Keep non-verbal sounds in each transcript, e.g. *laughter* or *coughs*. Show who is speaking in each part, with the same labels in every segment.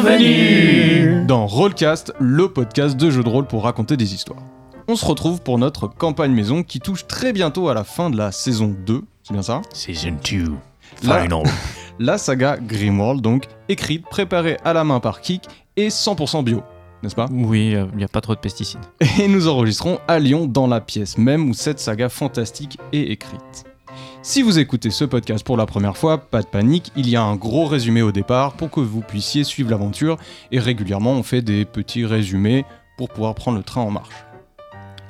Speaker 1: Bienvenue
Speaker 2: dans Rollcast, le podcast de jeux de rôle pour raconter des histoires. On se retrouve pour notre campagne maison qui touche très bientôt à la fin de la saison 2, c'est bien ça
Speaker 3: Season 2.
Speaker 2: La-
Speaker 3: Final.
Speaker 2: *laughs* La saga Grimworld, donc écrite, préparée à la main par Kik et 100% bio, n'est-ce pas
Speaker 4: Oui, il n'y a pas trop de pesticides.
Speaker 2: Et nous enregistrons à Lyon dans la pièce même où cette saga fantastique est écrite. Si vous écoutez ce podcast pour la première fois, pas de panique, il y a un gros résumé au départ pour que vous puissiez suivre l'aventure et régulièrement on fait des petits résumés pour pouvoir prendre le train en marche.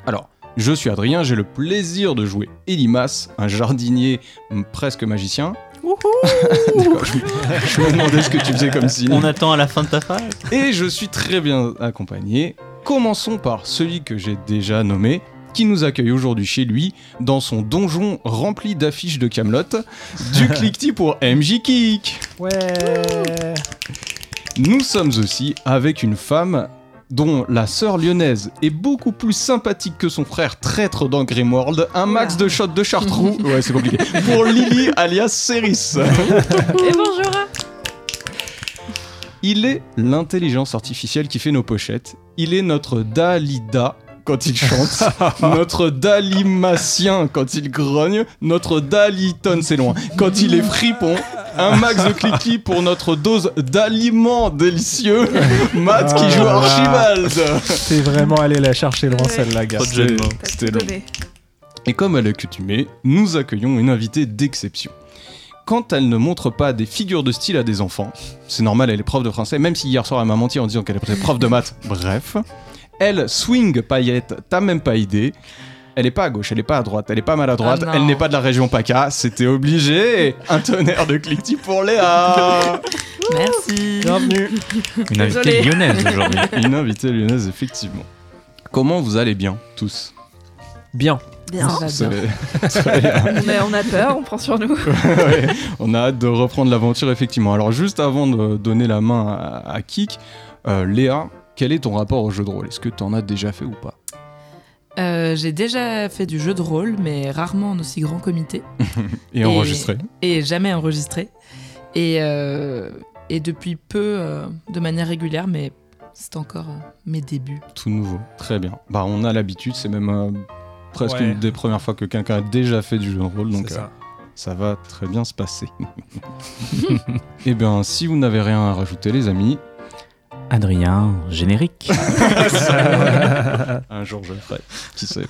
Speaker 2: Alors, je suis Adrien, j'ai le plaisir de jouer Elimas, un jardinier mm, presque magicien. *laughs* D'accord, je, me- je me demandais ce que tu faisais comme signe.
Speaker 4: On attend à la fin de ta phase.
Speaker 2: Et je suis très bien accompagné. Commençons par celui que j'ai déjà nommé, qui nous accueille aujourd'hui chez lui, dans son donjon rempli d'affiches de Camelot,
Speaker 4: *laughs*
Speaker 2: du cliquetis pour MJ Kick.
Speaker 5: Ouais.
Speaker 2: Nous sommes aussi avec une femme dont la sœur lyonnaise est beaucoup plus sympathique que son frère traître dans Grimworld, un max de shots de chartreux, ouais c'est compliqué, pour Lily alias Ceris.
Speaker 6: Et bonjour à-
Speaker 2: Il est l'intelligence artificielle qui fait nos pochettes. Il est notre Dalida quand il chante, notre Dalimatien quand il grogne, notre Daliton, c'est loin, quand il est fripon. Un max de cliquis pour notre dose d'aliments délicieux. Matt Ah, qui joue
Speaker 5: Ah.
Speaker 2: Archibald.
Speaker 5: T'es vraiment allé la chercher loin
Speaker 6: Ouais.
Speaker 5: celle-là, gars.
Speaker 4: Trop de jeux de mots.
Speaker 6: T'as
Speaker 2: C'était
Speaker 6: tout
Speaker 2: long.
Speaker 6: donné.
Speaker 2: Et comme à l'accoutumée, nous accueillons une invitée d'exception. Quand elle ne montre pas des figures de style à des enfants, c'est normal, elle est prof de français, même si hier soir elle m'a menti en disant qu'elle est prof de
Speaker 4: *laughs*
Speaker 2: maths, bref. Elle swing paillette, t'as même pas idée. Elle est pas à gauche, elle est pas à droite, elle est pas maladroite,
Speaker 6: Ah non.
Speaker 2: elle n'est pas de la région PACA, c'était obligé. Un tonnerre de cliquetis pour
Speaker 4: *laughs*
Speaker 2: Léa
Speaker 6: *laughs* Merci.
Speaker 2: Bienvenue
Speaker 4: Une invitée
Speaker 6: Désolée.
Speaker 4: lyonnaise
Speaker 6: *laughs*
Speaker 4: aujourd'hui.
Speaker 2: *laughs* Une invitée lyonnaise, effectivement. Comment vous allez bien, tous
Speaker 5: Bien.
Speaker 6: Bien.
Speaker 2: Vous *laughs*
Speaker 6: *laughs*
Speaker 2: savez- vous savez,
Speaker 6: On a, on a peur, on prend sur nous.
Speaker 2: *laughs* Ouais, on a hâte de reprendre l'aventure, effectivement. Alors, juste avant de donner la main à, à Kik, euh, Léa, quel est ton rapport au jeu de rôle Est-ce que t'en as déjà fait ou pas
Speaker 7: Euh, j'ai déjà fait du jeu de rôle, mais rarement en aussi grand comité
Speaker 2: *laughs* Et enregistré.
Speaker 7: et jamais enregistré. Et, euh, et depuis peu, euh, de manière régulière, mais c'est encore euh, mes débuts.
Speaker 2: Tout nouveau. Très bien. Bah, on a l'habitude, c'est même euh, presque
Speaker 5: Ouais.
Speaker 2: une des premières fois que quelqu'un a déjà fait du jeu de rôle, donc
Speaker 5: C'est
Speaker 2: euh, ça.
Speaker 5: ça.
Speaker 2: va très bien se passer. *laughs* Eh bien, si vous n'avez rien à rajouter, les amis,
Speaker 4: Adrien,
Speaker 2: *laughs*
Speaker 4: générique.
Speaker 2: un jour je le ferai. Qui sait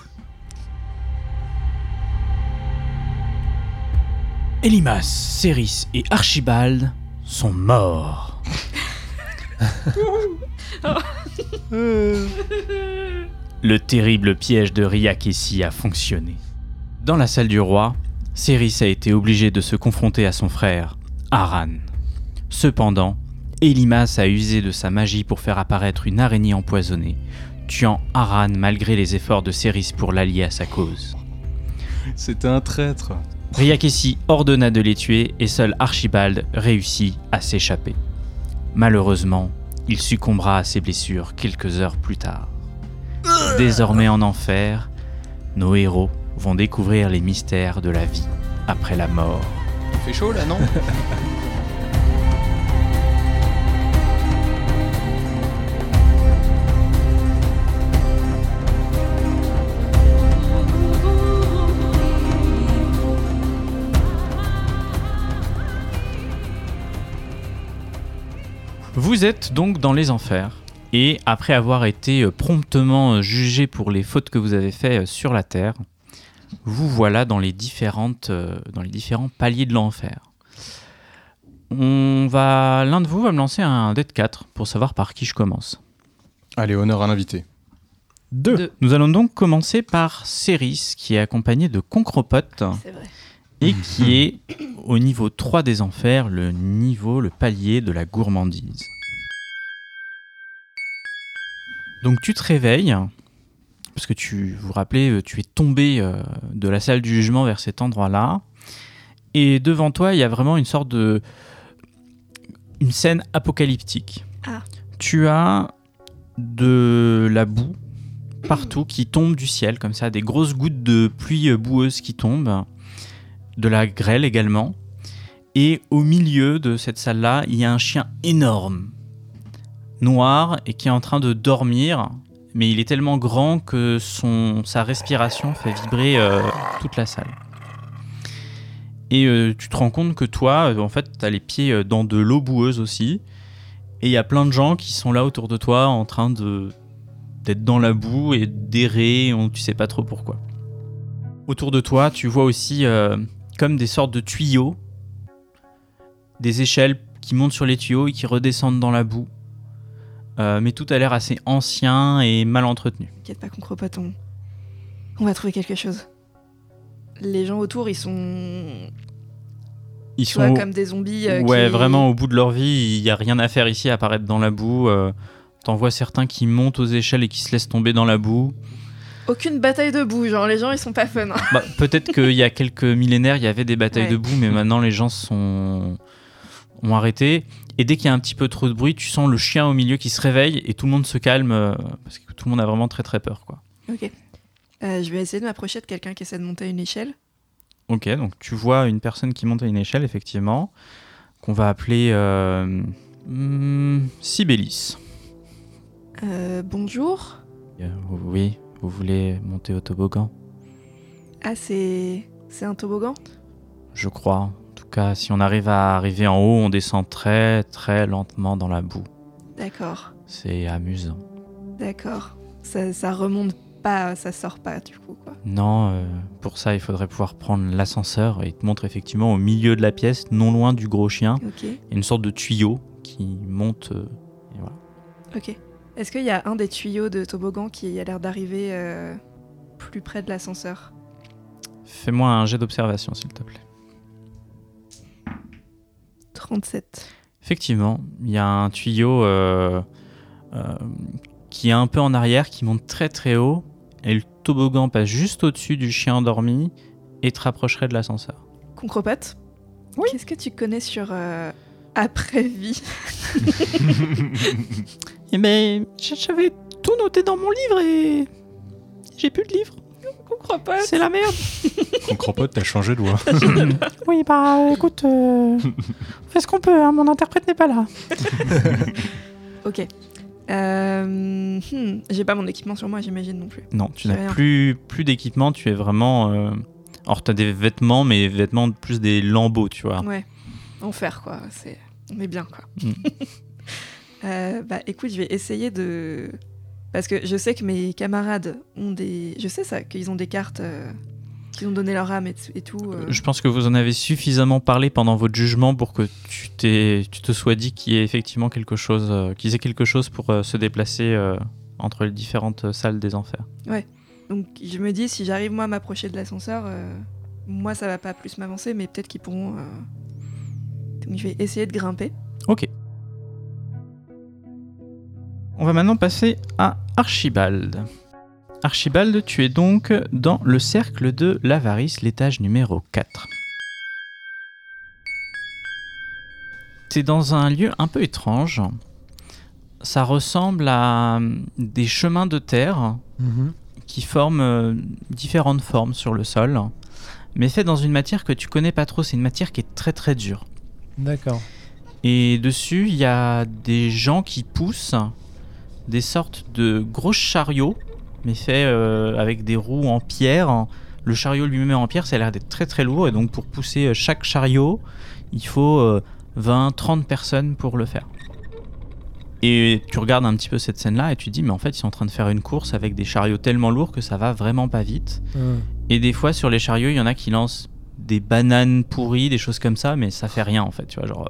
Speaker 3: Elimas, Ceris et Archibald sont morts. Euh. Le terrible piège de Riakessi a fonctionné. Dans la salle du roi, Ceris a été obligé de se confronter à son frère, Aran. Cependant, Elimas a usé de sa magie pour faire apparaître une araignée empoisonnée, tuant Aran malgré les efforts de Ceris pour l'allier à sa cause.
Speaker 2: C'était un traître.
Speaker 3: Riakessi ordonna de les tuer et seul Archibald réussit à s'échapper. Malheureusement, il succombera à ses blessures quelques heures plus tard. Désormais en enfer, nos héros vont découvrir les mystères de la vie après la mort.
Speaker 2: Fait chaud *laughs* là, non
Speaker 3: Vous êtes donc dans les enfers. Et après avoir été euh, promptement euh, jugé pour les fautes que vous avez faites euh, sur la Terre, vous voilà dans les, différentes, euh, dans les différents paliers de l'enfer. On va, l'un de vous va me lancer un dé de 4 pour savoir par qui je commence.
Speaker 2: Allez, honneur à l'invité.
Speaker 5: Deux.
Speaker 7: Deux.
Speaker 3: Nous allons donc commencer par Céris, qui est accompagné de Concropote
Speaker 6: C'est vrai.
Speaker 3: et qui est au niveau 3 des enfers, le niveau, le palier de la gourmandise. Donc tu te réveilles, parce que tu vous vous rappelez, euh, tu es tombé euh, de la salle du jugement vers cet endroit-là, et devant toi, il y a vraiment une sorte de... une scène apocalyptique.
Speaker 6: Ah.
Speaker 3: Tu as de la boue partout qui tombe du ciel, comme ça, des grosses gouttes de pluie euh, boueuse qui tombent de la grêle également. Et au milieu de cette salle-là, il y a un chien énorme noir et qui est en train de dormir, mais il est tellement grand que son, sa respiration fait vibrer euh, toute la salle. Et euh, tu te rends compte que toi, euh, en fait, t'as les pieds euh, dans de l'eau boueuse aussi, et il y a plein de gens qui sont là autour de toi en train de d'être dans la boue et d'errer, on- tu sais pas trop pourquoi. Autour de toi, tu vois aussi euh, comme des sortes de tuyaux, des échelles qui montent sur les tuyaux et qui redescendent dans la boue. Euh, mais tout a l'air assez ancien et mal entretenu.
Speaker 6: T'inquiète pas qu'on croit pas ton. On va trouver quelque chose. Les gens autour, ils sont.
Speaker 3: Ils
Speaker 6: Tu
Speaker 3: sont
Speaker 6: vois,
Speaker 3: au-
Speaker 6: comme des zombies. euh,
Speaker 3: ouais,
Speaker 6: qui-
Speaker 3: vraiment au bout de leur vie, il n'y a rien à faire ici à paraître dans la boue. euh, T'en vois certains qui montent aux échelles et qui se laissent tomber dans la boue.
Speaker 6: Aucune bataille de boue, genre les gens ils sont pas fun. hein.
Speaker 3: Bah, Peut-être qu'il y a quelques millénaires, il y avait des batailles
Speaker 6: Ouais.
Speaker 3: de boue, mais maintenant les gens sont... ont arrêté. Et dès qu'il y a un petit peu trop de bruit, tu sens le chien au milieu qui se réveille et tout le monde se calme euh, parce que tout le monde a vraiment très très peur. quoi.
Speaker 6: ok. Euh, je vais essayer de m'approcher de quelqu'un qui essaie de monter une échelle.
Speaker 3: Ok, donc tu vois une personne qui monte à une échelle, effectivement, qu'on va appeler euh, hmm, Sibélis.
Speaker 6: Euh, bonjour.
Speaker 3: Euh, oui, vous voulez monter au toboggan
Speaker 6: Ah, c'est. C'est un toboggan
Speaker 3: Je crois. En tout cas, si on arrive à arriver en haut, on descend très très lentement dans la boue.
Speaker 6: D'accord,
Speaker 3: C'est amusant.
Speaker 6: d'accord. Ça, ça remonte pas, ça sort pas du coup, quoi.
Speaker 3: Non, euh, pour ça, il faudrait pouvoir prendre l'ascenseur et il te montre effectivement au milieu de la pièce, non loin du gros chien,
Speaker 6: Ok,
Speaker 3: une sorte de tuyau qui monte. euh, et voilà.
Speaker 6: ok. Est-ce qu'il y a un des tuyaux de toboggan qui a l'air d'arriver euh, plus près de l'ascenseur
Speaker 3: Fais-moi un jet d'observation, s'il te plaît.
Speaker 6: 37.
Speaker 3: Effectivement, il y a un tuyau euh, euh, qui est un peu en arrière, qui monte très très haut, et le toboggan passe juste au-dessus du chien endormi et te rapprocherait de l'ascenseur.
Speaker 6: Concrepote Oui. Qu'est-ce que tu connais sur euh, après-vie *laughs*
Speaker 3: Eh ben, j'avais tout noté dans mon livre et j'ai plus de livre.
Speaker 6: Concrepote
Speaker 3: la merde.
Speaker 2: Mon cropote, t'as changé de *laughs* voix.
Speaker 1: Oui, bah écoute, euh, on fait ce qu'on peut, hein, mon interprète n'est pas là.
Speaker 2: *laughs*
Speaker 6: Ok. Euh, hmm, J'ai pas mon équipement sur moi, j'imagine non plus.
Speaker 3: *laughs* Non, tu
Speaker 6: J'ai
Speaker 3: n'as
Speaker 6: rien.
Speaker 3: plus plus d'équipement. Tu es vraiment. euh, Alors, t'as des vêtements, mais vêtements de plus des lambeaux, tu vois.
Speaker 6: Ouais. Enfer, quoi. C'est... On est bien, quoi.
Speaker 3: Mm.
Speaker 6: *laughs* Euh, bah écoute, je vais essayer de. Parce que je sais que mes camarades ont des. Je sais ça, qu'ils ont des cartes. euh, qu'ils ont donné leur âme et, t- et tout. euh.
Speaker 3: Je pense que vous en avez suffisamment parlé pendant votre jugement pour que tu, t'es- tu te sois dit qu'il y ait effectivement quelque chose, euh, qu'ils aient quelque chose pour euh, se déplacer euh, entre les différentes euh, salles des enfers.
Speaker 6: Donc je me dis, si j'arrive moi à m'approcher de l'ascenseur, euh, moi ça va pas plus m'avancer, mais peut-être qu'ils pourront. euh, Donc je vais essayer de grimper.
Speaker 3: On va maintenant passer à Archibald. Archibald, tu es donc dans le cercle de l'avarice, l'étage numéro 4. T'es dans un lieu un peu étrange. Ça ressemble à euh, des chemins de terre
Speaker 5: Mhm.
Speaker 3: qui forment euh, différentes formes sur le sol, mais fait dans une matière que tu connais pas trop. C'est une matière qui est très très dure.
Speaker 5: D'accord. *laughs*
Speaker 3: Et dessus, il y a des gens qui poussent des sortes de gros chariots, mais faits euh, avec des roues en pierre. Le chariot lui-même est en pierre, ça a l'air d'être très très lourd, et donc pour pousser euh, chaque chariot, il faut 20-30 personnes pour le faire. Et tu regardes un petit peu cette scène-là et tu te dis, mais en fait, ils sont en train de faire une course avec des chariots tellement lourds que ça va vraiment pas vite.
Speaker 5: Hum.
Speaker 3: Et des fois, sur les chariots, il y en a qui lancent des bananes pourries, des choses comme ça, mais ça fait rien en fait, tu vois, genre.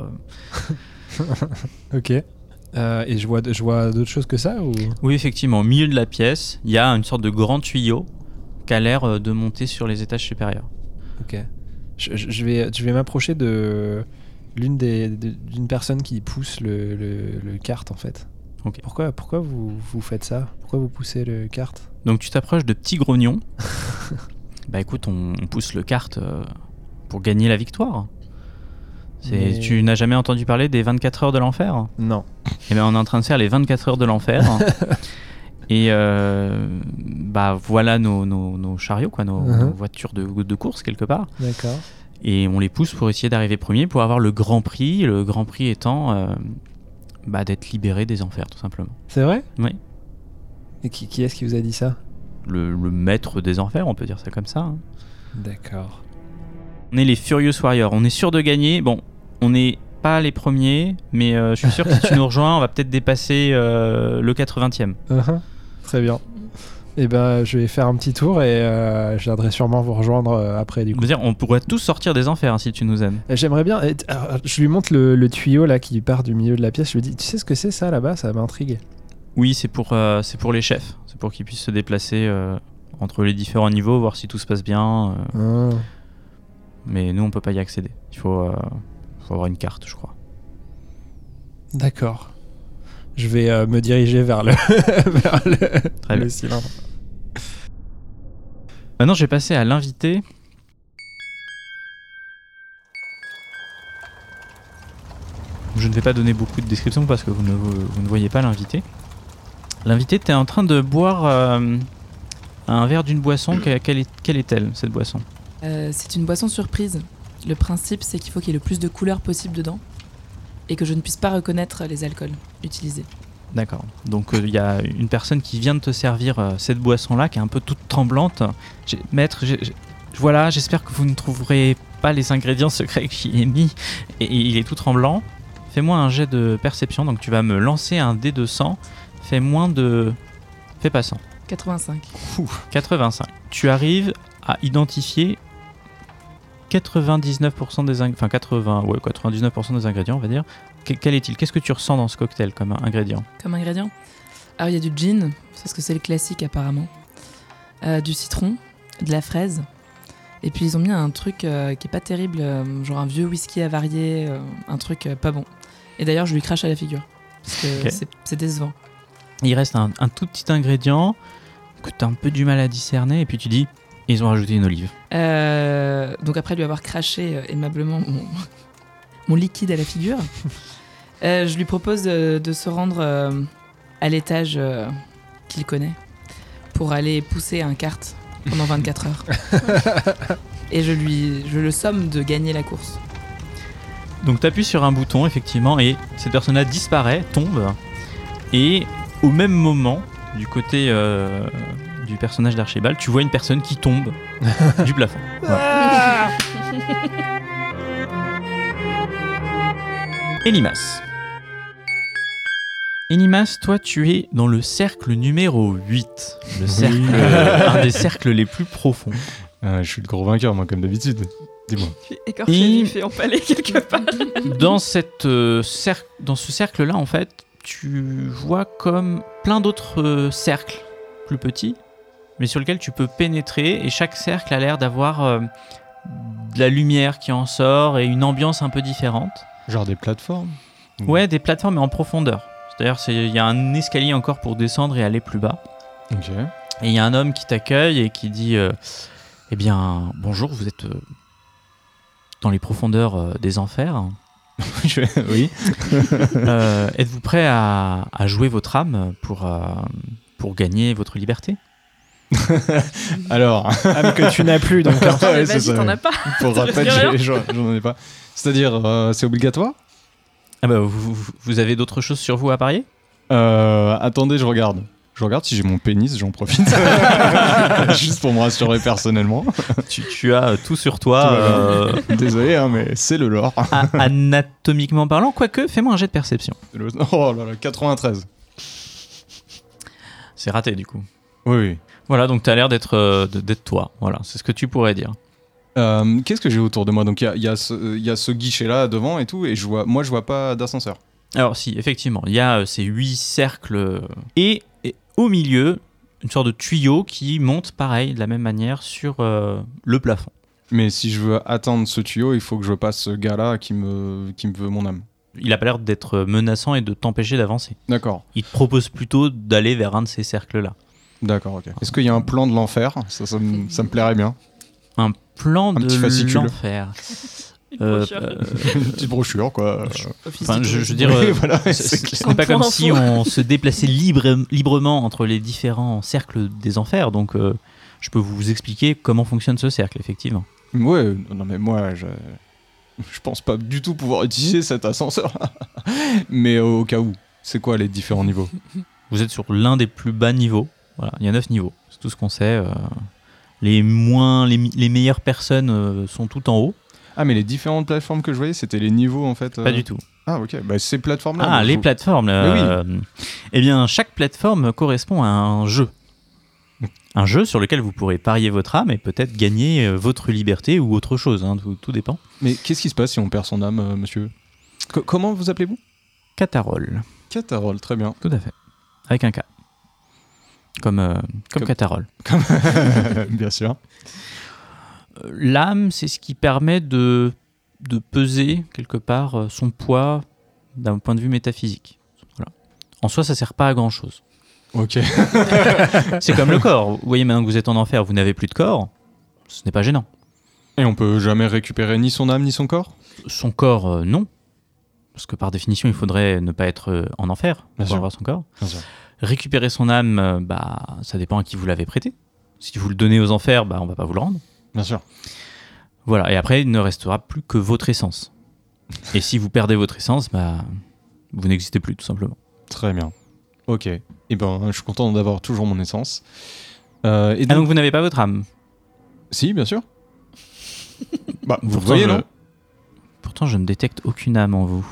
Speaker 3: euh,
Speaker 5: Ok. Euh, et je vois, je vois d'autres choses que ça ou
Speaker 3: Oui, effectivement, au milieu de la pièce, il y a une sorte de grand tuyau qui a l'air euh, de monter sur les étages supérieurs.
Speaker 5: Ok. Je, je- je vais, je vais m'approcher de l'une des de- d'une personne qui pousse le, le, le kart en fait.
Speaker 3: Ok.
Speaker 5: Pourquoi, pourquoi vous, vous faites ça Pourquoi vous poussez le kart
Speaker 3: Donc tu t'approches de Petit Grognon. *laughs* bah écoute, on, on pousse le kart euh, pour gagner la victoire. C'est-
Speaker 5: Mais-
Speaker 3: Tu n'as jamais entendu parler des 24 heures de l'enfer
Speaker 5: Non.
Speaker 3: Eh bien, on est en train de faire les 24 heures
Speaker 5: *laughs*
Speaker 3: de l'enfer. Et euh, bah voilà nos, nos- nos chariots, quoi, nos,
Speaker 5: Mhm.
Speaker 3: nos voitures de, de course quelque part.
Speaker 5: D'accord.
Speaker 3: Et on les pousse pour essayer d'arriver premier, pour avoir le grand prix. Le grand prix étant euh, Bah, d'être libéré des enfers, tout simplement.
Speaker 5: C'est vrai
Speaker 3: Oui.
Speaker 5: Et qui, qui est-ce qui vous a dit ça
Speaker 3: Le, le maître des enfers, on peut dire ça comme ça. hein.
Speaker 5: D'accord.
Speaker 3: On est les Furious Warriors, on est sûr de gagner. Bon, on n'est pas les premiers, mais euh, je suis sûr que si tu nous rejoins, on va peut-être dépasser euh, le 80e.
Speaker 5: Uhum. Très bien. Et ben, je vais faire un petit tour et euh, je viendrai sûrement vous rejoindre euh, après du
Speaker 3: Je
Speaker 5: coup.
Speaker 3: veux dire, on pourrait tous sortir des enfers hein, si tu nous aimes.
Speaker 5: Euh, J'aimerais bien. et- alors, je lui montre le, le tuyau là qui part du milieu de la pièce. Je lui dis, tu sais ce que c'est ça là-bas Ça m'intrigue.
Speaker 3: Oui, c'est pour, euh, c'est pour les chefs. C'est pour qu'ils puissent se déplacer euh, entre les différents niveaux, voir si tout se passe bien. euh,
Speaker 5: Ah.
Speaker 3: mais nous, on peut pas y accéder. Il faut, euh, faut avoir une carte, je crois.
Speaker 5: D'accord. Je vais euh, me diriger vers le, *laughs* vers le,
Speaker 3: Très
Speaker 5: le
Speaker 3: bien.
Speaker 5: cylindre.
Speaker 3: Maintenant, je vais passer à l'invité. Je ne vais pas donner beaucoup de descriptions parce que vous ne, vous ne voyez pas l'invité. L'invité était en train de boire euh, un verre d'une boisson. Que- Quelle est- quelle est-elle, cette boisson
Speaker 7: Euh, c'est une boisson surprise. Le principe, c'est qu'il faut qu'il y ait le plus de couleurs possible dedans et que je ne puisse pas reconnaître les alcools utilisés.
Speaker 3: D'accord. Donc euh, il y a une personne qui vient de te servir euh, cette boisson-là, qui est un peu toute tremblante. J'ai- Maître, j'ai- j'ai- voilà, j'espère que vous ne trouverez pas les ingrédients secrets que j'y ai mis. Et, et il est tout tremblant. Fais-moi un jet de perception. Donc tu vas me lancer un dé de 100. Fais moins de... Fais pas 100.
Speaker 7: 85.
Speaker 3: 85. Tu arrives à identifier 99% des ingrédients... Enfin 80... Ouais, 99% des ingrédients, on va dire. Que- quel est-il Qu'est-ce que tu ressens dans ce cocktail comme ingrédient
Speaker 7: Comme ingrédient Alors, il y a du gin, parce que c'est le classique apparemment, euh, du citron, de la fraise. Et puis, ils ont mis un truc euh, qui est pas terrible, euh, genre un vieux whisky avarié, euh, un truc euh, pas bon. Et d'ailleurs, je lui crache à la figure, parce que
Speaker 3: Ok.
Speaker 7: c'est- c'est décevant.
Speaker 3: Il reste un, un tout petit ingrédient que tu as un peu du mal à discerner, et puis tu dis, ils ont rajouté une olive.
Speaker 7: Euh, donc après lui avoir craché euh, aimablement mon, mon liquide à la
Speaker 3: *laughs*
Speaker 7: figure, euh, je lui propose de, de se rendre euh, à l'étage euh, qu'il connaît pour aller pousser un kart pendant 24 heures.
Speaker 3: *laughs*
Speaker 7: Et je lui, je le somme de gagner la course.
Speaker 3: Donc tu appuies sur un bouton, effectivement, et cette personne-là disparaît, tombe, et au même moment, du côté euh, du personnage d'Archibald, tu vois une personne qui tombe du plafond.
Speaker 6: Ah *laughs*
Speaker 3: Elimas. Elimas, toi, tu es dans le cercle numéro 8. Le cercle,
Speaker 2: *laughs*
Speaker 3: un des cercles les plus profonds.
Speaker 2: Euh, je suis le gros vainqueur, moi, comme d'habitude. Dis-moi.
Speaker 6: Je suis écorché
Speaker 3: Et-
Speaker 6: vif et empalé quelque part.
Speaker 3: dans, cette, euh, cer- dans ce cercle-là, en fait, tu vois comme plein d'autres euh, cercles plus petits, mais sur lesquels tu peux pénétrer, et chaque cercle a l'air d'avoir euh, de la lumière qui en sort et une ambiance un peu différente.
Speaker 2: Genre des plateformes
Speaker 3: Ouais, des plateformes mais en profondeur. C'est-à-dire, c'est- il y a un escalier encore pour descendre et aller plus bas.
Speaker 2: Ok.
Speaker 3: Et il y a un homme qui t'accueille et qui dit euh, Eh bien, bonjour, vous êtes euh, dans les profondeurs euh, des enfers.
Speaker 2: *laughs* Je- oui.
Speaker 3: *laughs* Euh, Êtes-vous prêt à, à jouer votre âme pour, euh, pour gagner votre liberté
Speaker 2: Alors,
Speaker 5: Âme Ah, que tu n'as plus
Speaker 6: *laughs*
Speaker 5: donc. hein.
Speaker 6: Putain, mais
Speaker 2: Ouais, c'est
Speaker 6: vas-y,
Speaker 2: ça,
Speaker 6: t'en
Speaker 2: ouais.
Speaker 6: as pas. *laughs*
Speaker 2: pour rappel,
Speaker 6: rien.
Speaker 2: j'ai- j'en j'en ai pas. C'est-à-dire, euh, c'est obligatoire
Speaker 3: ah bah, vous, vous- vous avez d'autres choses sur vous à parier
Speaker 2: Euh, Attendez, je regarde. Je regarde si j'ai mon pénis, j'en
Speaker 3: *laughs*
Speaker 2: profite. *laughs* Juste pour me rassurer personnellement.
Speaker 3: tu, tu as euh, tout sur toi,
Speaker 2: Tout va bien.
Speaker 3: euh,
Speaker 2: Désolé, hein, mais c'est le lore. *laughs*
Speaker 3: a- anatomiquement parlant, quoique, fais-moi un jet de perception.
Speaker 2: C'est le- Oh là là, 93.
Speaker 3: C'est raté du coup.
Speaker 2: Oui, oui.
Speaker 3: Voilà, donc tu as l'air d'être euh, de- d'être toi. Voilà, c'est ce que tu pourrais dire.
Speaker 2: Euh, Qu'est-ce que j'ai autour de moi Donc il y a, il y a ce, euh, il y a ce guichet-là devant et tout, et je vois, moi je vois pas d'ascenseur.
Speaker 3: Alors si, effectivement, il y a euh, ces huit cercles euh, et, et au milieu une sorte de tuyau qui monte pareil de la même manière sur euh, le plafond.
Speaker 2: Mais si je veux atteindre ce tuyau, il faut que je passe ce gars-là qui me, qui me veut mon âme.
Speaker 3: Il a pas l'air d'être menaçant et de t'empêcher d'avancer.
Speaker 2: D'accord,
Speaker 3: Il te propose plutôt d'aller vers un de ces cercles-là.
Speaker 2: d'accord, ok. Est-ce qu'il y a un plan de l'enfer ça, ça, me- ça me plairait bien.
Speaker 3: Un plan
Speaker 2: Un petit
Speaker 3: de
Speaker 2: fascicule.
Speaker 3: l'enfer.
Speaker 6: Une
Speaker 3: Euh,
Speaker 6: brochure.
Speaker 3: euh,
Speaker 2: Une petite brochure, quoi.
Speaker 3: Enfin, je, je veux dire,
Speaker 2: Oui,
Speaker 3: euh,
Speaker 2: voilà,
Speaker 3: ce-
Speaker 2: c'est
Speaker 3: ce-
Speaker 2: clair.
Speaker 3: ce n'est pas
Speaker 6: Un point
Speaker 3: comme si
Speaker 6: info.
Speaker 3: on se déplaçait libre- librement entre les différents cercles des enfers. Donc, euh, je peux vous expliquer comment fonctionne ce cercle, effectivement.
Speaker 2: Ouais, non mais moi, je... je pense pas du tout pouvoir utiliser cet ascenseur. *laughs* Mais euh, au cas où, c'est quoi les différents niveaux
Speaker 3: *laughs* Vous êtes sur l'un des plus bas niveaux. Voilà, il y a 9 niveaux. C'est tout ce qu'on sait. euh, les, moins, les, mi- les meilleures personnes euh, sont tout en haut.
Speaker 2: Ah, mais les différentes plateformes que je voyais, c'était les niveaux en fait.
Speaker 3: Pas du tout.
Speaker 2: Ah, ok. Bah, ces plateformes-là.
Speaker 3: Ah,
Speaker 2: donc,
Speaker 3: les
Speaker 2: vous-
Speaker 3: plateformes. euh, eh bien, chaque plateforme correspond à un jeu. Un jeu sur lequel vous pourrez parier votre âme et peut-être gagner euh, votre liberté ou autre chose. hein, tout, tout dépend.
Speaker 2: Mais qu'est-ce qui se passe si on perd son âme, euh, monsieur Co- Comment vous appelez-vous
Speaker 3: Catarol.
Speaker 2: Catarol, très bien.
Speaker 3: Tout à fait. Avec un K. Comme, euh, comme,
Speaker 2: *laughs* Comme-
Speaker 3: Catarol.
Speaker 2: bien sûr.
Speaker 3: Euh, L'âme, c'est ce qui permet de, de peser quelque part euh, son poids d'un point de vue métaphysique. Voilà. En soi, ça sert pas à grand chose.
Speaker 2: Ok.
Speaker 3: C'est
Speaker 2: *laughs*
Speaker 3: comme le corps. Vous voyez, maintenant que vous êtes en enfer, vous n'avez plus de corps. Ce n'est pas gênant.
Speaker 2: Et on peut jamais récupérer ni son âme ni son corps
Speaker 3: Son corps, euh, non. Parce que par définition, il faudrait ne pas être euh, en enfer
Speaker 2: Bien
Speaker 3: pour
Speaker 2: sûr.
Speaker 3: avoir son corps.
Speaker 2: Bien sûr.
Speaker 3: Récupérer son âme, euh, bah, ça dépend à qui vous l'avez prêté. Si vous le donnez aux enfers, bah, on va pas vous le rendre.
Speaker 2: Bien sûr.
Speaker 3: Voilà. Et après, il ne restera plus que votre essence. Et si vous perdez votre essence, bah, vous n'existez plus, tout simplement.
Speaker 2: Très bien. Ok. Et ben, je suis content d'avoir toujours mon essence. Euh, et
Speaker 3: Ah,
Speaker 2: donc-
Speaker 3: donc vous n'avez pas votre âme.
Speaker 2: Si, bien sûr. bah, vous
Speaker 3: Pourtant,
Speaker 2: voyez,
Speaker 3: je-
Speaker 2: non
Speaker 3: Pourtant, je ne détecte aucune âme en
Speaker 2: *laughs*
Speaker 3: vous.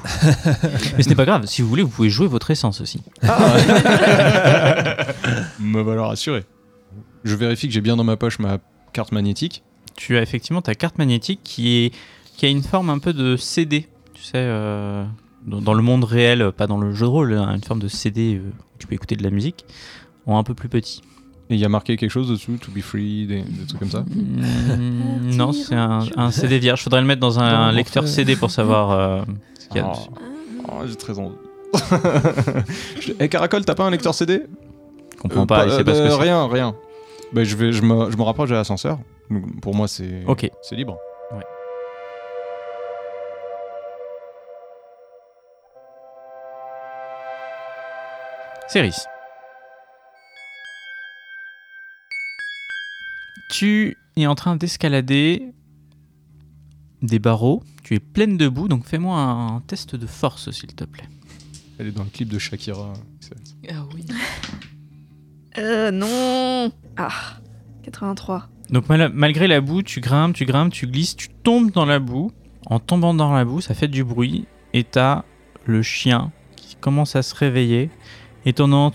Speaker 3: Mais ce n'est pas grave. Si vous voulez, vous pouvez jouer votre essence aussi.
Speaker 2: Ah. *laughs* Me voilà rassuré. Je vérifie que j'ai bien dans ma poche ma carte magnétique.
Speaker 3: tu as effectivement ta carte magnétique qui, est, qui a une forme un peu de CD, tu sais, euh, dans, dans le monde réel, pas dans le jeu de rôle, hein, une forme de CD euh, où tu peux écouter de la musique, en un peu plus petit.
Speaker 2: Et il y a marqué quelque chose dessus, to be free, des, des trucs comme ça.
Speaker 3: *laughs*
Speaker 5: Euh,
Speaker 3: Mm, non, c'est un, un CD vierge, faudrait le mettre dans un
Speaker 5: Dans
Speaker 3: lecteur
Speaker 5: l'enfer.
Speaker 3: CD pour savoir euh, ce qu'il y a
Speaker 2: Oh.
Speaker 3: dessus.
Speaker 2: Oh, j'ai très envie. *laughs* Je- Eh, Caracol, t'as pas un lecteur CD
Speaker 3: Je comprends
Speaker 2: Euh,
Speaker 3: pas, il sait pas ce
Speaker 2: euh,
Speaker 3: que c'est.
Speaker 2: Rien, rien. Bah, je, vais, je, me, je me rapproche de l'ascenseur. Donc, Pour moi, c'est
Speaker 3: Ok.
Speaker 2: c'est libre.
Speaker 3: Céris. Tu es en train d'escalader des barreaux. Tu es pleine de boue, donc fais-moi un test de force, s'il te plaît.
Speaker 2: Elle est dans le clip de Shakira.
Speaker 7: Ah oui.
Speaker 6: Euh, non Ah 83.
Speaker 3: Donc mal- malgré la boue, tu grimpes, tu grimpes, tu glisses, tu tombes dans la boue. En tombant dans la boue, ça fait du bruit. Et t'as le chien qui commence à se réveiller. Étonnant,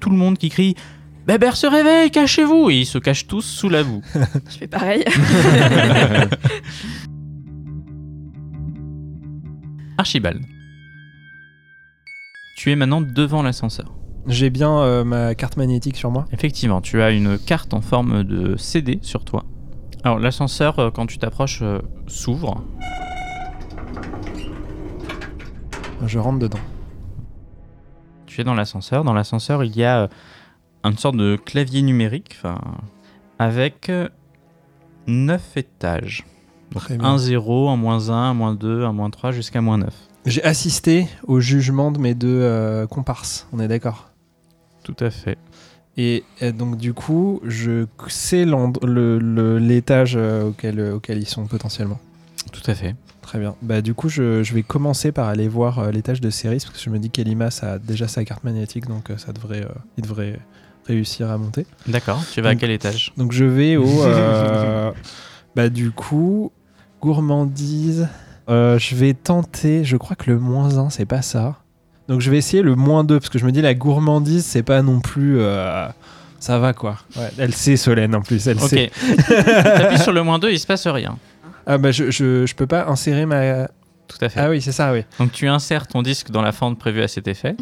Speaker 3: tout le monde qui crie « Bébert se réveille, cachez-vous !» Et ils se cachent tous sous la boue.
Speaker 6: Je fais pareil.
Speaker 3: *laughs* Archibald. Tu es maintenant devant l'ascenseur.
Speaker 5: J'ai bien euh, ma carte magnétique sur moi.
Speaker 3: Effectivement, tu as une carte en forme de CD sur toi. Alors l'ascenseur, euh, quand tu t'approches, euh, s'ouvre.
Speaker 5: Je rentre dedans.
Speaker 3: Tu es dans l'ascenseur. Dans l'ascenseur, il y a euh, une sorte de clavier numérique, enfin, avec 9 étages.
Speaker 5: Très
Speaker 3: 1, 0, 1, moins 1, 1, moins 2, 1, moins 3, jusqu'à moins 9.
Speaker 5: J'ai assisté au jugement de mes deux euh, comparses, on est d'accord.
Speaker 3: Tout à fait.
Speaker 5: Et euh, donc du coup, je sais l'end- le- le- l'étage euh, auquel, euh, auquel ils sont potentiellement.
Speaker 3: Tout à fait.
Speaker 5: Très bien. Bah du coup, je, je vais commencer par aller voir euh, l'étage de Ceris parce que je me dis qu'Elima ça a déjà sa carte magnétique, donc euh, ça devrait, euh, il devrait réussir à monter.
Speaker 3: D'accord. Tu vas à
Speaker 5: Donc-
Speaker 3: quel étage
Speaker 5: Donc je vais
Speaker 3: *laughs*
Speaker 5: au. euh, bah du coup, gourmandise. Euh, je vais tenter. Je crois que le moins 1, c'est pas ça. Donc je vais essayer le moins 2, parce que je me dis la gourmandise, c'est pas non plus. euh, ça va quoi. Ouais, elle sait Solène en plus, elle sait.
Speaker 3: *laughs*
Speaker 5: *laughs*
Speaker 3: Ok. T'appuies sur le moins 2, il se passe rien.
Speaker 5: Ah bah je, je, je peux pas insérer ma.
Speaker 3: Tout à fait.
Speaker 5: Ah oui, c'est ça, oui.
Speaker 3: Donc tu insères ton disque dans la fente prévue à cet effet,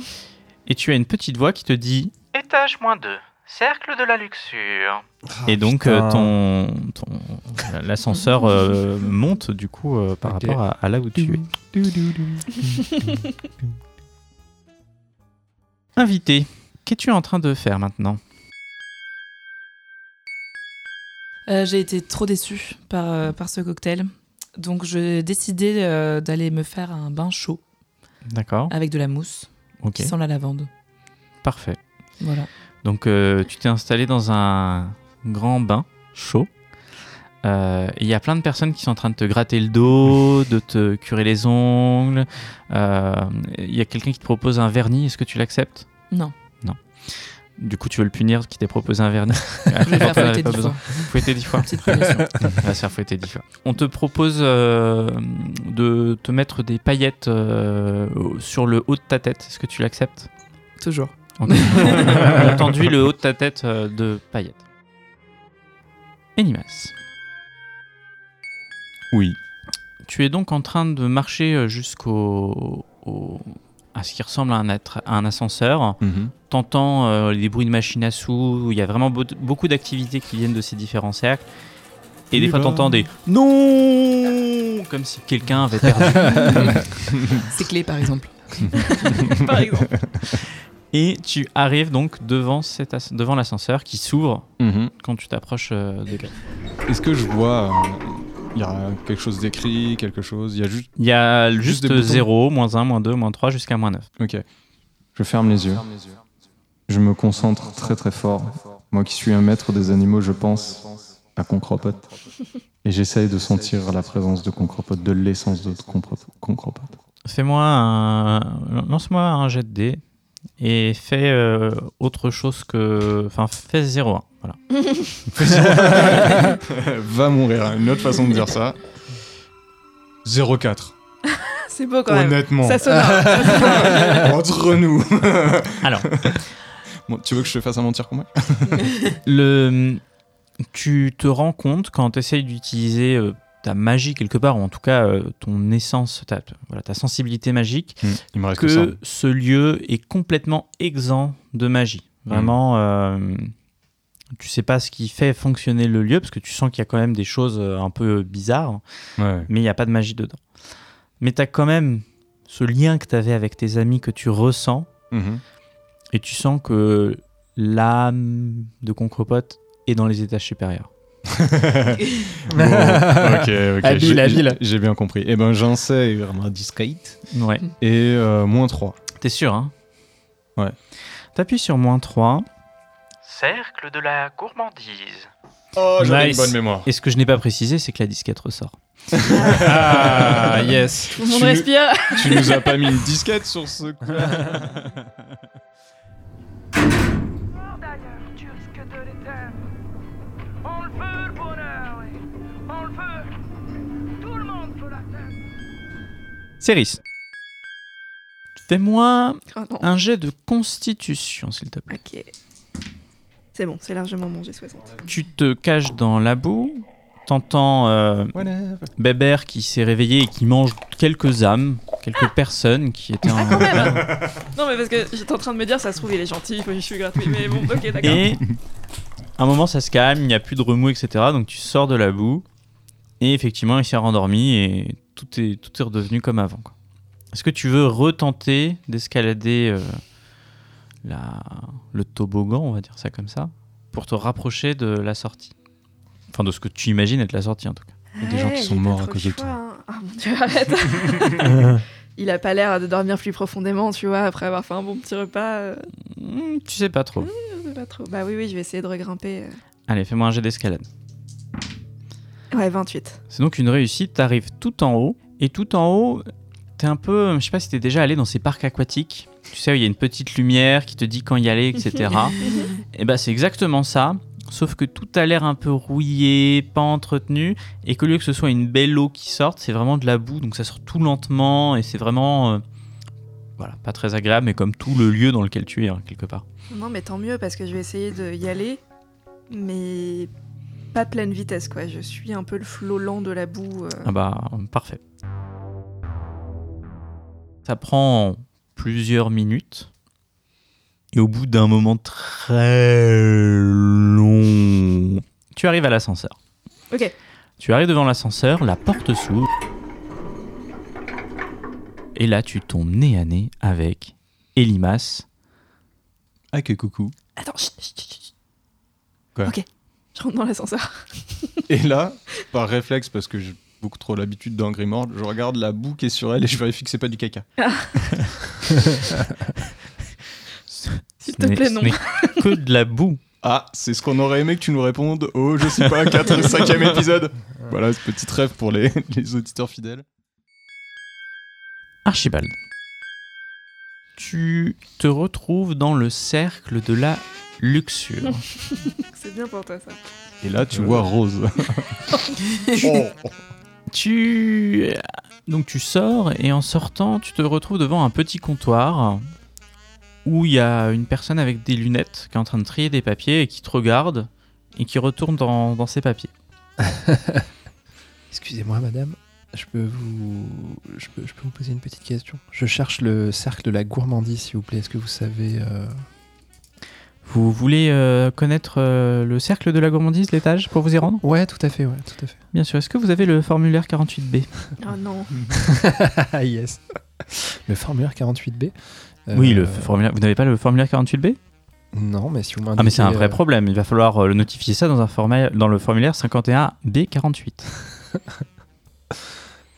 Speaker 3: et tu as une petite voix qui te dit Étage moins 2, cercle de la luxure. et donc euh,
Speaker 5: Ah, putain.
Speaker 3: ton, ton- l'ascenseur euh, monte du coup euh, par
Speaker 5: Ok. Mmh.
Speaker 3: rapport à, à là où tu es.
Speaker 6: *laughs*
Speaker 3: *laughs* Invité, qu'es-tu en train de faire maintenant
Speaker 7: Euh, J'ai été trop déçue par, euh, par ce cocktail. Donc, j'ai décidé euh, d'aller me faire un bain chaud
Speaker 3: D'accord,
Speaker 7: avec de la mousse
Speaker 3: ok,
Speaker 7: qui sent la lavande.
Speaker 3: parfait.
Speaker 7: Voilà.
Speaker 3: Donc euh, tu t'es installé dans un grand bain chaud Euh, Il y a plein de personnes qui sont en train de te gratter le dos, de te curer les ongles. Euh, Il y a quelqu'un qui te propose un vernis. Est-ce que tu l'acceptes
Speaker 8: Non.
Speaker 3: Non. Du coup, tu veux le punir qui t'a proposé un vernis.
Speaker 8: Je vais le faire
Speaker 3: T'en avais
Speaker 8: fouetter
Speaker 3: pas
Speaker 8: dix
Speaker 3: besoin.
Speaker 8: fois.
Speaker 3: Fouetter dix fois.
Speaker 8: Petite
Speaker 3: *laughs*
Speaker 8: punition.
Speaker 3: On va se faire fouetter dix fois. On te propose euh, de te mettre des paillettes euh, sur le haut de ta tête. Est-ce que tu l'acceptes
Speaker 8: Toujours.
Speaker 3: On t'en- on t'enduit le haut de ta tête euh, de paillettes. Animas,
Speaker 2: Oui.
Speaker 3: tu es donc en train de marcher euh, jusqu'au au- à ce qui ressemble à un, attra- à un ascenseur. T'entends euh, les bruits de machines à sous. Il y a vraiment beau- beaucoup d'activités qui viennent de ces différents cercles. Et des fois,
Speaker 8: ben.
Speaker 3: t'entends des bah. non comme si quelqu'un avait perdu
Speaker 8: *laughs* C'est clé, par exemple.
Speaker 6: *laughs* par exemple.
Speaker 3: Et tu arrives donc devant, cet as- devant l'ascenseur qui s'ouvre
Speaker 2: Mhm.
Speaker 3: quand tu t'approches euh, de lui.
Speaker 2: Est-ce que je vois. euh, Il y a quelque chose d'écrit, quelque chose. Il y a juste.
Speaker 3: Il y a
Speaker 2: Juste
Speaker 3: juste,
Speaker 2: des boutons.
Speaker 3: 0, moins 1, moins 2, moins 3 jusqu'à moins 9.
Speaker 2: Ok. Je ferme les yeux. Je me concentre très très fort. Moi qui suis un maître des animaux, je pense à Concropote. Et j'essaye de sentir la présence de Concropote, de l'essence de Concrop- Concropote.
Speaker 3: Fais-moi un. Lance-moi un jet de dés et fais euh, autre chose que. Enfin, fais 0,1. Voilà.
Speaker 6: *laughs*
Speaker 2: *laughs* Va mourir, une autre façon de dire ça. 04.
Speaker 6: *laughs* C'est beau quand même.
Speaker 2: Honnêtement.
Speaker 6: Ça
Speaker 2: *laughs*
Speaker 6: sonore.
Speaker 2: Entre nous.
Speaker 3: Alors.
Speaker 2: Bon, tu veux que je te fasse un mentir combat
Speaker 3: Le, tu te rends compte quand tu essayes d'utiliser euh, ta magie quelque part, ou en tout cas euh, ton essence, ta, voilà, ta sensibilité magique,
Speaker 2: Hmm, Il me reste que, ça.
Speaker 3: que ce lieu est complètement exempt de magie.
Speaker 2: Hmm.
Speaker 3: Vraiment, euh, tu sais pas ce qui fait fonctionner le lieu, parce que tu sens qu'il y a quand même des choses euh, un peu bizarres,
Speaker 2: Ouais.
Speaker 3: mais il n'y a pas de magie dedans. Mais tu as quand même ce lien que tu avais avec tes amis que tu ressens,
Speaker 2: Mhm.
Speaker 3: et tu sens que l'âme de Concrepote est dans les étages supérieurs.
Speaker 2: *laughs*
Speaker 3: *laughs*
Speaker 2: Bon, ok, ok.
Speaker 9: Habile,
Speaker 2: J'ai-
Speaker 9: habile.
Speaker 2: J'ai bien compris. Eh ben, j'en sais vraiment discrete.
Speaker 3: Ouais,
Speaker 2: Et euh, moins 3.
Speaker 3: t'es sûr, hein
Speaker 2: Ouais.
Speaker 3: T'appuies sur moins 3.
Speaker 10: Cercle de la gourmandise.
Speaker 2: Oh,
Speaker 3: j'avais une Nice. bonne
Speaker 2: mémoire.
Speaker 3: Et ce que je n'ai pas précisé, c'est que la disquette ressort.
Speaker 2: *laughs* Ah, yes.
Speaker 6: Tout le monde respire.
Speaker 2: Tu nous as pas
Speaker 6: *laughs*
Speaker 2: mis une disquette sur ce coup.
Speaker 11: Mort d'ailleurs, tu risques de l'éteindre. On le veut le bonheur, oui. On le veut. Tout le monde peut l'atteindre.
Speaker 3: Céris. Fais-moi
Speaker 6: Oh non.
Speaker 3: un jet de constitution, s'il te plaît.
Speaker 6: Ok. C'est bon, c'est largement mangé 60.
Speaker 3: Tu te caches dans la boue, t'entends euh, Bébert qui s'est réveillé et qui mange quelques âmes, quelques personnes qui étaient en...
Speaker 6: Ah quand même. hein. Non, mais parce que j'étais en train de me dire, ça se trouve, il est gentil, il faut que je suis gratuit. Mais bon, ok, d'accord.
Speaker 3: Et à un moment, ça se calme, il n'y a plus de remous, etc. Donc tu sors de la boue, et effectivement, il s'est rendormi, et tout est, tout est redevenu comme avant. quoi. Est-ce que tu veux retenter d'escalader euh, la- le toboggan, on va dire ça comme ça, pour te rapprocher de la sortie Enfin, de ce que tu imagines être la sortie, en tout cas.
Speaker 2: Il y a des gens qui
Speaker 6: Ah Ouais,
Speaker 2: sont
Speaker 6: il a
Speaker 2: morts
Speaker 6: pas
Speaker 2: à
Speaker 6: trop
Speaker 2: cause
Speaker 6: le
Speaker 2: de toi.
Speaker 6: choix, hein. Ah mon dieu, arrête. il a pas l'air de dormir plus profondément, tu vois, après avoir fait un bon petit repas. euh,
Speaker 3: Hmm, tu sais pas
Speaker 6: Mmh.
Speaker 3: trop.
Speaker 6: c'est pas trop. Bah oui, oui, je vais essayer de regrimper. euh.
Speaker 3: Allez, fais-moi un jet d'escalade.
Speaker 6: Ouais, 28.
Speaker 3: C'est donc une réussite, t'arrives tout en haut, et tout en haut, t'es un peu, je sais pas si t'es déjà allé dans ces parcs aquatiques, tu sais, où il y a une petite lumière qui te dit quand y aller, etc. et bah c'est exactement ça, sauf que tout a l'air un peu rouillé, pas entretenu, et qu'au lieu que ce soit une belle eau qui sorte, c'est vraiment de la boue, donc ça sort tout lentement, et c'est vraiment... euh, voilà, pas très agréable, mais comme tout le lieu dans lequel tu es, hein, quelque part.
Speaker 6: Non, mais tant mieux parce que je vais essayer d'y aller, mais pas pleine vitesse quoi. Je suis un peu le flot lent de la boue. euh.
Speaker 3: Ah bah, parfait. Ça prend plusieurs minutes. Et au bout d'un moment très long, tu arrives à l'ascenseur.
Speaker 6: Ok.
Speaker 3: Tu arrives devant l'ascenseur, la porte s'ouvre. Et là, tu tombes nez à nez avec Elimas.
Speaker 2: Ah, que coucou.
Speaker 6: Attends, chut, chut, chut, chut.
Speaker 2: Quoi
Speaker 6: Ok, je rentre dans l'ascenseur.
Speaker 2: Et là, par réflexe, parce que j'ai beaucoup trop l'habitude d'un Grimord, je regarde la boue qui est sur elle et je vérifie que c'est pas du caca.
Speaker 6: Ah.
Speaker 2: *laughs*
Speaker 6: S'il te plaît, non.
Speaker 3: que de la boue.
Speaker 2: Ah, c'est ce qu'on aurait aimé que tu nous répondes au, je sais pas, 4 *laughs* et 5 épisode. Voilà, ce petit rêve pour les, les auditeurs fidèles.
Speaker 6: *laughs*
Speaker 3: Archibald. Tu te retrouves dans le cercle de la luxure.
Speaker 6: *laughs* C'est bien pour toi ça.
Speaker 2: Et là, tu vois Rose. Oh.
Speaker 3: Tu donc tu sors et en sortant, tu te retrouves devant un petit comptoir où il y a une personne avec des lunettes qui est en train de trier des papiers et qui te regarde et qui retourne dans, dans ses
Speaker 5: *laughs*
Speaker 3: papiers.
Speaker 5: Excusez-moi, madame. Je peux vous, je peux, je peux vous poser une petite question. Je cherche le cercle de la gourmandise, s'il vous plaît. Est-ce que vous savez euh,
Speaker 3: Vous voulez euh, connaître euh, le cercle de la gourmandise, l'étage, pour vous y rendre
Speaker 5: Ouais, tout à fait, ouais, tout à fait.
Speaker 3: Bien sûr. Est-ce que vous avez le formulaire 48B
Speaker 6: Ah non.
Speaker 5: Ah yes. *laughs* Le formulaire 48B. euh,
Speaker 3: Oui, le formulaire. Vous n'avez pas le formulaire 48B
Speaker 5: Non, mais si vous m'indiquez.
Speaker 3: Ah, mais c'est un vrai
Speaker 5: euh,
Speaker 3: problème. Il va falloir euh, le notifier ça dans un format, dans le formulaire 51B48. Est-ce
Speaker 5: *laughs*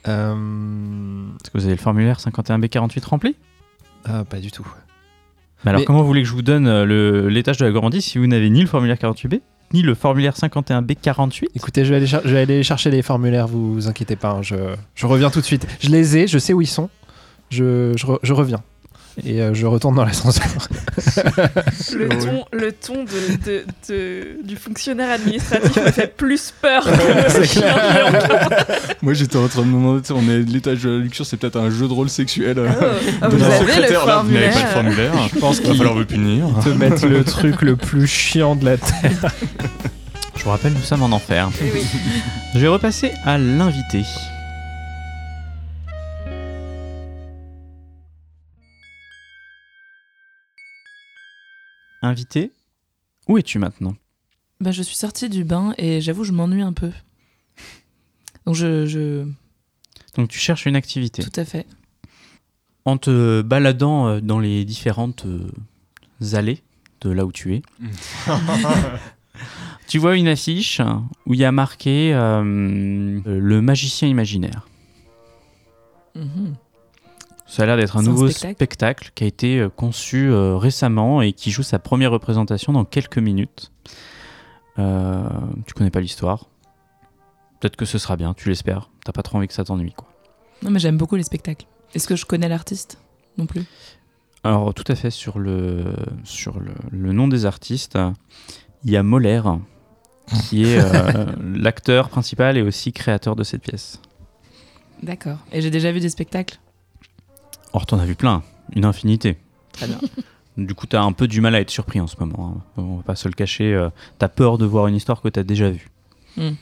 Speaker 5: euh,
Speaker 3: que vous avez le formulaire 51B48 rempli
Speaker 5: ah, pas du tout.
Speaker 3: Mais alors,
Speaker 5: Mais-
Speaker 3: comment vous voulez que je vous donne euh, le- l'étage de la gourmandise si vous n'avez ni le formulaire 48B, ni le formulaire 51B48
Speaker 5: Écoutez, je vais aller, cher- je vais aller chercher les formulaires, vous, vous inquiétez pas, hein, je, je reviens tout de suite. Je les ai, je sais où ils sont, je, je, re- je reviens. Et euh, je retourne dans l'ascenseur.
Speaker 2: Ah
Speaker 6: Le ton, le ton de, de- de- du fonctionnaire administratif me fait plus peur que le chien géant.
Speaker 2: *laughs* Moi, j'étais en train de me demander, tu sais, on est l'étage de la luxure, c'est peut-être un jeu de rôle sexuel. euh,
Speaker 6: Oh, ah,
Speaker 2: de
Speaker 6: vous
Speaker 2: la
Speaker 6: avez le
Speaker 2: secrétaire. Là, vous n'avez pas de
Speaker 6: formulaire.
Speaker 2: formulaire. Je pense qu'il va falloir vous punir.
Speaker 5: Te mettre le truc le plus chiant de la Terre.
Speaker 2: *laughs*
Speaker 3: Je vous rappelle, nous sommes en enfer.
Speaker 6: Eh oui.
Speaker 3: *laughs* Je vais repasser à l'invité. Invité, où es-tu maintenant
Speaker 7: Bah, je suis sortie du bain et j'avoue, je m'ennuie un peu. Donc, je. je...
Speaker 3: Donc tu cherches une activité.
Speaker 7: Tout à fait.
Speaker 3: En te baladant euh, dans les différentes euh, allées de là où tu es, *laughs* tu vois une affiche où il y a marqué euh, le magicien imaginaire.
Speaker 7: Mhm.
Speaker 3: Ça a l'air d'être un
Speaker 7: C'est un
Speaker 3: nouveau
Speaker 7: spectacle
Speaker 3: spectacle. qui a été euh, conçu euh, récemment et qui joue sa première représentation dans quelques minutes. Euh, tu connais pas l'histoire. Peut-être que ce sera bien, tu l'espères. T'as pas trop envie que ça t'ennuie, quoi.
Speaker 7: Non, mais j'aime beaucoup les spectacles. Est-ce que je connais l'artiste Non plus.
Speaker 3: Alors tout à fait sur le sur le, le nom des artistes, il y a Molaire qui est
Speaker 7: *laughs*
Speaker 3: euh, l'acteur principal et aussi créateur de cette pièce.
Speaker 7: D'accord. Et j'ai déjà vu des spectacles
Speaker 3: Or t'en as vu plein, une infinité.
Speaker 7: Très bien.
Speaker 3: Du coup t'as un peu du mal à être surpris en ce moment. hein. On va pas se le cacher, euh, t'as peur de voir une histoire que t'as déjà vue.
Speaker 7: Hmm.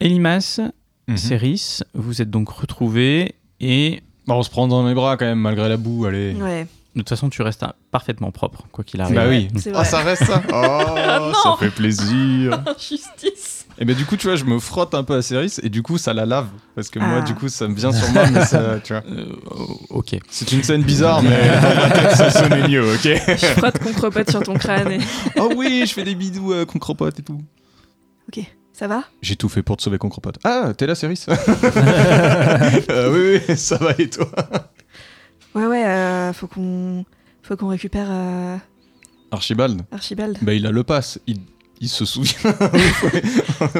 Speaker 3: Elimas,
Speaker 2: Mhm.
Speaker 3: Céris, vous êtes donc retrouvés et
Speaker 2: Bah, on se prend dans les bras quand même, malgré la boue, allez.
Speaker 6: Ouais.
Speaker 3: de toute façon tu restes un- parfaitement propre quoi qu'il arrive.
Speaker 2: Bah oui.
Speaker 6: C'est
Speaker 2: Ah,
Speaker 6: vrai.
Speaker 2: ça reste ça
Speaker 6: *laughs*
Speaker 2: Oh, ça fait plaisir
Speaker 6: Injustice.
Speaker 2: Et ben du coup, tu vois, je me frotte un peu à Céris et du coup, ça la lave. Parce que moi,
Speaker 6: Ah.
Speaker 2: du coup, ça me vient sur moi, mais ça, tu vois.
Speaker 3: Euh, o- ok.
Speaker 2: C'est une scène bizarre,
Speaker 3: *laughs*
Speaker 2: mais dans ma tête, ça sonnait mieux, ok
Speaker 6: Je frotte contre pote sur ton crâne et.
Speaker 2: Oh oui, je fais des bidous à Concrepote et tout.
Speaker 6: Ça va
Speaker 2: *laughs* J'ai tout fait pour te sauver Concrepote.
Speaker 6: *laughs*
Speaker 2: Ah, t'es là, *laughs* Céris euh, Oui, oui, ça va et toi
Speaker 6: Ouais, ouais, euh, faut qu'on faut qu'on récupère euh,
Speaker 2: Archibald,
Speaker 6: Archibald.
Speaker 2: bah il a le pass, il, il se souvient.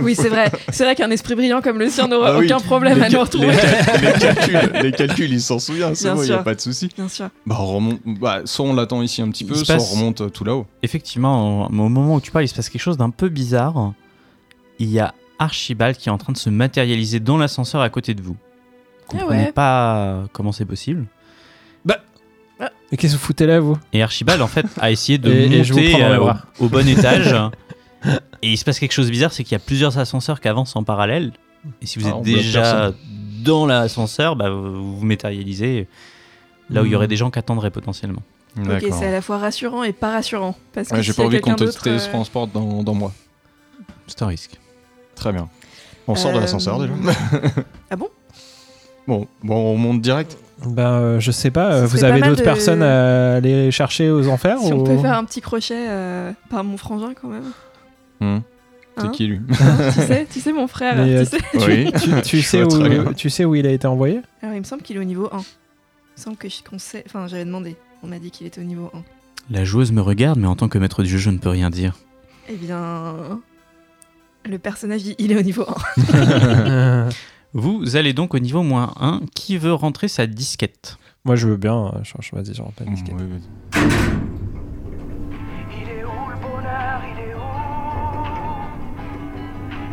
Speaker 6: Oui, c'est vrai. *laughs* C'est vrai qu'un esprit brillant comme le sien n'aura
Speaker 2: Ah oui.
Speaker 6: aucun problème à nous retrouver.
Speaker 2: les, cal- les calculs, les calculs, il s'en souvient, c'est
Speaker 6: Bien
Speaker 2: bon, il n'y a
Speaker 6: sûr.
Speaker 2: pas de souci.
Speaker 6: Bien sûr.
Speaker 2: Bah, on remonte, bah, soit on l'attend ici un petit
Speaker 3: Il
Speaker 2: peu,
Speaker 3: se
Speaker 2: soit on
Speaker 3: passe-
Speaker 2: remonte euh, tout là-haut.
Speaker 3: Effectivement, au, au moment où tu parles, il se passe quelque chose d'un peu bizarre. Il y a Archibald qui est en train de se matérialiser dans l'ascenseur à côté de vous. Vous
Speaker 6: Ah
Speaker 3: comprenez
Speaker 6: ouais.
Speaker 3: pas comment c'est possible.
Speaker 2: Ah.
Speaker 5: Mais Bah. qu'est-ce que vous foutez là, vous
Speaker 3: Et Archibald, en fait, a essayé de
Speaker 5: Et- et je vous prends
Speaker 3: monter
Speaker 5: dans les
Speaker 3: euh,
Speaker 5: bras.
Speaker 3: au, au bon étage. Et il se passe quelque chose de bizarre, c'est qu'il y a plusieurs ascenseurs qui avancent en parallèle. Et si vous
Speaker 2: Ah,
Speaker 3: êtes
Speaker 2: on bloque
Speaker 3: déjà
Speaker 2: personne.
Speaker 3: dans l'ascenseur, bah, vous vous matérialisez là où il y aurait des gens qui attendraient potentiellement.
Speaker 6: Ok, c'est à la fois rassurant et pas rassurant parce que
Speaker 2: Ouais, J'ai
Speaker 6: s'il y
Speaker 2: pas
Speaker 6: a
Speaker 2: envie qu'on
Speaker 6: quelqu'un
Speaker 2: te
Speaker 6: d'autre, euh,
Speaker 2: télétransporte dans, dans moi.
Speaker 3: C'est un risque.
Speaker 2: Très bien. On sort de
Speaker 6: Euh,
Speaker 2: l'ascenseur déjà.
Speaker 6: *laughs* ah bon
Speaker 2: Bon, bon, on monte direct.
Speaker 5: Ben, euh, je sais pas, euh,
Speaker 6: Ce
Speaker 5: vous
Speaker 6: serait
Speaker 5: avez
Speaker 6: pas mal
Speaker 5: d'autres
Speaker 6: de-
Speaker 5: personnes à aller chercher aux enfers
Speaker 6: Si
Speaker 5: ou...
Speaker 6: on
Speaker 2: Oh.
Speaker 6: peut faire un petit crochet euh, par mon frangin quand même.
Speaker 2: Hmm. C'est
Speaker 6: Hein
Speaker 2: qui lui
Speaker 6: Hein, tu sais, tu sais mon frère.
Speaker 5: Mais, euh,
Speaker 6: *laughs* tu sais.
Speaker 2: Oui.
Speaker 5: tu, tu
Speaker 2: *laughs* Je
Speaker 5: sais
Speaker 2: vois très bien.
Speaker 5: où, tu sais où il a été envoyé
Speaker 6: Alors il me semble qu'il est au niveau 1. Il me semble que je qu'on sait. Enfin, j'avais demandé. On m'a dit qu'il était au niveau 1.
Speaker 3: La joueuse me regarde, mais en tant que maître du jeu, je ne peux rien dire.
Speaker 6: Eh bien. Le personnage, il il est au niveau 1.
Speaker 3: *laughs*
Speaker 5: Euh,
Speaker 3: Vous allez donc au niveau moins 1. Qui veut rentrer sa disquette
Speaker 5: Moi, je veux bien. euh, Je, je, vas-y, je rentre pas une disquette.
Speaker 2: Ouais, ouais.
Speaker 12: Il est où le bonheur Il est où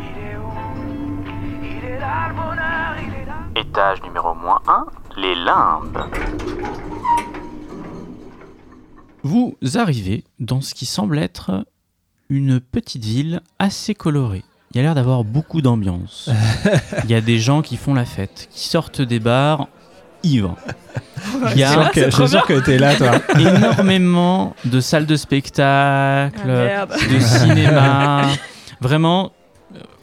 Speaker 12: Il est où Il est là le bonheur, il est là
Speaker 13: Étage numéro moins 1, les limbes.
Speaker 3: Vous arrivez dans ce qui semble être une petite ville assez colorée. Il y a l'air d'avoir
Speaker 2: *laughs*
Speaker 3: beaucoup d'ambiance. Il y a des gens qui font la fête, qui sortent des bars ivres. Il
Speaker 5: Je suis
Speaker 3: y a
Speaker 5: sûr que- je suis sûr que t'es là, toi.
Speaker 3: *laughs* énormément de salles de
Speaker 5: Ah,
Speaker 3: spectacle,
Speaker 6: merde.
Speaker 5: *laughs*
Speaker 3: de cinéma. Vraiment,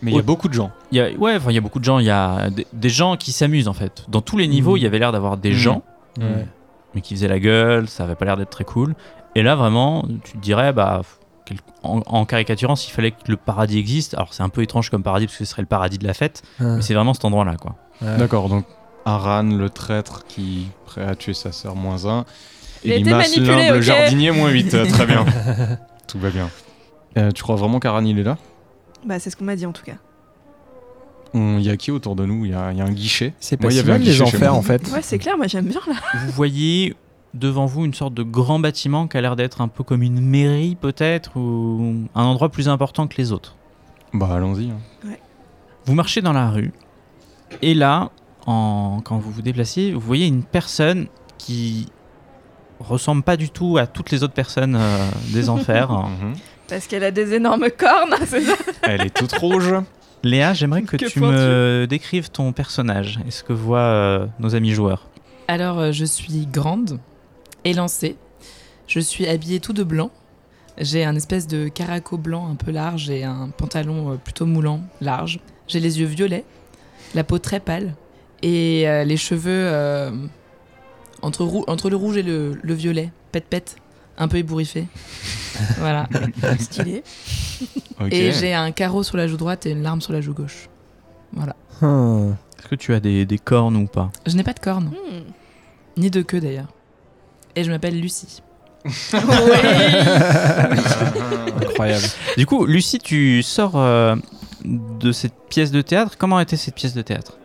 Speaker 2: Mais il y a beaucoup de gens.
Speaker 3: il y a, ouais, enfin, il y a beaucoup de gens. Il y a des, des gens qui s'amusent en fait. Dans tous les niveaux, il y avait l'air d'avoir des
Speaker 2: Mhm.
Speaker 3: gens
Speaker 5: Ouais.
Speaker 3: mais qui faisait la gueule, ça avait pas l'air d'être très cool. Et là, vraiment, tu te dirais, bah, quel- en, en caricaturant, s'il fallait que le paradis existe, alors c'est un peu étrange comme paradis parce que ce serait le paradis de la fête, mais c'est vraiment cet endroit-là, quoi.
Speaker 5: Ouais.
Speaker 2: D'accord, donc Aran, le traître qui prêt à tuer sa sœur, moins 1.
Speaker 6: Il a été manipulé,
Speaker 2: l'humble
Speaker 6: ok.
Speaker 2: jardinier, moins
Speaker 6: *laughs*
Speaker 2: 8. Très
Speaker 5: *laughs*
Speaker 2: bien. Tout va bien. Euh, tu crois vraiment qu'Aran, il est là
Speaker 6: Bah, c'est ce qu'on m'a dit en tout cas.
Speaker 2: Il y a qui autour de nous Il y, a il y a un guichet
Speaker 5: C'est
Speaker 2: Moi,
Speaker 5: pas
Speaker 2: il y
Speaker 5: si
Speaker 2: avait un
Speaker 5: mal les
Speaker 2: guichet chez
Speaker 5: enfers,
Speaker 2: moi.
Speaker 5: en fait.
Speaker 6: Ouais, c'est clair, moi j'aime bien là.
Speaker 3: Vous voyez devant vous une sorte de grand bâtiment qui a l'air d'être un peu comme une mairie, peut-être, ou un endroit plus important que les autres.
Speaker 2: Bah allons-y. hein.
Speaker 3: Vous marchez dans la rue, et là, en- quand vous vous déplacez, vous voyez une personne qui ressemble pas du tout à toutes les autres personnes euh, des enfers.
Speaker 2: Mhm.
Speaker 6: Parce qu'elle a des énormes cornes, *laughs* c'est ça
Speaker 2: Elle est toute rouge.
Speaker 3: Léa, j'aimerais que,
Speaker 6: Que
Speaker 3: tu
Speaker 6: pointu.
Speaker 3: me décrives ton personnage et ce que voient euh, nos amis joueurs.
Speaker 7: Alors, euh, je suis grande, élancée. Je suis habillée tout de blanc. J'ai un espèce de caraco blanc un peu large et un pantalon euh, plutôt moulant, large. J'ai les yeux violets, la peau très pâle et euh, les cheveux euh, entre, rou- entre le rouge et le, le violet, pète-pète, un peu ébouriffé. voilà.
Speaker 6: Stylé.
Speaker 2: Ok.
Speaker 7: Et j'ai un carreau sur la joue droite et une larme sur la joue gauche. Voilà.
Speaker 5: Hmm.
Speaker 3: Est-ce que tu as des, des cornes ou
Speaker 2: *laughs*
Speaker 3: pas
Speaker 7: Je n'ai pas de cornes,
Speaker 6: Hmm.
Speaker 7: ni de queue d'ailleurs. Et je m'appelle Lucie. *laughs*
Speaker 5: Incroyable.
Speaker 3: Du coup, Lucie, tu sors euh, de cette pièce de théâtre. Comment était cette pièce de théâtre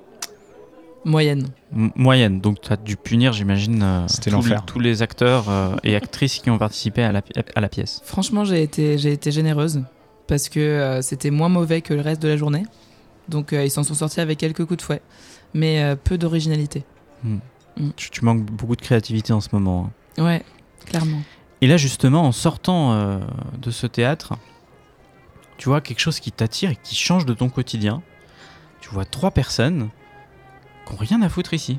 Speaker 7: Moyenne.
Speaker 3: M- Moyenne, donc tu as dû punir, j'imagine, euh,
Speaker 2: C'était
Speaker 3: tous
Speaker 2: l'enfer.
Speaker 3: les- tous les acteurs euh, et actrices qui ont participé à la, pi- à la pièce.
Speaker 7: Franchement, j'ai été, j'ai été généreuse parce que euh, c'était moins mauvais que le reste de la journée. Donc euh, ils s'en sont sortis avec quelques coups de fouet, mais euh, peu d'originalité.
Speaker 3: Hmm. Tu, tu manques beaucoup de créativité en ce moment. hein.
Speaker 7: Ouais, clairement.
Speaker 3: Et là, justement, en sortant euh, de ce théâtre, tu vois quelque chose qui t'attire et qui change de ton quotidien. Tu vois trois personnes qui ont rien à foutre ici.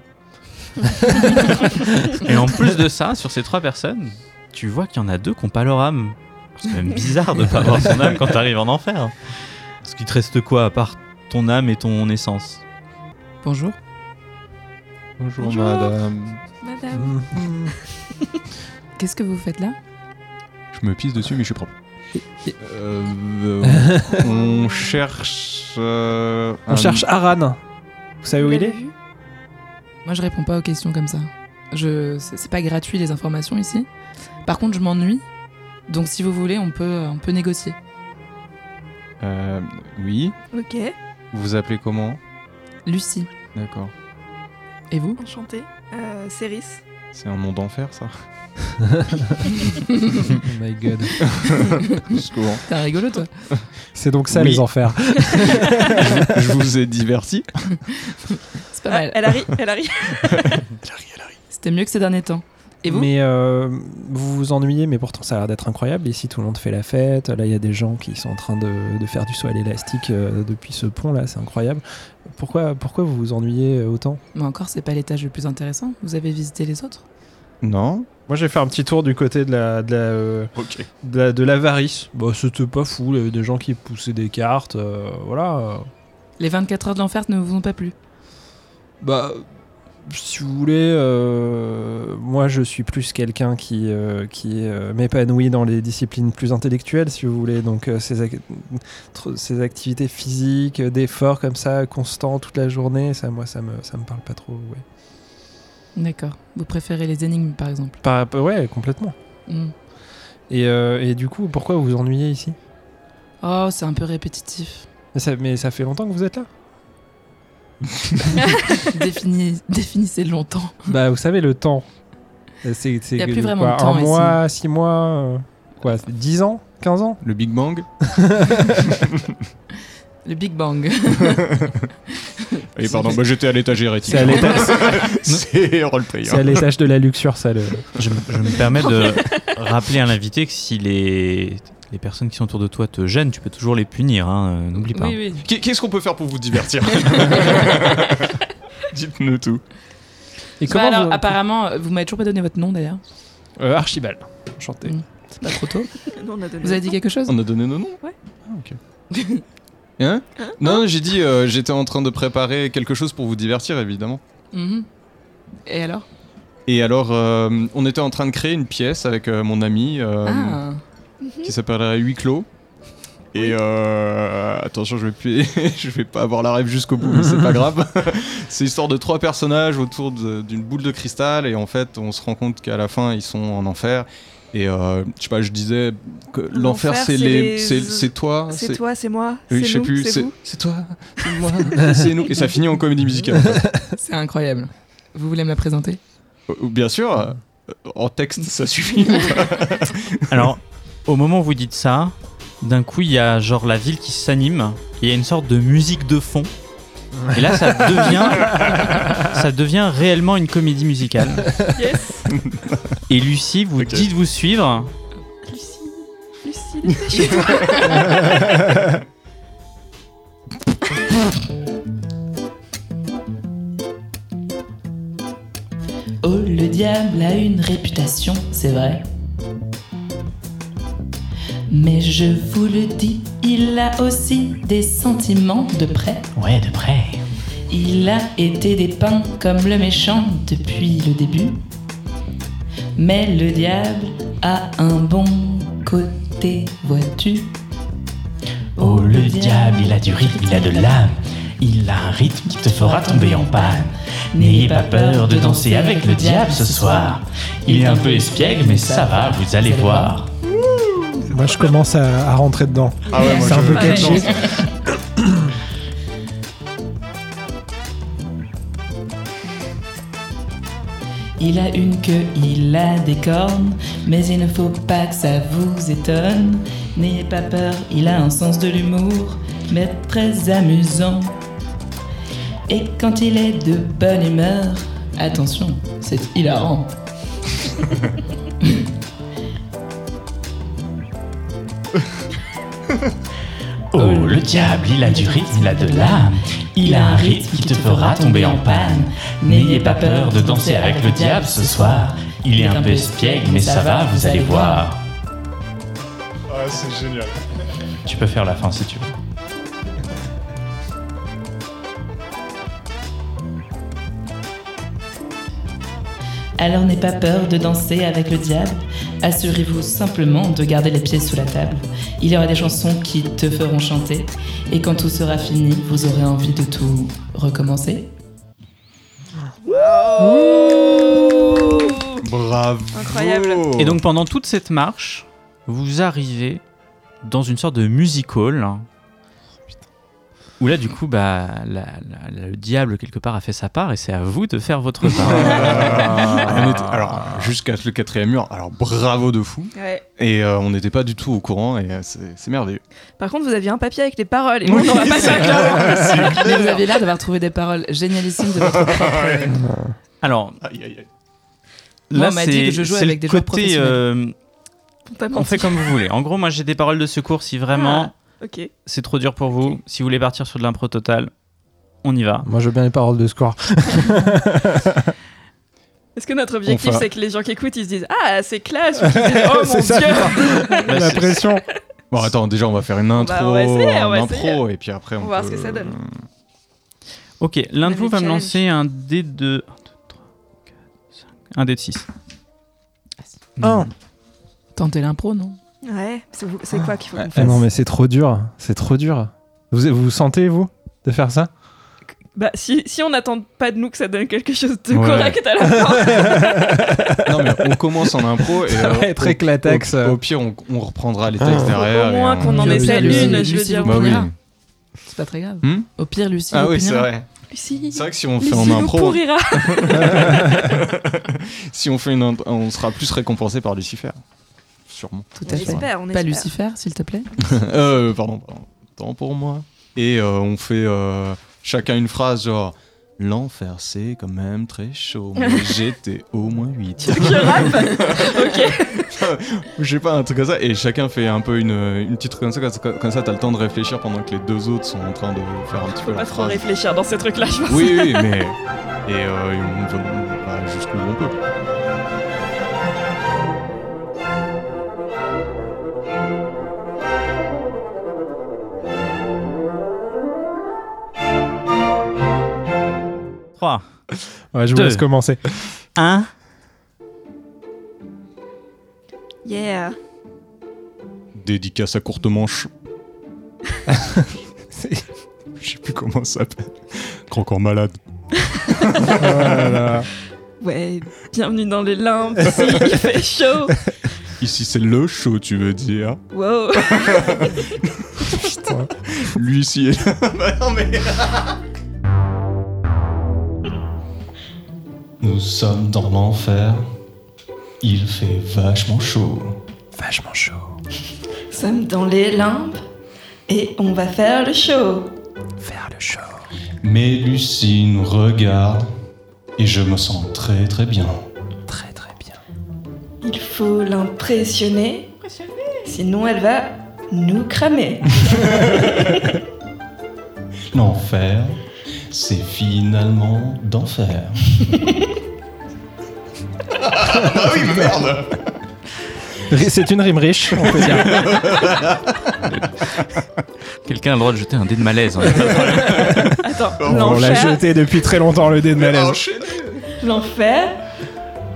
Speaker 3: et en plus de ça, sur ces trois personnes, tu vois qu'il y en a deux qui n'ont pas leur âme. C'est quand même bizarre de pas avoir son âme quand t'arrives en enfer. Parce qu'il te reste quoi à part ton âme et ton essence
Speaker 7: Bonjour.
Speaker 2: Bonjour,
Speaker 6: Bonjour.
Speaker 2: madame.
Speaker 6: Madame.
Speaker 5: Hmm.
Speaker 3: Mmh.
Speaker 7: *laughs* Qu'est-ce que vous faites là
Speaker 2: Je me pisse dessus, mais je suis propre. Euh, euh, on
Speaker 5: *laughs*
Speaker 2: cherche. euh,
Speaker 5: On
Speaker 2: un-
Speaker 5: cherche Aran. Vous savez où
Speaker 6: Vous
Speaker 5: il est
Speaker 6: l'avez vu
Speaker 7: Moi, je réponds pas aux questions comme ça. Je, c'est c'est pas gratuit les informations ici. Par contre, je m'ennuie. Donc, si vous voulez, on peut, on peut négocier.
Speaker 2: Euh, oui.
Speaker 6: Ok,
Speaker 2: Vous vous appelez comment
Speaker 7: Lucie.
Speaker 2: D'accord.
Speaker 7: Et vous
Speaker 6: enchanté. Euh, Céris.
Speaker 2: C'est un nom d'enfer,
Speaker 5: *laughs*
Speaker 2: ça
Speaker 5: Oh my
Speaker 2: *laughs*
Speaker 5: god.
Speaker 2: Jusqu'au vent.
Speaker 7: T'es un rigolo, toi.
Speaker 5: C'est donc ça
Speaker 2: Oui.
Speaker 5: les enfers.
Speaker 2: *laughs* Je vous ai diverti.
Speaker 7: *laughs* C'est pas
Speaker 6: Ah,
Speaker 7: mal.
Speaker 6: elle arrive,
Speaker 2: *laughs*
Speaker 6: elle arrive.
Speaker 7: C'était mieux que ces derniers temps. Et vous
Speaker 5: mais euh, vous vous ennuyez, mais pourtant ça a l'air d'être incroyable. Ici, tout le monde fait la fête. Là, il y a des gens qui sont en train de, de faire du saut à l'élastique euh, depuis ce pont là. C'est incroyable. Pourquoi, pourquoi vous vous ennuyez euh, autant
Speaker 7: Mais encore, c'est pas l'étage le plus intéressant. Vous avez visité les autres
Speaker 2: Non.
Speaker 5: Moi, j'ai fait un petit tour du côté de la de la, euh,
Speaker 2: Ok.
Speaker 5: de la- de l'avarice. Bah, c'était pas fou. Il y avait des gens qui poussaient des cartes. euh, voilà.
Speaker 7: Les 24 heures de l'enfer ne vous ont pas plu.
Speaker 5: Bah, si vous voulez, euh, moi je suis plus quelqu'un qui, euh, qui euh, m'épanouit dans les disciplines plus intellectuelles, si vous voulez. Donc euh, ces, ac- tr- ces activités physiques, euh, d'efforts comme ça, constants toute la journée, ça, moi ça me, ça me parle pas trop. Ouais,
Speaker 7: D'accord. Vous préférez les énigmes, par exemple.
Speaker 5: Par- ouais complètement.
Speaker 7: Hmm.
Speaker 5: Et, euh, et du coup, pourquoi vous vous ennuyez ici
Speaker 7: Oh, c'est un peu
Speaker 6: *laughs*
Speaker 7: répétitif.
Speaker 5: mais ça, mais ça fait longtemps que vous êtes là
Speaker 7: Définis- définissez le longtemps.
Speaker 5: Bah, vous savez, le temps. Euh, C'est, c'est
Speaker 7: Y a plus
Speaker 5: quoi,
Speaker 7: vraiment de
Speaker 5: Un
Speaker 7: temps ici.
Speaker 5: mois, six mois, euh, quoi, 10 ans 15 ans
Speaker 2: Le
Speaker 5: *laughs*
Speaker 2: Big Bang
Speaker 7: Le
Speaker 5: *laughs*
Speaker 7: Big Bang.
Speaker 2: Et pardon, bah, j'étais à l'étage hérétique.
Speaker 5: *laughs* C'est à
Speaker 2: *laughs*
Speaker 5: l'étage-
Speaker 2: C'est roleplay.
Speaker 5: C'est à l'étage de la luxure, ça. Le...
Speaker 3: Je, me- je me permets
Speaker 7: *laughs*
Speaker 3: de rappeler à l'invité que si les, les personnes qui sont autour de toi te gênent, tu peux toujours les punir, hein, euh, n'oublie pas.
Speaker 7: Oui, oui.
Speaker 2: Qu'est- Qu'est-ce qu'on peut faire pour vous
Speaker 7: *laughs*
Speaker 2: divertir *laughs* Dites-nous tout.
Speaker 5: Et
Speaker 7: Bah
Speaker 5: comment
Speaker 7: alors,
Speaker 5: vous-
Speaker 7: apparemment, euh, vous m'avez toujours pas donné votre nom d'ailleurs.
Speaker 5: Euh, Archibald. Enchanté.
Speaker 7: C'est pas trop tôt.
Speaker 6: Nous, on a donné-
Speaker 7: Vous avez dit quelque chose
Speaker 2: On a donné nos noms
Speaker 6: Ouais.
Speaker 2: Ah, ok. Hein Non, j'ai dit, euh, j'étais en train de préparer quelque chose pour vous divertir, évidemment.
Speaker 7: Mhm.
Speaker 5: *laughs*
Speaker 7: Et alors
Speaker 2: Et alors, euh, on était en train de créer une pièce avec euh, mon ami euh,
Speaker 7: Ah,
Speaker 6: Mhm.
Speaker 2: qui s'appellerait Huis clos. Et euh, attention, je vais plus- *laughs* je vais pas avoir la rêve jusqu'au bout, mais c'est pas
Speaker 6: *laughs*
Speaker 2: grave. c'est l'histoire de trois personnages autour de- d'une boule de cristal, et en fait, on se rend compte qu'à la fin, ils sont en enfer. Et euh, je sais pas, je disais que l'enfer,
Speaker 6: L'enfer,
Speaker 2: c'est
Speaker 6: c'est
Speaker 2: les,
Speaker 6: les-
Speaker 2: c'est c'est toi,
Speaker 6: C'est toi, c'est moi,
Speaker 2: oui, je
Speaker 6: c'est
Speaker 2: sais
Speaker 6: nous,
Speaker 2: plus,
Speaker 6: c'est
Speaker 2: c'est
Speaker 6: vous.
Speaker 2: c'est toi, c'est
Speaker 7: *laughs*
Speaker 2: moi, c'est nous. Et ça finit en comédie musicale. en fait.
Speaker 7: c'est incroyable. Vous voulez me la présenter
Speaker 2: Euh, Bien sûr, euh, en texte, ça suffit.
Speaker 3: Alors, au moment où vous dites ça, d'un coup, il y a genre la ville qui s'anime, et il y a une sorte de musique de fond. Et là, ça devient, ça devient réellement une comédie musicale.
Speaker 6: Yes,
Speaker 3: Et Lucie, vous
Speaker 2: Ok.
Speaker 3: dites vous suivre.
Speaker 6: Lucie, Lucie, dépêche-toi.
Speaker 7: Oh, le diable a une réputation, c'est vrai. Mais je vous le dis, il a aussi des sentiments de près. Ouais, de près. Il a été dépeint comme le méchant depuis le début. Mais le diable a un bon côté, vois-tu.
Speaker 14: Oh le diable, il a du rythme, il a de l'âme. Il a un rythme qui te fera tomber en panne. N'ayez pas peur de danser avec le diable ce soir. Il est un peu espiègle, mais ça va, vous allez voir.
Speaker 5: Moi, je commence à, à rentrer dedans.
Speaker 2: ah ouais,
Speaker 5: C'est un peu
Speaker 2: je-
Speaker 5: catchy. *laughs*
Speaker 14: Il a une queue, il a des cornes, mais il ne faut pas que ça vous étonne. N'ayez pas peur, il a un sens de l'humour, mais très amusant. Et quand il est de bonne humeur, attention, c'est hilarant. Oh, le diable, il a du rythme, il a de l'âme. Il a un rythme qui te fera tomber en panne. N'ayez pas peur de danser avec le diable ce soir. Il est un peu espiègle, mais ça va, vous allez voir.
Speaker 2: Ah, c'est génial.
Speaker 14: Tu peux faire la fin si tu veux.
Speaker 15: Alors n'aie pas peur de danser avec le diable. Assurez-vous simplement de garder les pieds sous la table. Il y aura des chansons qui te feront chanter. Et quand tout sera fini, vous aurez envie de tout recommencer.
Speaker 6: Oh.
Speaker 2: Bravo.
Speaker 6: Incroyable.
Speaker 3: Et donc pendant toute cette marche, vous arrivez dans une sorte de music hall. hein, Où là, du coup, bah, la- la- la- le diable, quelque part, a fait sa part et c'est à vous de faire votre part.
Speaker 2: *laughs* bah, On était- alors, jusqu'à le quatrième mur, alors bravo de fou.
Speaker 6: Ouais.
Speaker 2: Et euh, on n'était pas du tout au courant, et euh, c'est c'est merveilleux.
Speaker 6: Par contre, vous aviez un papier avec les paroles, et moi, j'en ai pas ça.
Speaker 2: *laughs*
Speaker 7: Mais vous avez l'air d'avoir trouvé des paroles génialissimes
Speaker 2: *laughs*
Speaker 7: de votre propre.
Speaker 3: *laughs*
Speaker 7: euh,
Speaker 3: Alors,
Speaker 2: Aïe, aïe, aïe.
Speaker 7: Moi,
Speaker 3: là,
Speaker 7: on m'a dit
Speaker 3: c'est
Speaker 7: que je jouais
Speaker 3: c'est
Speaker 7: avec
Speaker 3: le
Speaker 7: des joueurs
Speaker 3: côté. euh, on fait comme vous voulez. En gros, moi, j'ai des paroles de secours si vraiment
Speaker 7: Ah,
Speaker 6: Ok.
Speaker 3: c'est trop dur pour vous. Si vous voulez partir sur de l'impro total, on y
Speaker 7: *laughs*
Speaker 3: va.
Speaker 5: Moi, je veux bien les paroles de score.
Speaker 6: Est-ce que notre objectif,
Speaker 2: Enfin.
Speaker 6: c'est que les gens qui écoutent, ils se disent Ah, c'est classe Ou
Speaker 2: *laughs*
Speaker 6: qu'ils se disent, *laughs* Oh mon
Speaker 5: C'est ça,
Speaker 6: dieu *laughs*
Speaker 3: Bah,
Speaker 5: La
Speaker 3: c'est-
Speaker 5: pression.
Speaker 2: Bon, attends, déjà, on va faire une intro,
Speaker 6: va- Bah, on va essayer, on
Speaker 2: un
Speaker 6: va
Speaker 2: impro, et puis après, on,
Speaker 6: On va voir
Speaker 2: peut-
Speaker 6: ce que ça donne.
Speaker 3: Ok, l'un de
Speaker 6: Avec
Speaker 3: vous va me
Speaker 6: challenge.
Speaker 3: lancer un dé de. 1, 2, 3, 4, 5. Un dé de 6.
Speaker 5: Un.
Speaker 7: Tenter l'impro, non
Speaker 6: Ouais, c'est vous- c'est quoi qu'il faut qu'on
Speaker 5: *laughs* Ah
Speaker 6: fasse
Speaker 5: non, mais c'est trop dur. C'est trop dur. Vous vous sentez, vous, de faire ça
Speaker 6: Bah, si, si on n'attend pas de nous que ça donne quelque chose de
Speaker 2: Ouais.
Speaker 6: correct à la
Speaker 2: *laughs* *laughs*
Speaker 6: fin. *laughs*
Speaker 2: non, mais on commence en impro et. euh,
Speaker 5: Ça va être
Speaker 2: au-
Speaker 5: éclataxe.
Speaker 2: Au, au pire, on, on reprendra les textes
Speaker 5: Ah.
Speaker 2: derrière.
Speaker 6: Au moins
Speaker 2: et on-
Speaker 6: qu'on en essaie
Speaker 7: Lucie,
Speaker 6: une, je veux
Speaker 7: Lucie
Speaker 6: dire.
Speaker 2: Bah oui.
Speaker 7: C'est pas très grave.
Speaker 2: Hmm
Speaker 7: Au pire, Lucie.
Speaker 2: Ah oui, c'est
Speaker 7: opinion.
Speaker 2: vrai.
Speaker 6: Lucie,
Speaker 2: C'est vrai que si on
Speaker 6: Lucie
Speaker 2: fait en
Speaker 6: nous
Speaker 2: impro. *laughs*
Speaker 6: pourrira.
Speaker 2: si on fait une int- on sera plus récompensé par Lucifer. Sûrement.
Speaker 7: Tout
Speaker 6: On
Speaker 7: à fait.
Speaker 6: espère, on
Speaker 7: Pas
Speaker 6: espère.
Speaker 7: Lucifer, s'il te plaît.
Speaker 2: *laughs* euh, pardon, pardon. Tant pour moi. Et euh, on fait euh, chacun une phrase genre L'enfer, c'est quand même très chaud.
Speaker 6: *laughs*
Speaker 2: mais J'étais au moins 8.
Speaker 6: Je
Speaker 2: *laughs*
Speaker 6: rappe. ok.
Speaker 2: Je sais pas, un truc comme ça. Et chacun fait un peu une, une petite truc comme ça. Comme, comme ça, t'as le temps de réfléchir pendant que les deux autres sont en train de faire un petit peu
Speaker 6: Faut
Speaker 2: la
Speaker 6: pas trop
Speaker 2: phrase.
Speaker 6: réfléchir dans ces trucs-là, Bah, je pense.
Speaker 2: Oui, oui, mais. Et euh, on bah, va on va jusqu'où on peut.
Speaker 4: Trois.
Speaker 5: Ouais, je vous
Speaker 4: Deux.
Speaker 5: laisse commencer.
Speaker 4: Un.
Speaker 6: *laughs* Yeah.
Speaker 2: Dédicace à courte manche. *laughs* C'est- Je sais plus comment ça s'appelle. Grand corps malade. Oh *laughs*
Speaker 5: Voilà.
Speaker 6: Ouais, bienvenue dans les limbes. ici, il fait chaud.
Speaker 2: Ici, c'est le show, tu veux dire.
Speaker 6: Wow.
Speaker 2: *laughs* Lui ici est là. *laughs* Bah
Speaker 14: é
Speaker 2: non, mais- Nous sommes dans l'enfer. Il fait vachement chaud.
Speaker 5: Vachement chaud.
Speaker 16: Nous sommes dans les limbes et on va faire le show.
Speaker 5: Faire le show.
Speaker 2: Mais Lucie nous regarde et je me sens très très bien.
Speaker 5: Très très bien.
Speaker 16: Il faut l'impressionner, sinon elle va nous cramer.
Speaker 2: L'enfer, c'est finalement d'enfer.
Speaker 6: Ah
Speaker 2: bah oui, merde
Speaker 5: Ri- C'est une rime riche, on peut dire.
Speaker 3: Quelqu'un a le droit de jeter un dé de malaise. hein.
Speaker 6: *laughs*
Speaker 3: *laughs*
Speaker 6: Attends,
Speaker 5: on l'a
Speaker 6: l'enfer.
Speaker 5: jeté depuis très longtemps le dé de malaise.
Speaker 16: L'enfer,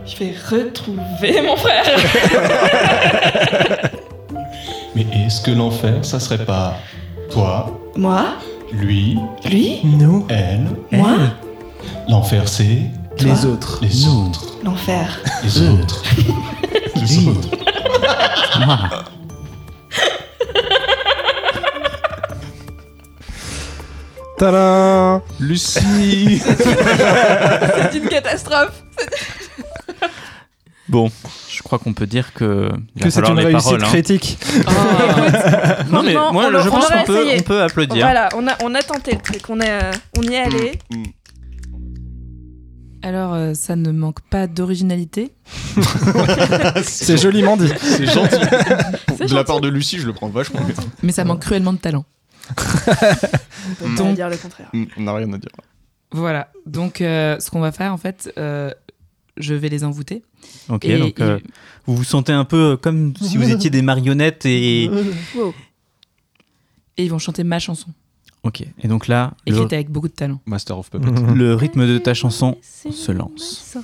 Speaker 16: je vais retrouver mon
Speaker 5: *laughs*
Speaker 16: frère.
Speaker 2: Mais est-ce que l'enfer, ça serait pas toi,
Speaker 16: Moi,
Speaker 2: lui,
Speaker 16: lui,
Speaker 5: Nous,
Speaker 2: elle
Speaker 16: moi,
Speaker 2: L'enfer, c'est
Speaker 5: les autres.
Speaker 2: les autres,
Speaker 16: l'enfer.
Speaker 2: les
Speaker 5: *laughs*
Speaker 2: autres, les autres.
Speaker 5: Tadam *laughs*
Speaker 2: Lucie
Speaker 6: *laughs* C'est une
Speaker 16: *laughs*
Speaker 6: catastrophe.
Speaker 3: Bon, je crois qu'on peut dire que. il va
Speaker 5: Que c'est
Speaker 3: falloir
Speaker 5: une
Speaker 3: les
Speaker 5: réussite
Speaker 3: paroles, hein. *laughs*
Speaker 5: critique.
Speaker 7: Ah.
Speaker 3: Non, mais
Speaker 6: Oh. Franchement,
Speaker 3: moi,
Speaker 6: on
Speaker 3: je
Speaker 6: l'a-
Speaker 3: pense
Speaker 6: on
Speaker 3: qu'on
Speaker 6: l'a
Speaker 3: peut,
Speaker 6: essayé.
Speaker 3: on peut applaudir.
Speaker 6: Voilà, on a, on a tenté le truc. On, est, euh, on y est allé.
Speaker 7: Alors, euh, ça ne manque pas d'originalité.
Speaker 2: *laughs*
Speaker 5: C'est joliment dit.
Speaker 2: C'est gentil.
Speaker 6: C'est
Speaker 2: De la
Speaker 6: gentil.
Speaker 2: part de Lucie, je le prends vachement bien.
Speaker 7: Mais ça manque cruellement de
Speaker 5: *laughs*
Speaker 7: talent.
Speaker 6: On peut pas
Speaker 7: Donc-
Speaker 6: dire le contraire.
Speaker 2: Mm, On n'a rien à dire.
Speaker 7: Voilà. Donc, euh, ce qu'on va faire, en fait, euh, je vais les envoûter.
Speaker 4: Ok,
Speaker 7: Et
Speaker 4: donc
Speaker 7: il-
Speaker 4: euh, vous vous sentez un peu euh, comme si vous étiez des marionnettes
Speaker 3: *laughs*
Speaker 7: *laughs*
Speaker 4: et.
Speaker 7: et ils vont chanter ma chanson,
Speaker 4: Ok, et donc là, le,
Speaker 7: écrite avec beaucoup de talent.
Speaker 2: Master of Puppets.
Speaker 4: *laughs* le rythme de ta chanson se lance.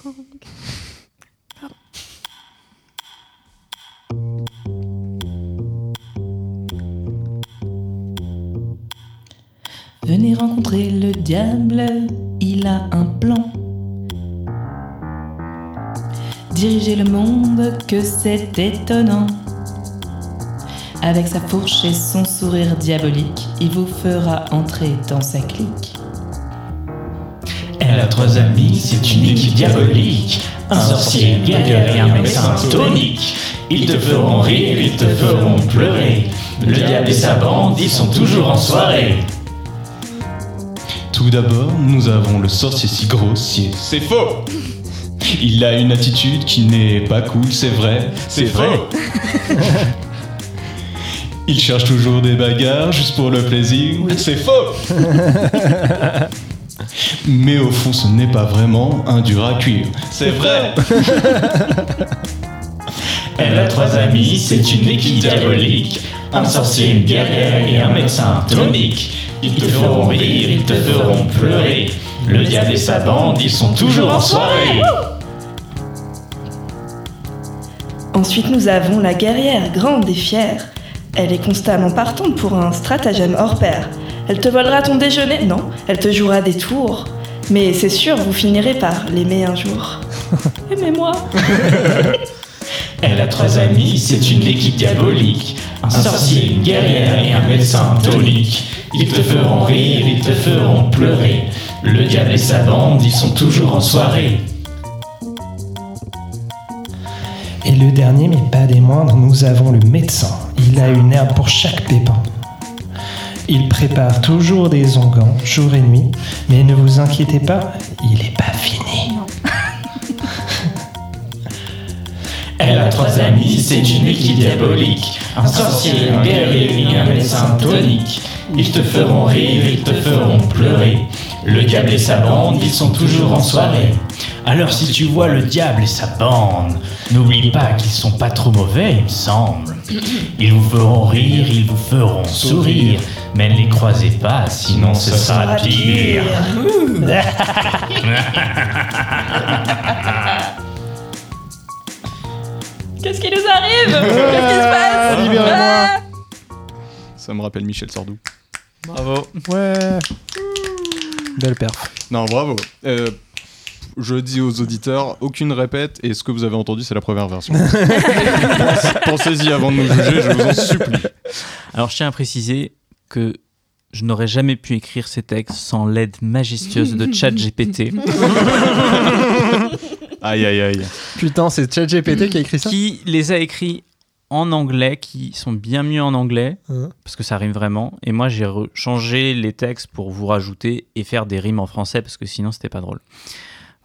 Speaker 16: Venez rencontrer le diable, il a un plan. Diriger le monde, que c'est étonnant. Avec sa fourche et son sourire diabolique, il vous fera entrer dans sa clique.
Speaker 13: Elle a trois amis, c'est une équipe diabolique. Un sorcier, une guerrière et un médecin tonique. Ils te feront rire, ils te feront pleurer. Le diable et sa bande, ils sont toujours en soirée.
Speaker 2: Tout d'abord, nous avons le sorcier si grossier. C'est faux *laughs* Il a une attitude qui n'est pas cool, c'est vrai. C'est faux *laughs* Il cherche toujours des bagarres juste pour le plaisir. C'est faux *laughs*
Speaker 5: *laughs*
Speaker 2: Mais au fond, ce n'est pas vraiment un dur à cuire. C'est
Speaker 3: *laughs*
Speaker 2: vrai
Speaker 13: Elle a trois amis, c'est une équipe diabolique. Un sorcier, une guerrière et un médecin tonique. Ils te feront rire, ils te feront pleurer. Le diable et sa bande, ils sont toujours en soirée.
Speaker 16: Ensuite, nous avons la guerrière, grande et fière. Elle est constamment partante pour un stratagème hors pair.
Speaker 17: Elle te volera ton déjeuner Non, elle te jouera des tours. Mais c'est sûr, vous finirez par l'aimer un
Speaker 6: *laughs*
Speaker 17: jour. Aimez-moi
Speaker 3: Elle a trois amis, Eh, c'est une équipe diabolique. Un sorcier, une guerrière et un médecin tonique. Ils te feront rire, ils te feront pleurer. Le diable et sa bande, ils sont toujours en soirée.
Speaker 18: Et le dernier, mais pas des moindres, nous avons le médecin. Il a une herbe pour chaque pépin. Il prépare toujours des onguents, jour et nuit, mais ne vous inquiétez pas, il n'est pas fini.
Speaker 3: Elle a trois amis, c'est une équipe diabolique. Un sorcier, un guerrier et un médecin tonique. Ils te feront rire, ils te feront pleurer. Le diable et sa bande, ils sont toujours en soirée. Alors si tu vois le diable et sa bande, n'oublie pas qu'ils sont pas trop mauvais, il me semble. Ils vous feront rire, ils vous feront sourire, mais ne les croisez pas, sinon ce sera pire. *laughs*
Speaker 17: Qu'est-ce qui nous arrive Qu'est-ce qui se
Speaker 6: Ah,
Speaker 17: passe
Speaker 2: Libérez-moi. Ça me rappelle Michel Sardou.
Speaker 8: Bravo.
Speaker 5: Ouais. Belle perf.
Speaker 2: Non, bravo. Euh, je dis aux auditeurs, aucune répète, et ce que vous avez entendu, c'est la première *laughs* version. Pense- *laughs* Pensez-y avant de nous juger, je vous en supplie.
Speaker 8: Alors, je tiens à préciser que je n'aurais jamais pu écrire ces textes sans l'aide majestueuse de ChatGPT.
Speaker 2: aïe, aïe, aïe.
Speaker 5: Putain, c'est ChatGPT qui a écrit ça
Speaker 8: Qui les a écrits en anglais, qui sont bien mieux en anglais,
Speaker 5: Hein.
Speaker 8: parce que ça rime vraiment. Et moi, j'ai re- changé les textes pour vous rajouter et faire des rimes en français, parce que sinon, c'était pas drôle.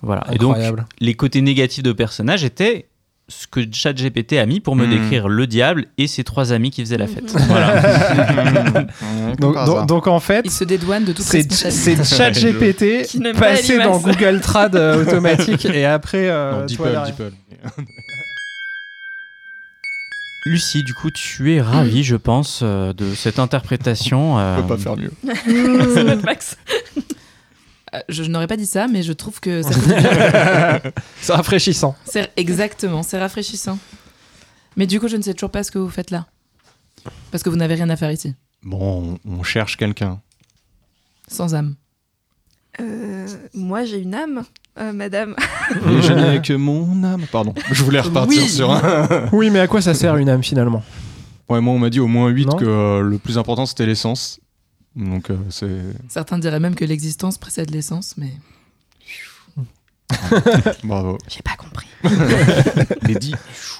Speaker 8: Voilà. Et
Speaker 5: Incroyable.
Speaker 8: donc, les côtés négatifs de personnages étaient ce que ChatGPT a mis pour me
Speaker 2: Mhm.
Speaker 8: décrire le diable et ses trois amis qui faisaient la fête.
Speaker 5: Mhm. *laughs*
Speaker 2: *laughs*
Speaker 8: voilà.
Speaker 5: donc, donc- donc en fait,
Speaker 7: Il se dédouane de toute
Speaker 5: c'est c'est
Speaker 2: *laughs*
Speaker 7: responsabilité. Qui n'aime
Speaker 5: ChatGPT
Speaker 7: pas
Speaker 5: passé
Speaker 7: Elimas.
Speaker 5: dans Google Trad
Speaker 7: *laughs*
Speaker 5: euh, automatique et après. euh,
Speaker 2: Non,
Speaker 5: toi,
Speaker 2: Deeple,
Speaker 5: derrière.
Speaker 2: Deeple. *laughs*
Speaker 8: Lucie, du coup, tu es ravie, je pense, euh, de cette interprétation. euh, On
Speaker 2: peut pas faire mieux.
Speaker 5: Mm. *laughs*
Speaker 17: *laughs*
Speaker 7: C'est
Speaker 17: notre max.
Speaker 7: Euh, je je n'aurais pas dit ça, mais je trouve
Speaker 5: *laughs*
Speaker 7: que ça fait du bien.
Speaker 5: C'est rafraîchissant.
Speaker 7: C'est- Exactement, c'est rafraîchissant. Mais du coup, je ne sais toujours pas ce que vous faites là. Parce que vous n'avez rien à faire ici,
Speaker 2: Bon, on on
Speaker 5: *laughs*
Speaker 2: cherche quelqu'un.
Speaker 7: sans âme.
Speaker 6: Euh, moi, j'ai une âme, euh, *laughs* madame.
Speaker 2: Et je n'ai que mon âme. Pardon, je voulais repartir
Speaker 6: Oui.
Speaker 2: sur un.
Speaker 5: *laughs* Oui, mais à quoi ça sert une âme finalement
Speaker 2: *laughs* Ouais, moi, on m'a dit au moins 8
Speaker 5: Non.
Speaker 2: que euh, le plus important c'était l'essence. Donc, euh,
Speaker 5: *laughs*
Speaker 2: c'est.
Speaker 7: Certains diraient même que l'existence précède l'essence, mais.
Speaker 2: Bravo.
Speaker 7: J'ai pas compris.
Speaker 2: Les dix.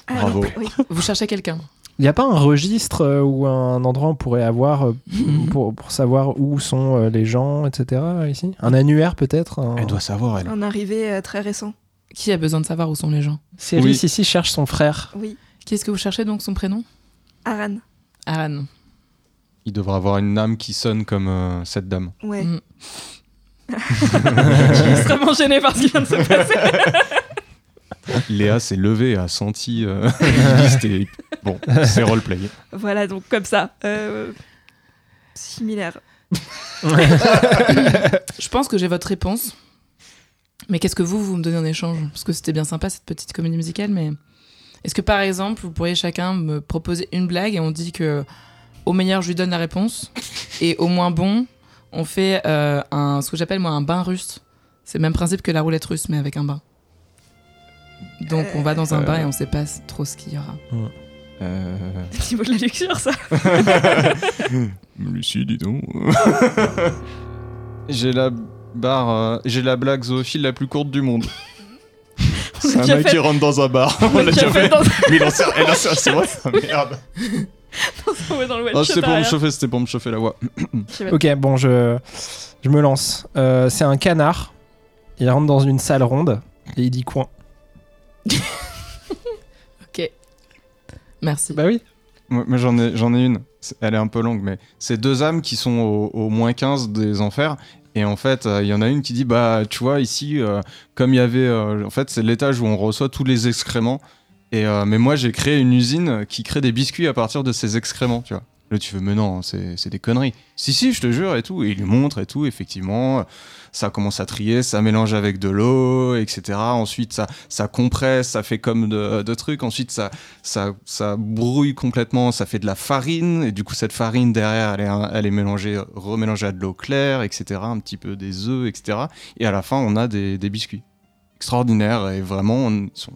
Speaker 6: Ah,
Speaker 2: Bravo.
Speaker 7: Vous cherchez quelqu'un
Speaker 5: Il n'y a pas un registre euh, ou un endroit où on pourrait avoir euh,
Speaker 6: Hmm.
Speaker 5: pour, pour savoir où sont euh, les gens, etc. ici Un annuaire peut-être Elle
Speaker 2: doit savoir,
Speaker 6: Un arrivé euh, très récent.
Speaker 7: Qui a besoin de savoir où sont les gens
Speaker 5: Céris ici cherche son frère.
Speaker 6: Oui,
Speaker 7: Qu'est-ce que vous cherchez donc son prénom
Speaker 6: Aran.
Speaker 7: Aran.
Speaker 2: *laughs* Il devrait avoir une âme qui sonne comme euh, cette dame.
Speaker 6: Ouais.
Speaker 7: Mm.
Speaker 17: *laughs*
Speaker 6: *laughs*
Speaker 17: Je suis extrêmement gênée par ce qui vient de se passer.
Speaker 2: *laughs*
Speaker 6: *laughs*
Speaker 2: Léa s'est levée, a senti. euh, la liste et- Bon, c'est roleplay.
Speaker 6: Voilà, donc comme ça. Euh, similaire.
Speaker 7: *laughs* Je pense que j'ai votre réponse. Mais qu'est-ce que vous, vous me donnez en échange Parce que c'était bien sympa cette petite comédie musicale, mais est-ce que par exemple, vous pourriez chacun me proposer une blague et on dit que au meilleur, je lui donne la réponse et au moins bon, on fait euh, un, ce que j'appelle moi un bain russe. C'est le même principe que la roulette russe, mais avec un bain. Donc on va dans un
Speaker 2: Euh.
Speaker 7: bain et on sait pas trop ce qu'il y aura.
Speaker 6: Hmm.
Speaker 2: Euh,
Speaker 17: C'est niveau de la luxure, ça.
Speaker 2: *laughs* Lucie, dis donc. *laughs* j'ai la barre, euh, j'ai la blague zoophile la plus courte du monde. C'est un
Speaker 17: déjà
Speaker 2: mec
Speaker 17: fait-
Speaker 2: qui rentre dans un bar.
Speaker 17: On l'a déjà fait dans-
Speaker 2: Mais il en sert- elle en sert- c'est vrai,
Speaker 17: *laughs*
Speaker 2: ça merde.
Speaker 17: On va dans le
Speaker 2: Ah,
Speaker 17: one-shot
Speaker 2: c'était pour me
Speaker 17: arrière.
Speaker 2: chauffer, c'était pour me chauffer la voix.
Speaker 5: Ok, bon, je, je me lance. Euh, c'est un canard. Il rentre dans une salle ronde et il dit coin.
Speaker 7: Ok. Merci.
Speaker 5: Bah oui.
Speaker 2: Ouais, mais j'en ai, j'en ai une. C'est- Elle est un peu longue, mais c'est deux âmes qui sont au, au moins 15 des enfers. Et en fait, euh, il y en a une qui dit Bah, tu vois, ici, euh, comme il y avait. euh, en fait, c'est l'étage où on reçoit tous les excréments. Et, euh, mais moi, j'ai créé une usine qui crée des biscuits à partir de ces excréments, tu vois. Là, tu fais, mais non, c'est c'est des conneries. Si, si, je te jure, et tout. Et il lui montre, et tout, effectivement. Ça commence à trier, ça mélange avec de l'eau, etc. Ensuite, ça, ça compresse, ça fait comme de, de trucs. Ensuite, ça, ça, ça brouille complètement, ça fait de la farine. Et du coup, cette farine, derrière, elle est, elle est mélangée, remélangée à de l'eau claire, etc. Un petit peu des œufs, etc. Et à la fin, on a des, des biscuits. Extraordinaire. Et vraiment, on, ils sont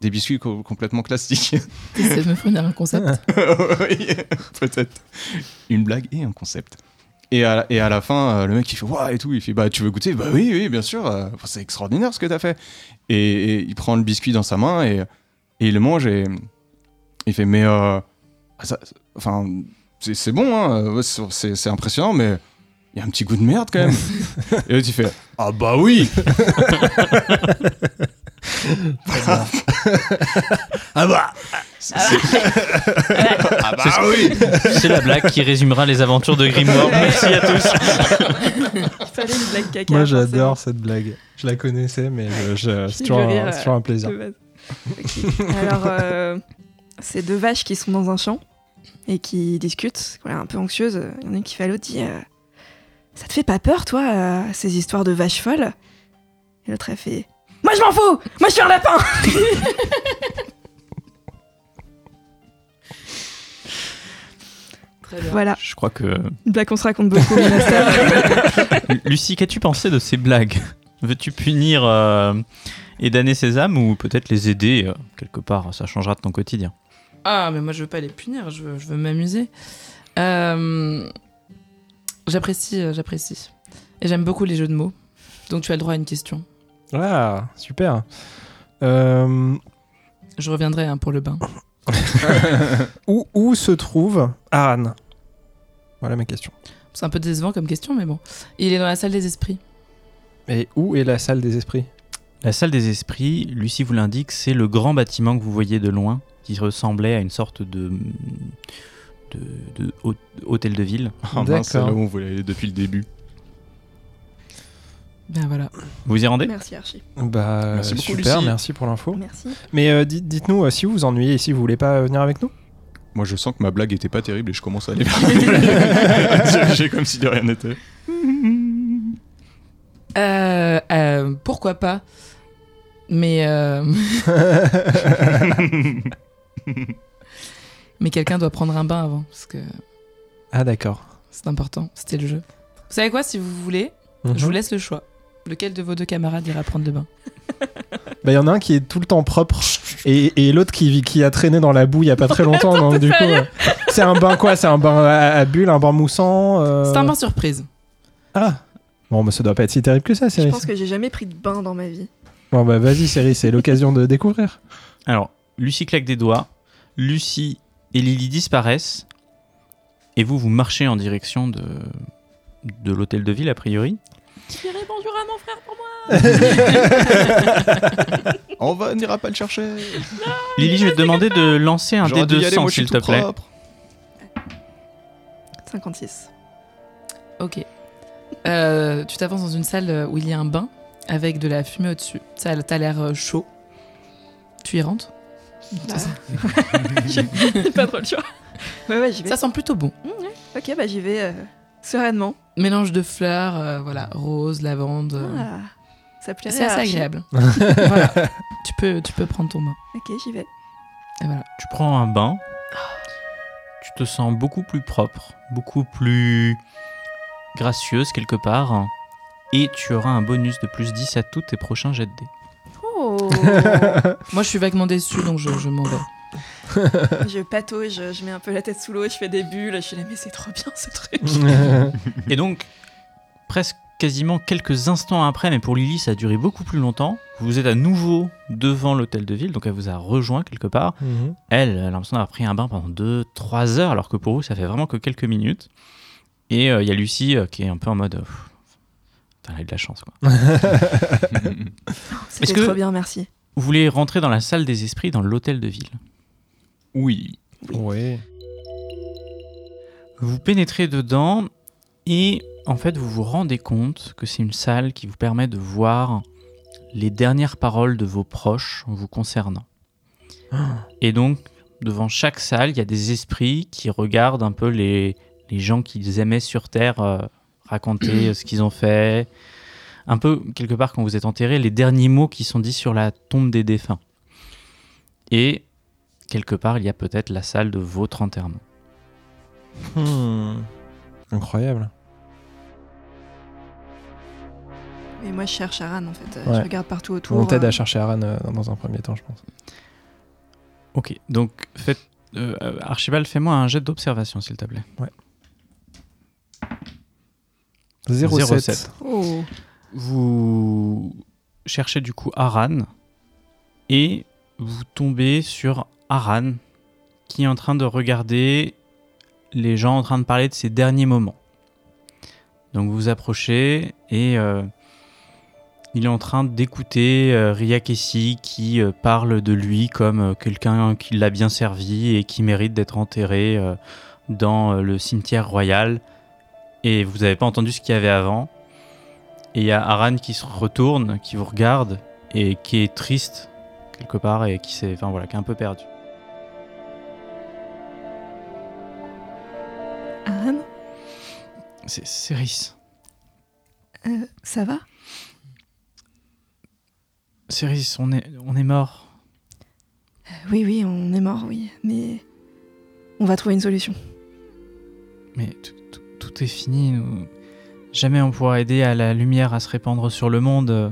Speaker 2: des biscuits co- complètement classiques.
Speaker 7: Cette meuf, on a un concept.
Speaker 5: *laughs*
Speaker 2: *laughs* Oui, peut-être. Une blague et un concept. Et à, et à la fin, euh, le mec il fait Waouh et tout. Il fait Bah, tu veux goûter Bah, oui, oui, bien sûr. euh, enfin, c'est extraordinaire ce que t'as fait. Et, et il prend le biscuit dans sa main et, et il le mange et il fait Mais, euh, ah, ça- enfin, c'est c'est bon, hein, euh, ouais, c'est- c'est c'est impressionnant, mais il y a un petit goût de merde *laughs* quand même. et l'autre il fait Ah, bah *laughs* oui bah. Ah, bah
Speaker 12: Ah bah
Speaker 3: C'est-
Speaker 12: oui.
Speaker 3: *laughs* C'est la blague qui résumera les aventures de Grimoire. Oh, Merci à tous.
Speaker 6: Il *laughs* fallait une blague caca.
Speaker 5: Moi, j'adore cette blague. Je la connaissais, mais je-
Speaker 6: *laughs*
Speaker 5: je- c'est toujours,
Speaker 6: J'ai dû
Speaker 5: un-
Speaker 6: rire,
Speaker 5: c'est toujours un
Speaker 6: euh,
Speaker 5: plaisir.
Speaker 6: de base. Ok. Alors, euh, c'est deux vaches qui sont dans un champ et qui discutent, voilà, un peu anxieuses. Il y en a une qui fait à l'autre dit euh, Ça te fait pas peur, toi, euh, ces histoires de vaches folles Et l'autre, elle fait Moi, je m'en fous Moi, je suis un lapin Voilà.
Speaker 3: Je crois que. euh,
Speaker 6: Une blague qu'on se raconte beaucoup, mais la seule.
Speaker 3: Lu- Lucie, qu'as-tu pensé de ces blagues Veux-tu punir euh, et damner ces âmes ou peut-être les aider euh, Quelque part, ça changera de ton quotidien.
Speaker 7: Ah, mais moi, je veux pas les punir, je veux, je veux m'amuser. Euh, j'apprécie, euh, j'apprécie. Et j'aime beaucoup les jeux de mots. Donc, tu as le droit à une question.
Speaker 5: Ah, super. Euh,
Speaker 7: Je reviendrai hein, pour le bain.
Speaker 5: *laughs* où, où se trouve Anne Voilà ma question.
Speaker 7: C'est un peu décevant comme question, mais bon. Il est dans la salle des esprits.
Speaker 5: Et où est la salle des esprits
Speaker 3: La salle des esprits, Lucie vous l'indique, c'est le grand bâtiment que vous voyez de loin, qui ressemblait à une sorte de. de, de hô- hôtel de ville.
Speaker 2: Ah mince, c'est *laughs* là où on voulait aller depuis le début.
Speaker 7: Ben voilà.
Speaker 3: Vous y rendez
Speaker 6: Merci, Archie.
Speaker 5: Bah,
Speaker 2: Merci beaucoup,
Speaker 5: super,
Speaker 2: Lucie.
Speaker 5: merci pour l'info.
Speaker 6: Merci.
Speaker 5: Mais euh, dites- dites-nous euh, si vous vous ennuyez et si vous voulez pas euh, venir avec *laughs* nous.
Speaker 2: Moi, je sens que ma blague était pas terrible et je commence à aller vers *laughs* le J'ai comme si de rien n'était.
Speaker 7: Euh, euh, pourquoi pas Mais. euh, *laughs*
Speaker 5: *laughs*
Speaker 7: mais quelqu'un doit prendre un bain avant, parce que
Speaker 5: Ah, d'accord.
Speaker 7: c'est important. C'était le jeu. Vous savez quoi, si vous voulez,
Speaker 5: Mhm.
Speaker 7: je vous laisse le choix. Lequel de vos deux camarades ira prendre le bain
Speaker 5: Bah, il y en a un qui est tout le temps propre et, et l'autre qui, vit- qui a traîné dans la boue il y a pas très longtemps. donc, du coup,
Speaker 7: sérieux
Speaker 5: euh, c'est un bain quoi C'est un bain à, à bulles, un bain moussant euh,
Speaker 7: C'est un bain surprise.
Speaker 5: Ah Bon, mais ça doit pas être si terrible que ça,
Speaker 6: Je
Speaker 5: Cyril.
Speaker 6: pense que j'ai jamais pris de bain dans ma vie.
Speaker 5: Bon, bah, vas-y, Cyril, c'est l'occasion de découvrir.
Speaker 3: Alors, Lucie claque des doigts, Lucie et Lily disparaissent, et vous, vous marchez en direction de, de l'hôtel de ville, a priori.
Speaker 12: Tu dirais bonjour à mon frère pour moi.
Speaker 2: On va, on n'ira pas le chercher.
Speaker 3: Lily, je vais te demander de lancer un
Speaker 2: J'aurais
Speaker 3: dé
Speaker 2: dû y aller,
Speaker 3: 200,
Speaker 2: moi, je suis
Speaker 3: s'il te
Speaker 2: tout
Speaker 3: plaît.
Speaker 2: propre.
Speaker 6: 56.
Speaker 7: Ok. Euh, tu t'avances dans une salle où il y a un bain avec de la fumée au-dessus. Ça t'as l'air euh, chaud. Tu y rentres
Speaker 6: Bah. *laughs* J'ai pas trop le choix. Ouais, ouais, j'y vais.
Speaker 7: Ça sent plutôt bon.
Speaker 6: Mmh, ouais. Ok, bah j'y vais euh, sereinement.
Speaker 7: Mélange de fleurs, euh, voilà, rose, lavande. euh,
Speaker 6: Ah, ça plairait
Speaker 7: C'est
Speaker 6: à
Speaker 7: assez
Speaker 6: Archie.
Speaker 7: agréable.
Speaker 5: *laughs*
Speaker 6: *laughs*
Speaker 7: voilà. Tu peux, tu peux prendre ton bain.
Speaker 6: Ok, j'y vais.
Speaker 7: Et voilà.
Speaker 3: Tu prends un bain, tu te sens beaucoup plus propre, beaucoup plus gracieuse quelque part, hein, et tu auras un bonus de plus 10 à tous tes prochains jets de dés.
Speaker 6: Oh
Speaker 7: *laughs* Moi, je suis vaguement déçue, donc je, je m'en vais.
Speaker 6: *laughs* Je patauge, je, je mets un peu la tête sous l'eau, je fais des bulles, je suis là, mais c'est trop bien ce truc.
Speaker 3: *laughs* Et donc, presque quasiment quelques instants après, mais pour Lily, ça a duré beaucoup plus longtemps. Vous êtes à nouveau devant l'hôtel de ville, donc elle vous a rejoint quelque part.
Speaker 5: Mhm.
Speaker 3: Elle, elle a l'impression d'avoir pris un bain pendant 2-3 heures, alors que pour vous, ça fait vraiment que quelques minutes. Et euh, il y a Lucie euh, qui est un peu en mode. euh, Pff, Putain, elle a eu de la chance, quoi. Mhm.
Speaker 6: C'était
Speaker 3: Est-ce que
Speaker 6: trop bien, merci.
Speaker 3: Vous voulez rentrer dans la salle des esprits, dans l'hôtel de ville Oui.
Speaker 5: Ouais.
Speaker 3: Vous pénétrez dedans et en fait vous vous rendez compte que c'est une salle qui vous permet de voir les dernières paroles de vos proches vous concernant. Et donc devant chaque salle, il y a des esprits qui regardent un peu les, les gens qu'ils aimaient sur Terre euh, raconter euh, ce qu'ils ont fait. Un peu, quelque part, quand vous êtes enterré, les derniers mots qui sont dits sur la tombe des défunts. Et quelque part, il y a peut-être la salle de votre enterrement.
Speaker 5: Hmm. Incroyable.
Speaker 6: Et moi, je cherche Aran en fait. Euh,
Speaker 5: Ouais.
Speaker 6: Je regarde partout autour.
Speaker 5: On t'aide
Speaker 6: euh,
Speaker 5: à chercher Aran euh, dans un premier temps, je pense.
Speaker 3: Ok, donc faites, euh, euh, Archibald, fais-moi un jet d'observation, s'il te plaît.
Speaker 5: Ouais.
Speaker 3: 0,7.
Speaker 5: 0,7.
Speaker 6: Oh.
Speaker 3: Vous cherchez du coup Aran et vous tombez sur Aran qui est en train de regarder les gens en train de parler de ses derniers moments. Donc vous vous approchez et euh, il est en train d'écouter euh, Ria Kessi qui euh, parle de lui comme euh, quelqu'un qui l'a bien servi et qui mérite d'être enterré euh, dans euh, le cimetière royal. Et vous n'avez pas entendu ce qu'il y avait avant. Et il y a Aran qui se retourne, qui vous regarde et qui est triste quelque part et qui s'est, enfin voilà, qui est un peu perdu.
Speaker 6: Aran,
Speaker 3: C'est Céris.
Speaker 6: euh, ça va
Speaker 3: Céris, on est, on est mort.
Speaker 6: Euh, Oui, oui, on est mort, oui. Mais on va trouver une solution.
Speaker 3: Mais tout, tout- tout est fini. nous- Jamais on pourra aider à la lumière à se répandre sur le monde. euh.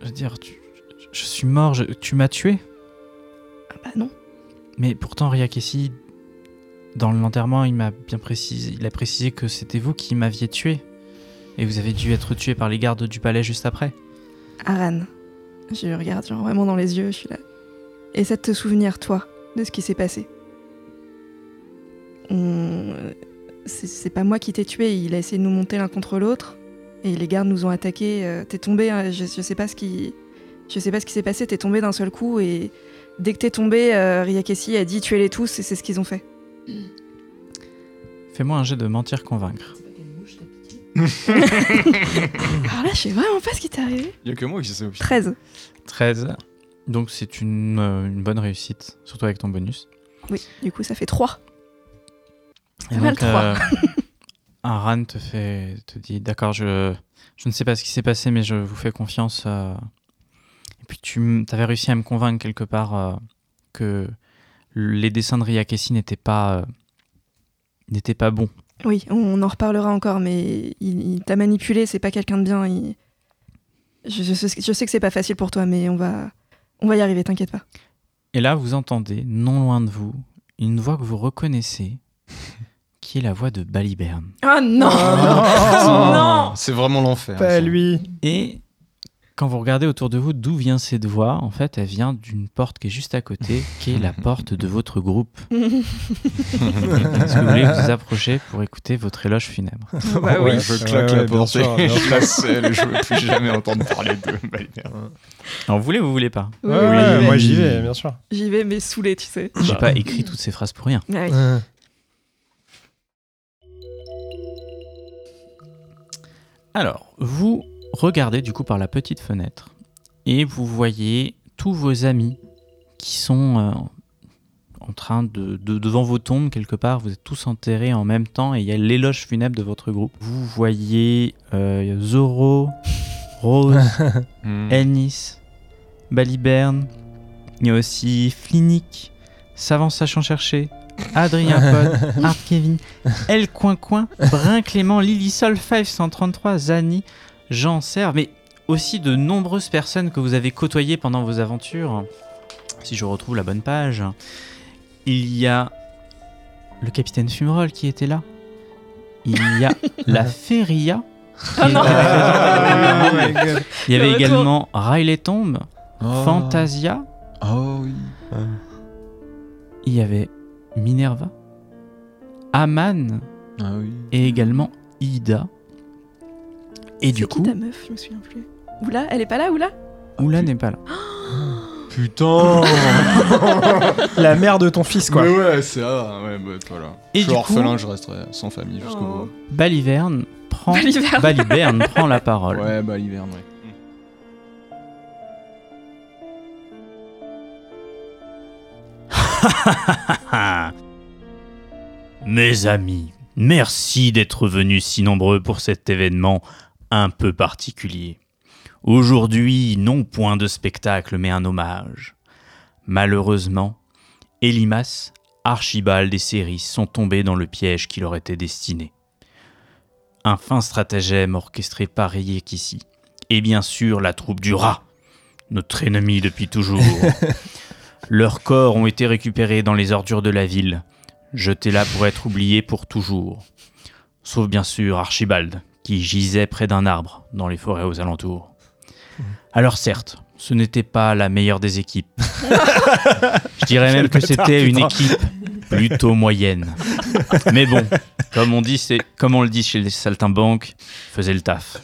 Speaker 3: Je veux dire, tu- je- je suis mort, je- tu m'as tué.
Speaker 6: Ah bah non.
Speaker 3: Mais pourtant, Ria Kessi, dans l'enterrement, il m'a bien précisé, il a précisé que c'était vous qui m'aviez tué. Et vous avez dû être tué par les gardes du palais juste après.
Speaker 6: Aran, je le regarde genre vraiment dans les yeux, je suis là. Essaie de te souvenir, toi, de ce qui s'est passé. On- euh, C'est c'est pas moi qui t'ai tué, il a essayé de nous monter l'un contre l'autre, et les gardes nous ont attaqués. euh, T'es tombé, hein, je, je sais pas ce qui... Je sais pas ce qui s'est passé, t'es tombé d'un seul coup, et dès que t'es tombé, euh, Riakessi a dit tuez-les tous, et c'est ce qu'ils ont fait.
Speaker 3: Fais-moi un jet de mentir convaincre.
Speaker 6: Alors là, je sais vraiment pas ce qui t'est arrivé.
Speaker 2: Il y a que moi qui sais.
Speaker 6: 13.
Speaker 3: 13. Donc c'est une, euh, une bonne réussite, surtout avec ton bonus.
Speaker 6: Oui, du coup, ça fait 3.
Speaker 3: Et
Speaker 6: Pas mal, trois. *laughs*
Speaker 3: Aran te fait te dit d'accord je je ne sais pas ce qui s'est passé mais je vous fais confiance euh. et puis tu avais réussi à me convaincre quelque part euh, que les dessins de Riyakessi n'étaient pas euh, n'étaient pas bons.
Speaker 6: Oui, on en reparlera encore, mais il, il t'a manipulé, c'est pas quelqu'un de bien. il- Je, je sais, je sais que c'est pas facile pour toi, mais on va, on va y arriver, t'inquiète pas.
Speaker 3: Et là vous entendez non loin de vous une voix que vous
Speaker 6: *laughs*
Speaker 3: reconnaissez qui est la voix de Baliberne.
Speaker 6: Oh non
Speaker 2: Ah non Oh. C'est vraiment l'enfer.
Speaker 5: Pas lui.
Speaker 3: Et quand vous regardez autour de vous d'où vient cette voix, en fait, elle vient d'une porte qui est juste à côté, qui
Speaker 2: *laughs*
Speaker 3: est la porte de votre groupe. *laughs* Est-ce que vous voulez vous approcher pour écouter votre éloge funèbre
Speaker 2: Bah oui. Ouais, je claque la porte *laughs* et je la scelle, je veux plus jamais entendre parler d'eux,
Speaker 3: Alors, vous voulez ou vous voulez pas
Speaker 6: Ouais, ouais, ouais,
Speaker 5: moi, j'y vais, bien sûr.
Speaker 6: J'y vais, mais saoulé, tu sais.
Speaker 3: J'ai pas écrit toutes ces phrases pour rien.
Speaker 6: Ah oui.
Speaker 3: Alors, vous regardez du coup par la petite fenêtre et vous voyez tous vos amis qui sont euh, en train de, de- devant vos tombes quelque part. Vous êtes tous enterrés en même temps et il y a l'éloge funèbre de votre groupe. Vous voyez euh, Zoro, Rose, Ennis, Baliberne. Il y a aussi Flinic, Savant Sachant Chercher,
Speaker 13: *laughs*
Speaker 8: *laughs*
Speaker 3: Adrien Pod, Art Kevin, El Coin Coin, Brun Clément, Lilisol 533, Zani, Jean Serre, mais aussi de nombreuses personnes que vous avez côtoyées pendant vos aventures. Si je retrouve la bonne page, il y a le capitaine Fumerol qui était là. Il y a la Feria. qui
Speaker 19: Ah non.
Speaker 8: euh,
Speaker 3: était
Speaker 19: Ah,
Speaker 3: présente.
Speaker 19: my God.
Speaker 3: Il y avait
Speaker 19: Le retour.
Speaker 3: également Riley Tombe,
Speaker 2: Oh.
Speaker 3: Fantasia.
Speaker 2: Oh oui.
Speaker 3: Il y avait Minerva, Aman et également Ida. Et du
Speaker 6: C'est qui
Speaker 3: coup,
Speaker 6: ta meuf Je me souviens plus. Oula, elle est pas là, oula
Speaker 3: Oula n'est pas là.
Speaker 5: Putain *laughs* La mère de ton fils, quoi.
Speaker 2: Mais ouais, c'est ah, ouais, bah, voilà.
Speaker 3: Et
Speaker 2: je suis
Speaker 3: du
Speaker 2: orphelin,
Speaker 3: coup-
Speaker 2: je resterai sans famille jusqu'au bout.
Speaker 3: Baliverne prend,
Speaker 2: Baliverne.
Speaker 3: Baliverne
Speaker 2: *laughs*
Speaker 3: prend la parole.
Speaker 2: Ouais, bah l'hiver, ouais.
Speaker 3: *laughs* Mes amis, merci d'être venus si nombreux pour cet événement un peu particulier. Aujourd'hui, non point de spectacle, mais un hommage. Malheureusement, Elimas, Archibald et Céris sont tombés dans le piège qui leur était destiné. Un fin stratagème orchestré par Riekissi, et bien sûr la troupe du rat, notre ennemi depuis toujours. Leurs corps ont été récupérés dans les ordures de la ville, jetés là pour être oubliés pour toujours. Sauf bien sûr Archibald, qui gisait près d'un arbre dans les forêts aux alentours. Alors certes, ce n'était pas la meilleure des équipes. Je dirais même
Speaker 4: Quel
Speaker 3: que
Speaker 4: bâtard,
Speaker 3: c'était une
Speaker 4: putain.
Speaker 3: équipe plutôt moyenne. Mais bon, *laughs* comme on, dit, c'est, comme on le dit chez les saltimbanques, faisait le taf.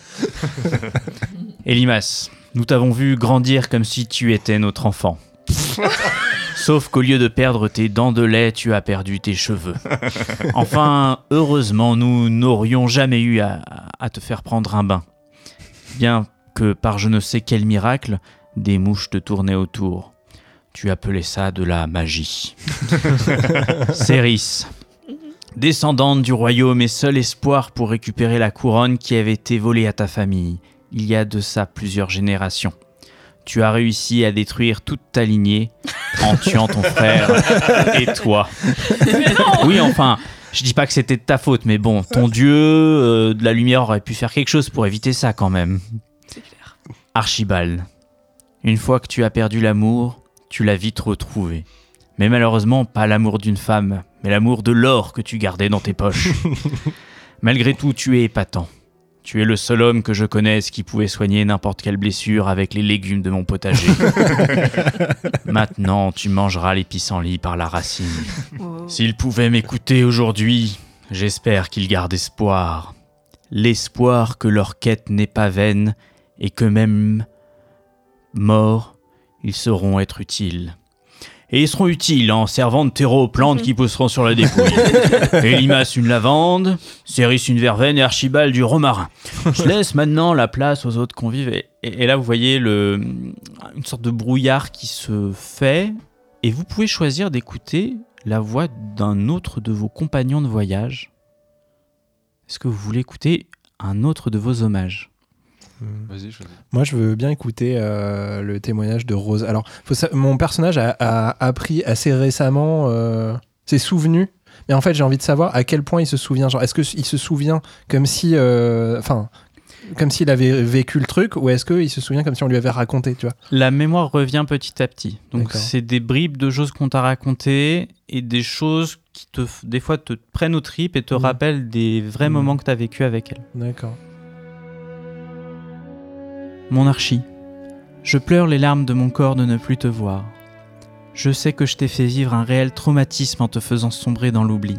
Speaker 3: Elimas, nous t'avons vu grandir comme si tu étais notre enfant. Sauf qu'au lieu de perdre tes dents de lait, tu as perdu tes cheveux. Enfin, heureusement, nous n'aurions jamais eu à, à te faire prendre un bain. Bien que par je ne sais quel miracle, des mouches te tournaient autour. Tu appelais ça de la magie. Céris, descendante du royaume et seul espoir pour récupérer la couronne qui avait été volée à ta famille il y a de ça plusieurs générations. Tu as réussi à détruire toute ta lignée en tuant ton frère et toi. Oui, enfin, je dis pas que c'était de ta faute, mais bon, ton dieu euh, de la lumière aurait pu faire quelque chose pour éviter ça quand même. Archibald, une fois que tu as perdu l'amour, tu l'as vite retrouvé. Mais malheureusement, pas l'amour d'une femme, mais l'amour de l'or que tu gardais dans tes poches. Malgré tout, tu es épatant. Tu es le seul homme que je connaisse qui pouvait soigner n'importe quelle blessure avec les légumes de mon potager. Maintenant, tu mangeras les pissenlits par la racine. S'il pouvait m'écouter aujourd'hui, j'espère qu'il garde espoir. L'espoir que leur quête n'est pas vaine et que même morts, ils sauront être utiles. Et ils seront utiles en servant de terreau aux plantes qui pousseront sur la dépouille. Elimas une lavande, Céris une verveine et Archibald du romarin. Je laisse maintenant la place aux autres convives. Et, et- et là, vous voyez le, une sorte de brouillard qui se fait. Et vous pouvez choisir d'écouter la voix d'un autre de vos compagnons de voyage. Est-ce que vous voulez écouter un autre de vos hommages
Speaker 2: Vas-y, choisis.
Speaker 5: Moi, je veux bien écouter euh, le témoignage de Rose. Alors, faut sa- mon personnage a, a appris assez récemment, euh, s'est souvenu. Mais en fait, j'ai envie de savoir à quel point il se souvient. Genre, est-ce qu'il se souvient comme si, euh, enfin, comme s'il avait vécu le truc, ou est-ce qu'il se souvient comme si on lui avait raconté, tu vois
Speaker 4: La mémoire revient petit à petit. Donc
Speaker 5: D'accord.
Speaker 4: c'est des bribes de choses qu'on t'a racontées et des choses qui te, f- des fois te prennent aux tripes et te rappellent des vrais
Speaker 8: Mmh.
Speaker 5: Mhm.
Speaker 4: moments que t'as vécu avec elle.
Speaker 5: D'accord.
Speaker 4: Mon archi, je pleure les larmes de mon corps de ne plus te voir. Je sais que je t'ai fait vivre un réel traumatisme en te faisant sombrer dans l'oubli.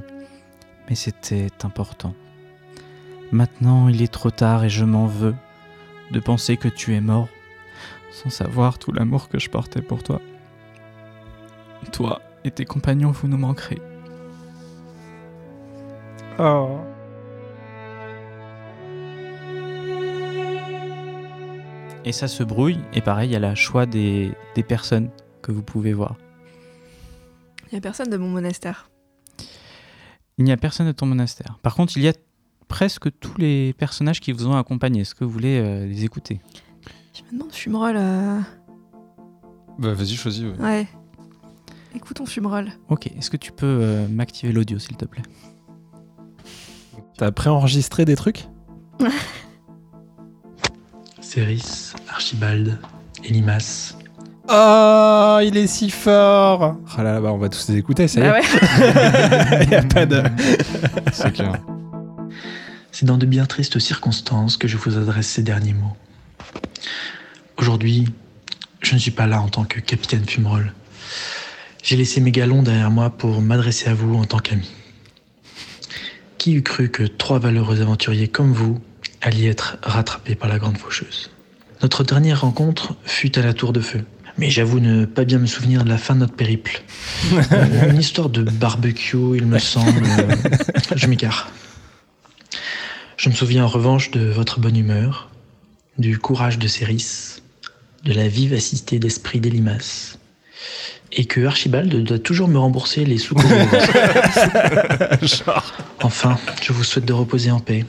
Speaker 4: Mais c'était important. Maintenant, il est trop tard et je m'en veux de penser que tu es mort sans savoir tout l'amour que je portais pour toi. Toi et tes compagnons, vous nous manquerez.
Speaker 1: Oh.
Speaker 4: Et ça se brouille, et pareil, il y a le choix des, des personnes que vous pouvez voir.
Speaker 6: Il n'y a personne de mon monastère.
Speaker 4: Il n'y a personne de ton monastère. Par contre, il y a presque tous les personnages qui vous ont accompagné. Est-ce que vous voulez euh, les écouter
Speaker 6: Je me demande, fumeroll. euh,
Speaker 2: Bah, vas-y, choisis. ouais.
Speaker 6: Ouais. Écoutons fumeroll.
Speaker 4: Ok, est-ce que tu peux euh, m'activer l'audio, s'il te plaît
Speaker 5: T'as préenregistré des trucs
Speaker 8: Céris, Archibald, Elimas.
Speaker 5: Oh, il est si fort Ah là là, bah, on va tous les écouter, ça
Speaker 8: Bah
Speaker 5: y est. *laughs* Il y a pas de.
Speaker 2: *laughs* C'est clair.
Speaker 8: C'est dans de bien tristes circonstances que je vous adresse ces derniers mots. Aujourd'hui, je ne suis pas là en tant que capitaine Fumerol. J'ai laissé mes galons derrière moi pour m'adresser à vous en tant qu'ami. Qui eût cru que trois valeureux aventuriers comme vous alliez être rattrapés par la grande faucheuse Notre dernière rencontre fut à la tour de feu. Mais j'avoue ne pas bien me souvenir de la fin de notre périple. Euh, Une histoire de barbecue, il me semble. Je m'écarte. Je me souviens en revanche de votre bonne humeur, du courage de Céris, de la vivacité d'esprit d'Elimas
Speaker 20: et que Archibald doit toujours me rembourser les sous que je lui avance. Enfin, je vous souhaite de reposer en paix,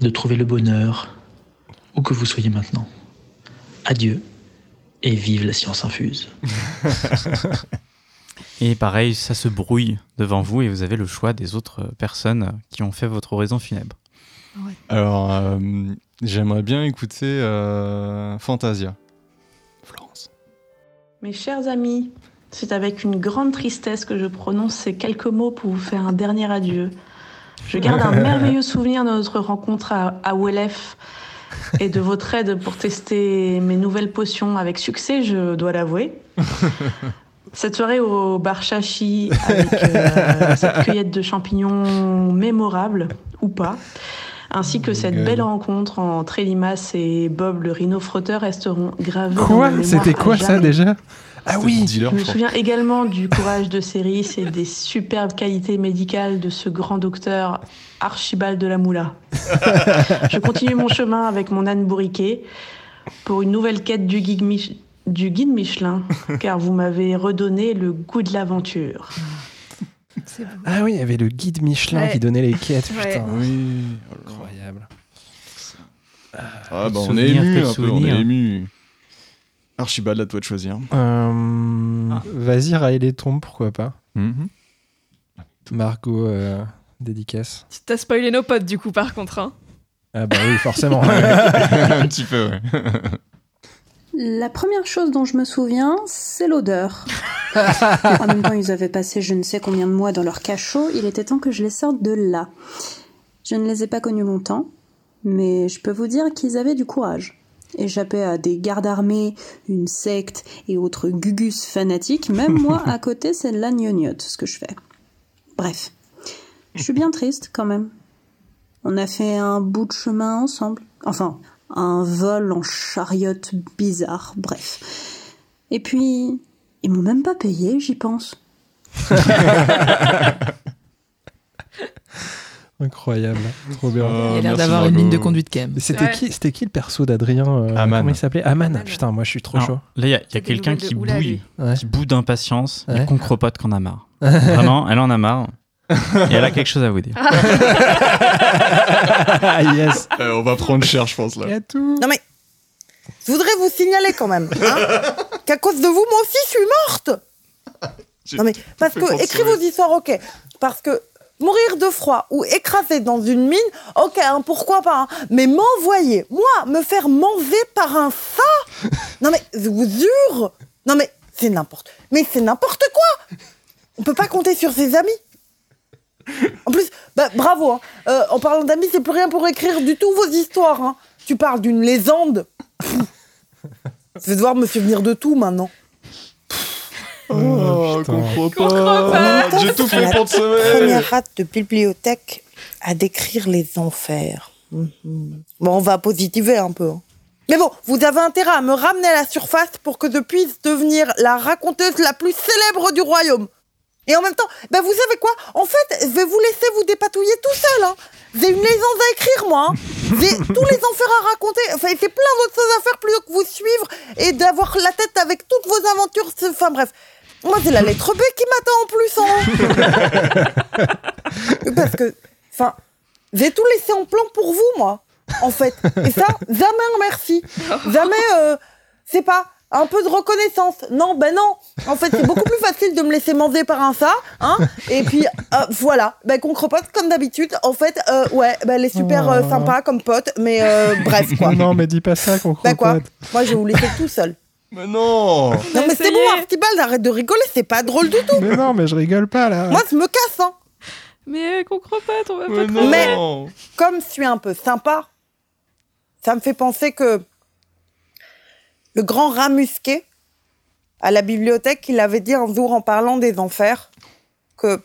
Speaker 20: de trouver le bonheur, où que vous soyez maintenant. Adieu, et vive la science
Speaker 21: *laughs*
Speaker 20: infuse.
Speaker 3: Et pareil, ça se brouille devant vous et vous avez le choix des autres euh, personnes qui ont fait votre oraison funèbre.
Speaker 2: Alors, euh, j'aimerais bien écouter euh, Fantasia.
Speaker 19: Mes chers amis, c'est avec une grande tristesse que je prononce ces quelques mots pour vous faire un dernier adieu. Je garde *laughs* un merveilleux souvenir de notre rencontre à, à Ouelef et de votre aide pour tester mes nouvelles potions avec succès, je dois l'avouer. Cette soirée au bar Chachi avec *laughs* euh, cette cueillette de champignons mémorable, ou pas, ainsi que cette
Speaker 5: gueule.
Speaker 19: belle rencontre en Trélimas et Bob le rhino frotteur resteront gravées. dans ma
Speaker 5: Quoi
Speaker 19: mémoire
Speaker 5: C'était
Speaker 19: à
Speaker 5: quoi ça
Speaker 19: jamais.
Speaker 5: déjà Ah oui
Speaker 19: Je me souviens également du courage de Céris et des superbes qualités médicales de ce grand docteur Archibald de la Moula. Je continue mon chemin avec mon âne bourriquet pour une nouvelle quête du guide, Mich- du guide Michelin, car vous m'avez redonné le goût de l'aventure.
Speaker 5: Ah oui, il y avait le guide Michelin
Speaker 19: Ouais.
Speaker 5: qui donnait les quêtes,
Speaker 19: Ouais.
Speaker 5: putain.
Speaker 2: Oui.
Speaker 5: Incroyable.
Speaker 2: Ah bah on est
Speaker 5: Souvenir,
Speaker 2: ému
Speaker 5: quel
Speaker 2: un peu, on
Speaker 5: souvenir.
Speaker 2: est ému. Archibald, à toi de choisir.
Speaker 5: Euh, Vas-y, raille les tombes, pourquoi pas.
Speaker 3: Mhm.
Speaker 5: Margot, euh, dédicace.
Speaker 6: T'as spoilé nos potes, du coup, par contre. hein.
Speaker 5: Ah bah oui,
Speaker 2: *laughs*
Speaker 5: forcément.
Speaker 2: Un petit peu, ouais.
Speaker 11: *laughs* La première chose dont je me souviens, c'est l'odeur. en même temps, ils avaient passé je ne sais combien de mois dans leur cachot, il était temps que je les sorte de là. Je ne les ai pas connus longtemps, mais je peux vous dire qu'ils avaient du courage. Échappés à des gardes armés, une secte et autres gugus fanatiques, même moi à côté, c'est de la gnognotte ce que je fais. Bref, je suis bien triste quand même. On a fait un bout de chemin ensemble. Enfin, un vol en chariote bizarre, bref. Et puis, ils m'ont même pas payé, j'y pense.
Speaker 5: Incroyable, trop
Speaker 3: Euh,
Speaker 5: bien.
Speaker 2: Il
Speaker 7: a l'air merci, d'avoir une Margot. ligne de conduite, quand même.
Speaker 5: C'était
Speaker 7: Ouais.
Speaker 5: qui, c'était qui le perso d'Adrien euh,
Speaker 3: Aman.
Speaker 5: Comment il s'appelait Aman. Putain, moi je suis trop
Speaker 3: Alors,
Speaker 5: chaud.
Speaker 3: Là, il y a- il y a,
Speaker 5: C'est des
Speaker 3: quelqu'un
Speaker 5: nouvelles de
Speaker 3: qui
Speaker 5: Oula,
Speaker 3: bouille,
Speaker 5: lui. Ouais.
Speaker 3: qui bout d'impatience
Speaker 5: Ouais.
Speaker 3: et qu'on crepote qu'on
Speaker 5: *laughs*
Speaker 3: a marre. Vraiment, elle en a marre. Et elle a quelque chose
Speaker 5: *laughs*
Speaker 3: à vous dire.
Speaker 2: Ah,
Speaker 5: yes.
Speaker 2: Euh, on va prendre cher, je pense, là.
Speaker 22: Non mais, je voudrais vous signaler quand même hein, qu'à cause de vous, moi aussi, je suis morte. Non mais, parce
Speaker 12: fait
Speaker 22: que
Speaker 12: penser.
Speaker 22: écrire vos histoires, ok. Parce que mourir de froid ou écrasé dans une mine, ok, hein, pourquoi pas. hein. mais m'envoyer, moi, me faire manger par un ça Non mais, je vous jure. Non mais, c'est n'importe. Mais c'est n'importe quoi. On peut pas compter sur ses amis. *laughs* En plus, bah, bravo. hein. Euh, en parlant d'amis, c'est plus rien pour écrire du tout vos histoires. hein. Tu parles d'une légende. *laughs* Pff. Je vais devoir me souvenir de tout maintenant.
Speaker 2: Oh, comprends
Speaker 22: En même temps,
Speaker 2: J'ai tout
Speaker 22: c'est
Speaker 2: fait
Speaker 22: la
Speaker 2: pour te sauver.
Speaker 22: Première hâte de bibliothèque à décrire les enfers. Mhm. Bon, on va positiver un peu. hein. Mais bon, vous avez intérêt à me ramener à la surface pour que je puisse devenir la raconteuse la plus célèbre du royaume. Et en même temps, ben vous savez quoi En fait, je vais vous laisser vous dépatouiller tout seul. hein. J'ai une légende à écrire, moi. hein.
Speaker 2: *laughs*
Speaker 22: J'ai tous les enfers à raconter. Enfin, j'ai plein d'autres choses à faire plutôt que vous suivre et d'avoir la tête avec toutes vos aventures. Enfin bref, moi c'est la lettre B qui m'attend en plus. hein. Parce que, enfin, j'ai tout laissé en plan pour vous, moi, en fait. Et ça, jamais un merci. Jamais, euh, c'est pas, un peu de reconnaissance. Non, ben non. En fait, c'est beaucoup plus facile de me laisser manger par un ça, hein. Et puis, euh, voilà. Ben, qu'on crepote comme d'habitude. En fait, euh, ouais, ben, elle est super euh, sympa comme pote, mais euh, bref,
Speaker 5: *laughs*
Speaker 22: quoi.
Speaker 5: non, mais dis pas ça qu'on
Speaker 22: Ben quoi,
Speaker 5: croit.
Speaker 22: moi, je vais vous laisser tout seul.
Speaker 2: Mais non
Speaker 22: Non, mais c'est bon, Archibald, arrête de rigoler, c'est pas drôle du tout.
Speaker 5: Mais non, mais je rigole pas là.
Speaker 22: Moi, je me casse, hein.
Speaker 6: Mais euh, qu'on croit pas, on va pas
Speaker 22: Mais, comme je suis un peu sympa, ça me fait penser que le grand rat musqué, à la bibliothèque, il avait dit un jour en parlant des enfers que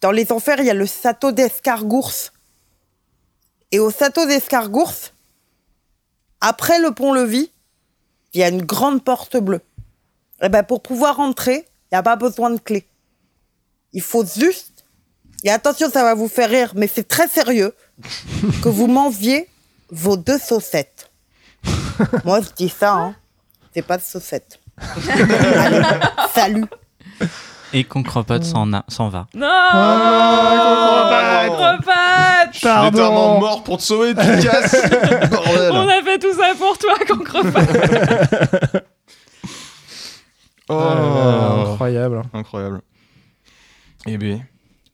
Speaker 22: dans les enfers, il y a le château d'Escargours. Et au château d'Escargours, après le pont-levis, il y a une grande porte bleue. Et ben pour pouvoir entrer, il n'y a pas besoin de clé. Il faut juste et attention, ça va vous faire rire, mais c'est très sérieux que vous m'enviez
Speaker 7: *laughs*
Speaker 22: vos deux saucettes. Moi, je dis ça, hein. C'est pas de saucettes. Allez, salut.
Speaker 4: Et Concrepote s'en a- s'en va.
Speaker 6: Non
Speaker 2: Ah,
Speaker 6: Concrepate
Speaker 2: Je suis littéralement mort pour te sauver, tu te casses *laughs* Bordel
Speaker 6: On a fait tout ça pour toi,
Speaker 7: *laughs*
Speaker 6: Concrepate
Speaker 2: Oh,
Speaker 5: Euh, incroyable.
Speaker 2: Incroyable. Eh bien,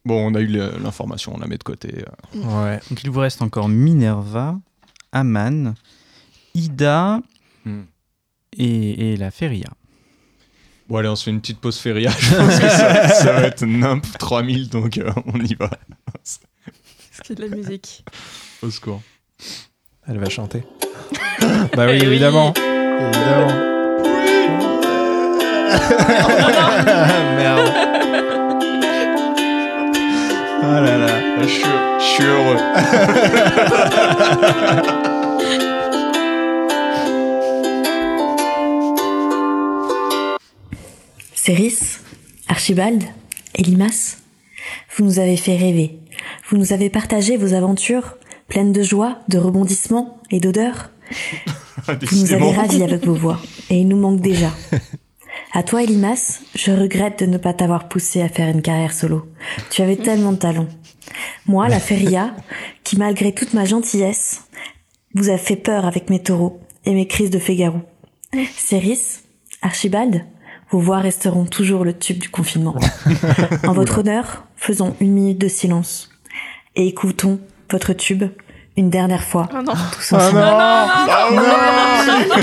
Speaker 2: bon, on a eu le- l'information, on la met de côté. euh.
Speaker 4: Donc il vous reste encore Minerva, Aman, Ida
Speaker 2: Hmm.
Speaker 4: et, et la Feria.
Speaker 2: Bon, allez, on se fait une petite pause feria. *laughs* Je pense que ça, ça va être nimp 3000, donc euh, on y va.
Speaker 6: C'est de la musique.
Speaker 2: Au secours.
Speaker 5: Elle va chanter. *laughs* bah
Speaker 6: Eh
Speaker 5: oui, évidemment. Évidemment.
Speaker 2: *laughs* Merde. Oh là
Speaker 5: Ah,
Speaker 2: là, je suis- je suis *laughs* heureux.
Speaker 21: Céris, Archibald, Elimas, vous nous avez fait rêver. Vous nous avez partagé vos aventures, pleines de joie, de rebondissements et d'odeurs. Vous nous avez
Speaker 2: Décidément.
Speaker 21: ravis avec vos voix, et il nous manque déjà. À toi, Elimas, je regrette de ne pas t'avoir poussé à faire une carrière solo. Tu avais tellement de talent. Moi, la feria, qui malgré toute ma gentillesse, vous a fait peur avec mes taureaux et mes crises de Fégaro. Céris, Archibald, vos voix resteront toujours le tube du confinement. En votre honneur, faisons une minute de silence et écoutons votre tube une dernière fois. Tous ensemble.
Speaker 5: Oh non,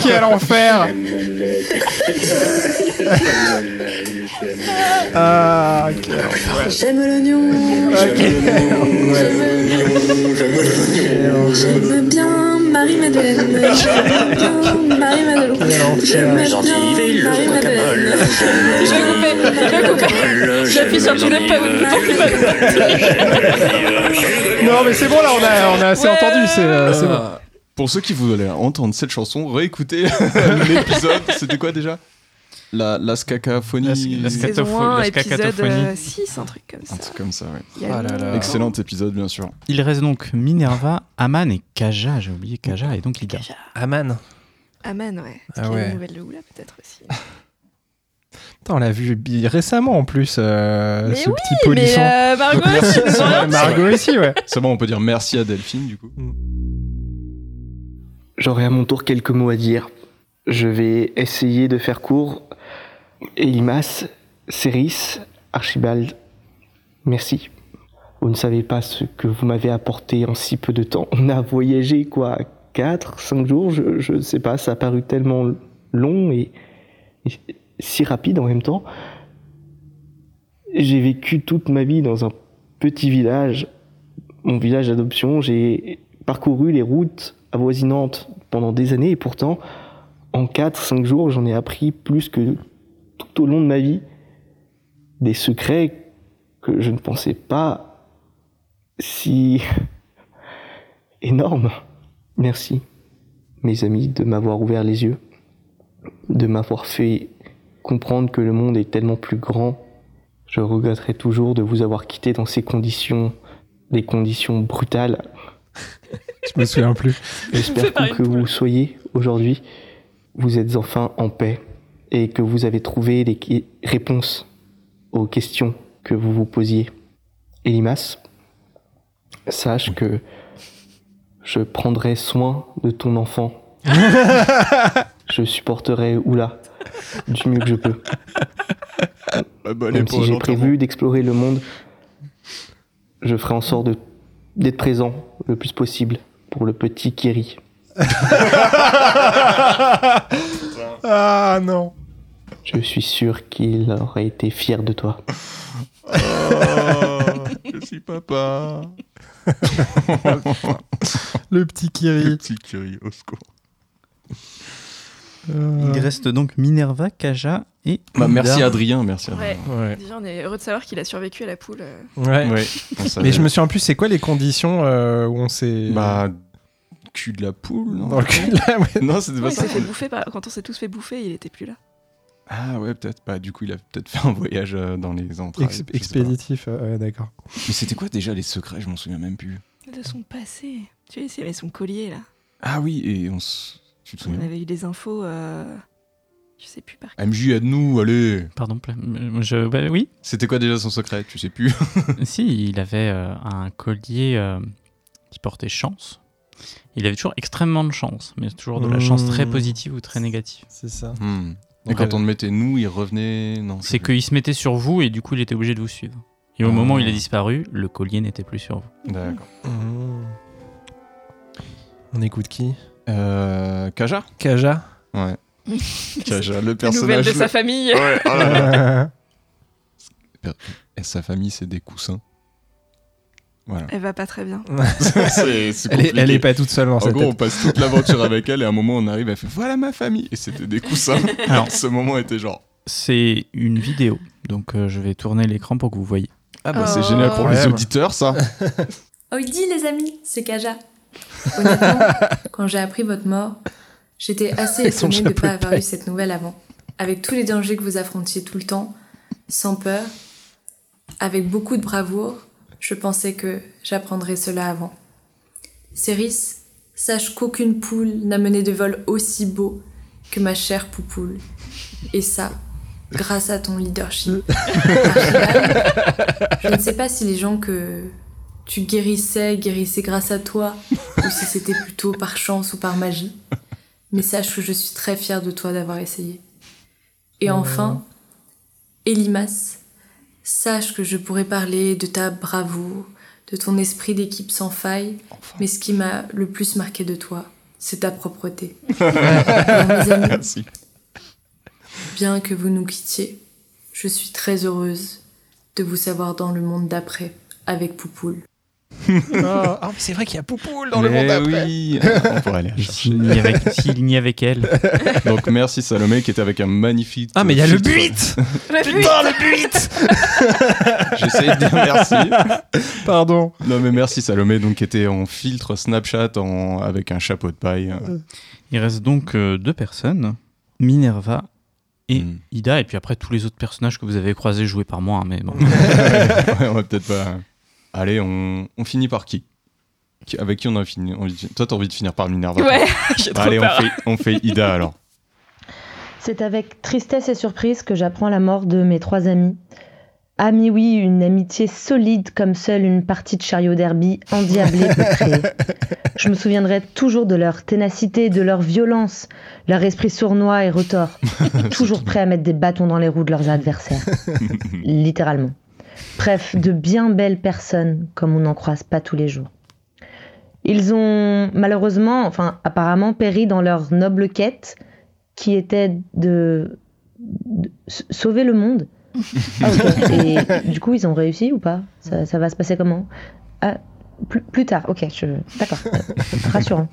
Speaker 5: Quel enfer Ah, quel enfer
Speaker 21: J'aime l'oignon, j'aime bien Marie-Madeleine, j'aime bien Marie-Madeleine,
Speaker 6: Euh,
Speaker 21: j'aime bien Marie-Madeleine.
Speaker 6: Je vais couper, je vais couper. J'appuie sur tout le pound pour qu'il
Speaker 5: Non, mais c'est bon, là, on a, on a assez entendu. C'est euh, c'est bon.
Speaker 2: Euh, Pour ceux qui voulaient entendre cette chanson,
Speaker 5: *laughs*
Speaker 2: réécoutez l'épisode. C'était quoi déjà La, la scacaphonie.
Speaker 4: La sc- la Saison scatopho- un, la épisode,
Speaker 6: épisode euh, 6, un truc comme ça.
Speaker 2: Un truc comme ça, ouais.
Speaker 6: Il y a Ah là
Speaker 4: là.
Speaker 2: Excellent épisode, bien sûr.
Speaker 4: Il reste donc Minerva, Aman et Kaja. J'ai oublié Kaja et donc Ida.
Speaker 5: Aman.
Speaker 6: Amen, ouais.
Speaker 5: Ah
Speaker 6: Qui est
Speaker 5: ouais.
Speaker 6: une nouvelle de Oula, peut-être
Speaker 2: *laughs*
Speaker 6: aussi.
Speaker 5: Putain, on l'a vu bi- récemment en plus, euh,
Speaker 6: Mais
Speaker 5: ce
Speaker 6: oui,
Speaker 5: petit polisson.
Speaker 6: mais, euh, Margot aussi, nous oriente.
Speaker 5: Margot aussi,
Speaker 6: *laughs*
Speaker 5: ouais.
Speaker 2: C'est bon, on peut dire merci à Delphine, du coup.
Speaker 17: J'aurai à mon tour quelques mots à dire. Je vais essayer de faire court. Elimas, Céris, Archibald, merci. Vous ne savez pas ce que vous m'avez apporté en si peu de temps. On a voyagé quoi 4, 5 jours Je ne sais pas, ça a paru tellement long et, et si rapide en même temps. J'ai vécu toute ma vie dans un petit village, mon village d'adoption. J'ai parcouru les routes avoisinantes pendant des années et pourtant, en 4-5 jours, j'en ai appris plus que tout au long de ma vie. Des secrets que je ne pensais pas si *laughs* énormes. Merci, mes amis, de m'avoir ouvert les yeux, de m'avoir fait comprendre que le monde est tellement plus grand je regretterai toujours de vous avoir quitté dans ces conditions, des conditions brutales.
Speaker 5: Je me souviens plus.
Speaker 17: J'espère que où que vous soyez aujourd'hui, vous êtes enfin en paix et que vous avez trouvé des qui- réponses aux questions que vous vous posiez. Elimas, sache que je prendrai soin de ton enfant. je supporterai Oula du mieux que je peux.
Speaker 5: Ah bah,
Speaker 2: allez,
Speaker 17: Même
Speaker 2: pour
Speaker 17: si j'ai
Speaker 2: l'enterrement.
Speaker 17: prévu d'explorer le monde, je ferai en sorte de- d'être présent le plus possible pour le petit Kiri.
Speaker 5: Ah non.
Speaker 17: Je suis sûr qu'il aurait été fier de toi.
Speaker 2: Oh, je suis papa.
Speaker 5: *laughs* Le petit Kiri.
Speaker 2: Le petit Kiri, au secours.
Speaker 4: Il reste donc Minerva, Kaja et.
Speaker 2: Bah,
Speaker 4: Ida.
Speaker 2: merci Adrien, merci
Speaker 6: Ouais.
Speaker 5: Ouais.
Speaker 6: Déjà, on est heureux de savoir qu'il a survécu à la poule. euh.
Speaker 5: Ouais.
Speaker 2: Ouais, on savait.
Speaker 5: mais je me souviens plus, c'est quoi les conditions euh, où on s'est.
Speaker 2: Bah, cul de la poule, non
Speaker 5: Dans le cul de la- ouais.
Speaker 2: Ah Non, c'était
Speaker 6: Non,
Speaker 2: pas
Speaker 6: il
Speaker 2: ça.
Speaker 6: s'est fait bouffer par- Quand on s'est tous fait bouffer, il était plus là.
Speaker 2: Ah ouais, peut-être. Bah, du coup, il a peut-être fait un voyage euh, dans les entrailles.
Speaker 5: Ex-
Speaker 2: je sais pas.
Speaker 5: expéditif, euh, ouais, d'accord.
Speaker 2: Mais c'était quoi déjà les secrets Je m'en souviens même plus.
Speaker 6: De son passé. Tu sais, il avait son collier là.
Speaker 2: Ah oui, et on s... Tu te
Speaker 6: On
Speaker 2: souviens
Speaker 6: avait eu des infos. euh, Je sais plus par
Speaker 2: MJ, aide-nous, allez
Speaker 4: Pardon, pla- euh, je, bah oui.
Speaker 2: C'était quoi déjà son secret Tu sais plus. *laughs*
Speaker 4: si, il avait euh, un collier euh, qui portait chance. Il avait toujours extrêmement de chance, mais toujours de la chance très
Speaker 2: Mmh.
Speaker 4: positive ou très négative.
Speaker 5: C'est ça.
Speaker 2: Hmm. Et
Speaker 4: Ouais.
Speaker 2: quand on le mettait nous, il revenait. Non.
Speaker 4: euh, C'est qu'il se mettait sur vous et du coup il était obligé de vous suivre. Et au
Speaker 2: Ah.
Speaker 4: moment où il a disparu, le collier n'était plus sur vous.
Speaker 2: D'accord.
Speaker 5: On écoute qui
Speaker 2: Euh, Kaja
Speaker 5: Kaja
Speaker 2: Ouais. Kaja, le
Speaker 5: Les
Speaker 2: personnage.
Speaker 6: nouvelles de sa famille.
Speaker 2: Ouais, oh là là. Et sa famille, c'est des coussins. Voilà.
Speaker 6: Elle va pas très bien.
Speaker 2: *laughs* C'est- c'est
Speaker 5: Elle est-
Speaker 2: compliqué.
Speaker 5: elle est pas toute seule dans
Speaker 2: En
Speaker 5: sa
Speaker 2: gros,
Speaker 5: tête.
Speaker 2: on passe toute l'aventure avec elle et à un moment, on arrive, elle fait Voilà ma famille Et c'était des coussins. Alors,
Speaker 4: Alors.
Speaker 2: ce moment était genre. *laughs*
Speaker 4: C'est une vidéo, donc euh, je vais tourner l'écran pour que vous voyez.
Speaker 2: Ah bah, c'est génial pour les auditeurs, ça *laughs*
Speaker 23: Oh, il dit les amis, c'est Kaja. Honnêtement, quand j'ai appris votre mort, j'étais assez
Speaker 16: Et son
Speaker 23: étonnée de ne
Speaker 16: chapeau
Speaker 23: pas
Speaker 16: de
Speaker 23: avoir
Speaker 16: paille.
Speaker 23: eu cette nouvelle avant. Avec tous les dangers que vous affrontiez tout le temps, sans peur, avec beaucoup de bravoure, je pensais que j'apprendrais cela avant. Céris, sache qu'aucune poule n'a mené de vol aussi beau que ma chère poupoule. Et ça, grâce à ton leadership. Archibald, je ne sais pas si les gens que tu guérissais guérissaient grâce à toi, ou si c'était plutôt par chance ou par magie. Mais sache que je suis très fière de toi d'avoir essayé. Et enfin, Elimas, sache que je pourrais parler de ta bravoure, de ton esprit d'équipe sans faille, mais ce qui m'a le plus marqué de toi, c'est ta
Speaker 24: *laughs*
Speaker 23: propreté. Alors, mes amis,
Speaker 2: Merci.
Speaker 23: Bien que vous nous quittiez, je suis très heureuse de vous savoir dans le monde d'après
Speaker 5: *laughs*
Speaker 23: avec Poupoule.
Speaker 5: Ah, mais c'est vrai qu'il y a Poupoule
Speaker 2: dans le monde d'après. Oui, on pourrait aller la chercher.
Speaker 4: S'il n'y avait- s'il n'y avait qu'elle.
Speaker 2: *laughs* Donc, merci Salomé qui était avec un magnifique.
Speaker 5: Ah, mais il y a le
Speaker 2: *laughs* but
Speaker 5: Putain, le but
Speaker 2: J'essaie de dire *laughs* merci.
Speaker 5: Pardon.
Speaker 2: Non, mais merci Salomé, donc qui était en filtre Snapchat en... avec un chapeau de paille.
Speaker 4: Il reste donc euh, deux personnes, Minerva et
Speaker 2: Hmm.
Speaker 4: Ida, et puis après tous les autres personnages que vous avez croisés joués par moi, hein, mais bon.
Speaker 2: *laughs* Ouais, on va peut-être pas. Allez, on, on finit par qui Qui- Avec qui on a fini envie de... Toi, t'as envie de finir par Minerva
Speaker 14: Ouais, *laughs*
Speaker 2: toi
Speaker 14: j'ai
Speaker 2: Bah,
Speaker 14: trop
Speaker 2: Allez,
Speaker 14: peur.
Speaker 2: On, fait, on fait Ida alors.
Speaker 14: C'est avec tristesse et surprise que j'apprends la mort de mes trois amis. Amis, oui, une amitié solide comme seule une partie de chariot derby endiablée peut créer. Je me souviendrai toujours de leur ténacité, de leur violence, leur esprit sournois et retors, toujours prêts à mettre des bâtons dans les roues de leurs adversaires. Littéralement. Bref, de bien belles personnes comme on n'en croise pas tous les jours. Ils ont malheureusement, enfin apparemment, péri dans leur noble quête qui était de, de s- sauver le monde. Ah, ok. Et du coup, ils ont réussi ou pas ça, ça va se passer comment Ah, plus, plus tard, ok, je... d'accord, Euh, rassurant.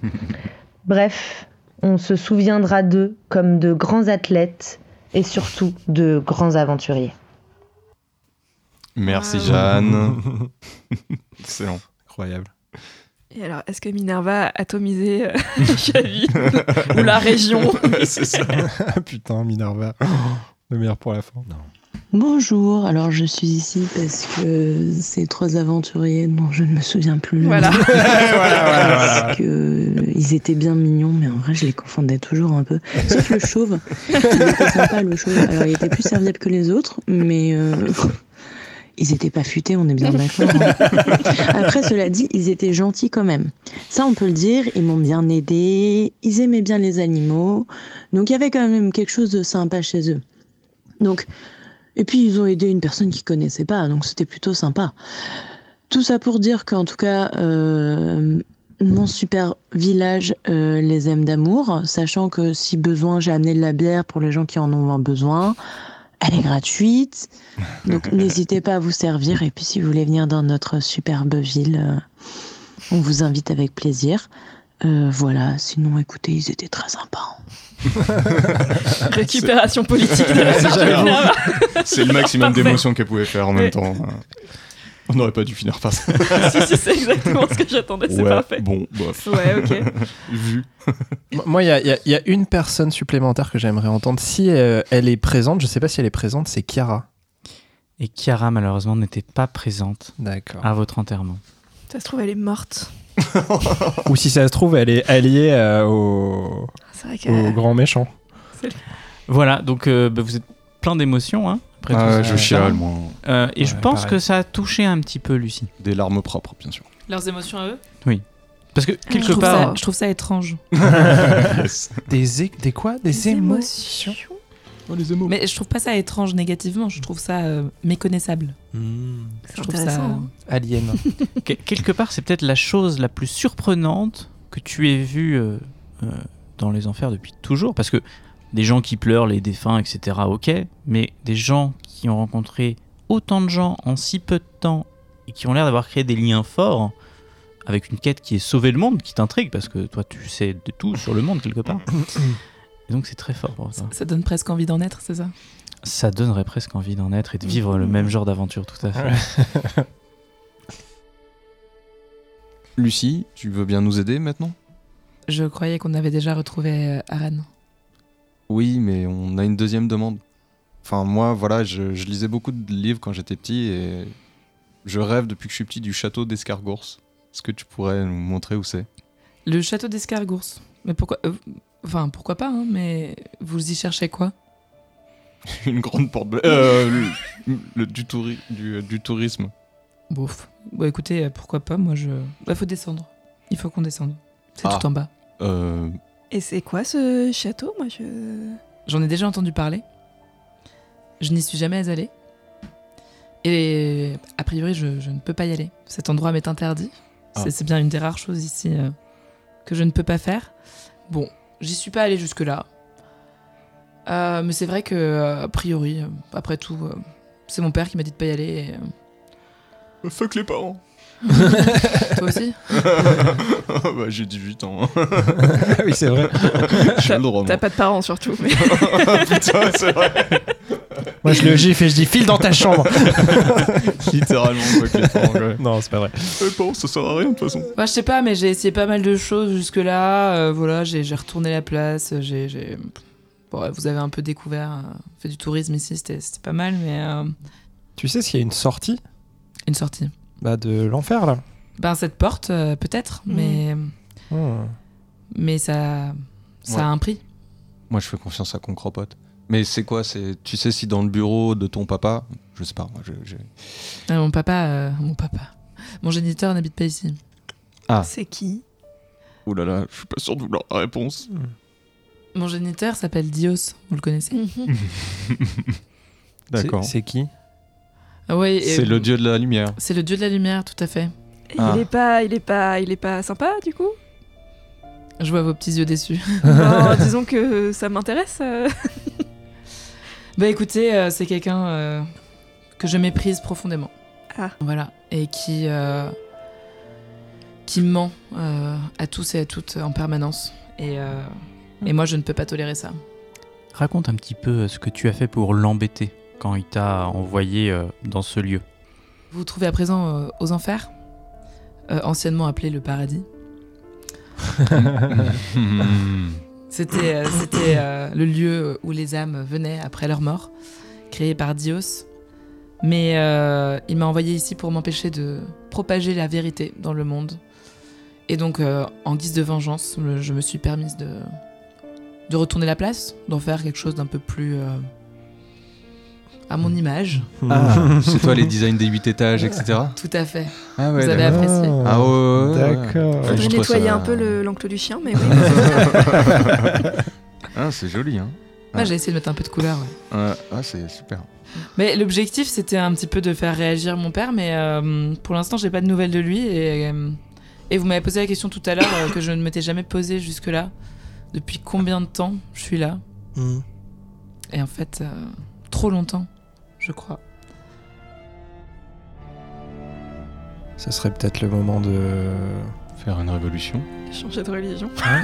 Speaker 14: Bref, on se souviendra d'eux comme de grands athlètes et surtout de grands aventuriers.
Speaker 2: Merci
Speaker 14: Ah. *laughs*
Speaker 2: Jeanne. Excellent.
Speaker 5: Incroyable.
Speaker 6: Et alors, est-ce que Minerva a atomisé euh, *laughs* la ville ou
Speaker 2: *laughs*
Speaker 6: la région
Speaker 2: C'est ça.
Speaker 5: *laughs* Putain, Minerva. Le meilleur pour la fin. Non.
Speaker 24: Bonjour, alors je suis ici parce que ces trois aventuriers dont je ne me souviens plus le
Speaker 6: *laughs* Voilà.
Speaker 24: nom,
Speaker 6: voilà,
Speaker 24: parce que ils étaient bien mignons, mais en vrai je les confondais toujours un peu. Sauf le chauve, il était sympa le chauve. Alors il était plus serviable que les autres, mais euh, *laughs* ils étaient pas futés, on est bien d'accord. hein. Après cela dit, ils étaient gentils quand même. Ça on peut le dire, ils m'ont bien aidé, ils aimaient bien les animaux, donc il y avait quand même quelque chose de sympa chez eux. Donc, et puis ils ont aidé une personne qu'ils connaissaient pas, donc c'était plutôt sympa. Tout ça pour dire qu'en tout cas, euh, mon super village euh, les aime d'amour, sachant que si besoin, j'ai amené de la bière pour les gens qui en ont besoin. Elle est gratuite, donc n'hésitez pas à vous servir. Et puis si vous voulez venir dans notre superbe ville, euh, on vous invite avec plaisir. Euh, voilà, sinon écoutez, ils étaient très sympas. hein.
Speaker 6: Récupération politique de
Speaker 2: *laughs*
Speaker 6: la
Speaker 2: C'est
Speaker 6: part de
Speaker 2: j'avoue.
Speaker 6: Minerva.
Speaker 2: *laughs* C'est le maximum
Speaker 6: *laughs* Parfait.
Speaker 2: d'émotions qu'elle pouvait faire en même
Speaker 6: Ouais.
Speaker 2: temps. On n'aurait pas dû finir par ça.
Speaker 6: *laughs* si, si, c'est exactement ce que j'attendais, c'est
Speaker 2: Ouais,
Speaker 6: parfait.
Speaker 2: Bon, bof.
Speaker 6: Ouais, ok.
Speaker 2: Vu.
Speaker 5: Moi, il y a, il y a- il y a une personne supplémentaire que j'aimerais entendre. Si euh, elle est présente, je sais pas si elle est présente, c'est Chiara.
Speaker 4: Et Chiara, malheureusement, n'était pas présente
Speaker 5: D'accord.
Speaker 4: à votre enterrement.
Speaker 6: Ça se trouve, elle
Speaker 2: *laughs*
Speaker 6: est morte.
Speaker 5: Ou si ça se trouve, elle est alliée euh, au...
Speaker 7: Ah,
Speaker 6: C'est vrai que-
Speaker 5: au grand méchant.
Speaker 6: C'est le-
Speaker 4: Voilà, donc euh, bah, vous êtes plein d'émotions. Hein, après
Speaker 2: Ah
Speaker 4: tout
Speaker 2: ouais,
Speaker 4: ça.
Speaker 2: je chiale, moi.
Speaker 4: Euh, et je
Speaker 2: Ouais,
Speaker 4: pense
Speaker 2: pareil.
Speaker 4: que ça a touché un petit peu Lucie.
Speaker 2: Des larmes propres, bien sûr.
Speaker 7: Leurs émotions
Speaker 6: E
Speaker 7: à eux
Speaker 4: Oui. Parce que
Speaker 6: Ah,
Speaker 4: quelque
Speaker 7: je trouve
Speaker 4: part.
Speaker 7: ça- je trouve
Speaker 5: *laughs*
Speaker 7: ça étrange.
Speaker 5: des, é- des quoi Des, émotions.
Speaker 7: Mais je trouve pas ça étrange négativement, je trouve ça euh, méconnaissable. Je trouve ça.
Speaker 5: Alien.
Speaker 4: Hmm. Que- quelque part, c'est peut-être la chose la plus surprenante que tu aies vue euh, euh, dans les enfers depuis toujours. Parce que des gens qui pleurent, les défunts, etc., ok, mais des gens qui ont rencontré autant de gens en si peu de temps et qui ont l'air d'avoir créé des liens forts avec une quête qui est sauver le monde, qui t'intrigue, parce que toi, tu sais de tout sur le monde quelque *coughs* part. Et donc, c'est très fort pour toi.
Speaker 7: Ça donne presque envie d'en être, c'est ça
Speaker 4: Ça donnerait presque envie d'en être et de vivre le même genre d'aventure, tout à *laughs* fait.
Speaker 2: Lucie, tu veux bien nous aider maintenant
Speaker 7: Je croyais qu'on avait déjà retrouvé euh, Aran.
Speaker 2: Oui, mais on a une deuxième demande. Enfin, moi, voilà, je, je lisais beaucoup de livres quand j'étais petit et je rêve depuis que je suis petit du château d'Escargourse. Est-ce que tu pourrais nous montrer où c'est
Speaker 7: Le château d'Escargours. Mais pourquoi euh, Enfin, pourquoi pas, hein, mais vous y cherchez quoi
Speaker 2: *laughs* Une grande porte bleue. Euh, le- le- du, touri- du- euh, du tourisme.
Speaker 7: Bouf. Bon, écoutez, euh, pourquoi pas, moi je. Bah, faut descendre. Il faut qu'on descende. C'est
Speaker 2: Ah.
Speaker 7: tout en bas.
Speaker 2: Euh, *laughs*
Speaker 6: Et c'est quoi ce château Moi, je.
Speaker 7: J'en ai déjà entendu parler. Je n'y suis jamais allée. Et a priori, je, je ne peux pas y aller. Cet endroit m'est interdit.
Speaker 16: Ah.
Speaker 7: C'est, c'est bien une des rares choses ici euh, que je ne peux pas faire. Bon, j'y suis pas allée jusque-là. Euh, mais c'est vrai que, euh, a priori, euh, après tout, euh, c'est mon père qui m'a dit de pas y aller. et, euh,
Speaker 2: Fuck les parents.
Speaker 7: *laughs*
Speaker 2: *laughs*
Speaker 7: Toi aussi
Speaker 2: bah, J'ai 18 *laughs* ans.
Speaker 5: oui, c'est
Speaker 2: *laughs*
Speaker 5: vrai.
Speaker 2: J'ai le droit.
Speaker 6: T'as
Speaker 2: moi.
Speaker 6: pas de parents surtout.
Speaker 5: *laughs*
Speaker 6: mais-
Speaker 2: Putain, c'est vrai.
Speaker 5: Moi, je le gifle et je dis file dans ta chambre.
Speaker 2: *laughs* Littéralement, fuck les parents. ouais.
Speaker 5: Non, c'est pas vrai.
Speaker 2: Les parents, Eh, ça sert à rien de toute façon.
Speaker 7: Bah, je sais pas, mais j'ai essayé pas mal de choses jusque-là. euh, voilà, j'ai j'ai retourné la place. J'ai. j'ai- Bon, ouais, vous avez un peu découvert. euh, fait du tourisme ici, c'était c'était pas mal, mais. euh,
Speaker 5: Tu sais s'il y a une sortie
Speaker 7: Une sortie.
Speaker 5: Bah, de l'enfer, là.
Speaker 7: Ben, cette porte, euh, peut-être,
Speaker 6: Mm.
Speaker 7: mais.
Speaker 5: Hmm.
Speaker 7: Mais ça. Ça
Speaker 2: Ah. Ouais.
Speaker 7: a un prix.
Speaker 2: Moi, je fais confiance à Concropote. Mais c'est quoi c'est, Tu sais si dans le bureau de ton papa, je sais pas, moi, je, je-
Speaker 7: Ah, mon papa. euh, mon papa. Mon géniteur n'habite pas ici.
Speaker 2: Ah.
Speaker 6: C'est qui
Speaker 2: Ouh là là, je suis pas sûr de vouloir la *laughs* réponse.
Speaker 7: Mon géniteur s'appelle Dios, vous le connaissez
Speaker 6: Mhm.
Speaker 2: D'accord.
Speaker 5: C'est- C'est qui
Speaker 7: Ah ouais, et-
Speaker 2: C'est le dieu de la lumière.
Speaker 7: C'est le dieu de la lumière, tout à fait.
Speaker 6: Et
Speaker 2: Ah.
Speaker 6: Il est pas, il est pas, il est pas sympa
Speaker 2: *laughs*
Speaker 6: du coup.
Speaker 7: Je vois vos petits yeux
Speaker 6: *laughs*
Speaker 7: déçus. *laughs*
Speaker 6: Bon, disons que ça m'intéresse. euh.
Speaker 7: *laughs* Bah écoutez, euh, c'est quelqu'un euh, que je méprise profondément.
Speaker 6: Ah.
Speaker 7: Voilà. Et qui. euh, qui ment euh, à tous et à toutes en permanence. Et, euh, et moi, je ne peux pas tolérer ça.
Speaker 4: Raconte un petit peu euh, ce que tu as fait pour l'embêter quand il t'a envoyé euh, dans ce lieu.
Speaker 7: Vous vous trouvez à présent euh, aux enfers, euh, anciennement appelé le paradis.
Speaker 21: Hmm.
Speaker 7: C'était euh, c'était, euh, le lieu où les âmes venaient après leur mort, créé par Dios. Mais euh, il m'a envoyé ici pour m'empêcher de propager la vérité dans le monde. Et donc, euh, en guise de vengeance, le- je me suis permise de, de retourner la place, d'en faire quelque chose d'un peu plus euh, à mon image.
Speaker 2: Hmm. Ah, *laughs* c'est toi les designs des 8 étages, etc.
Speaker 7: *laughs* Tout à fait.
Speaker 2: Ah ouais,
Speaker 7: Vous avez
Speaker 2: d'accord.
Speaker 7: apprécié.
Speaker 2: Ah ouais, ouais, ouais, ouais.
Speaker 5: D'accord.
Speaker 2: Ouais, je
Speaker 6: Faudrait
Speaker 2: trouve
Speaker 6: nettoyer
Speaker 2: ça- *laughs*
Speaker 6: un peu le- l'enclos du chien, mais oui.
Speaker 2: ah, c'est joli, hein.
Speaker 7: Moi, Ah, j'ai essayé de mettre un peu de couleur. ouais.
Speaker 2: Ouais, ah, c'est super.
Speaker 7: Mais l'objectif, c'était un petit peu de faire réagir mon père, mais euh, pour l'instant, j'ai pas de nouvelles de lui. Et, euh, et vous m'avez posé la question tout à l'heure euh, que je ne m'étais jamais posée jusque-là. Depuis combien de temps je suis là
Speaker 5: Hmm.
Speaker 7: Et en fait, euh, trop longtemps, je crois.
Speaker 5: Ce serait peut-être le moment de.
Speaker 2: Faire une
Speaker 7: *laughs*
Speaker 2: révolution.
Speaker 6: *laughs*
Speaker 2: *laughs*
Speaker 6: Changer de religion.
Speaker 2: Ah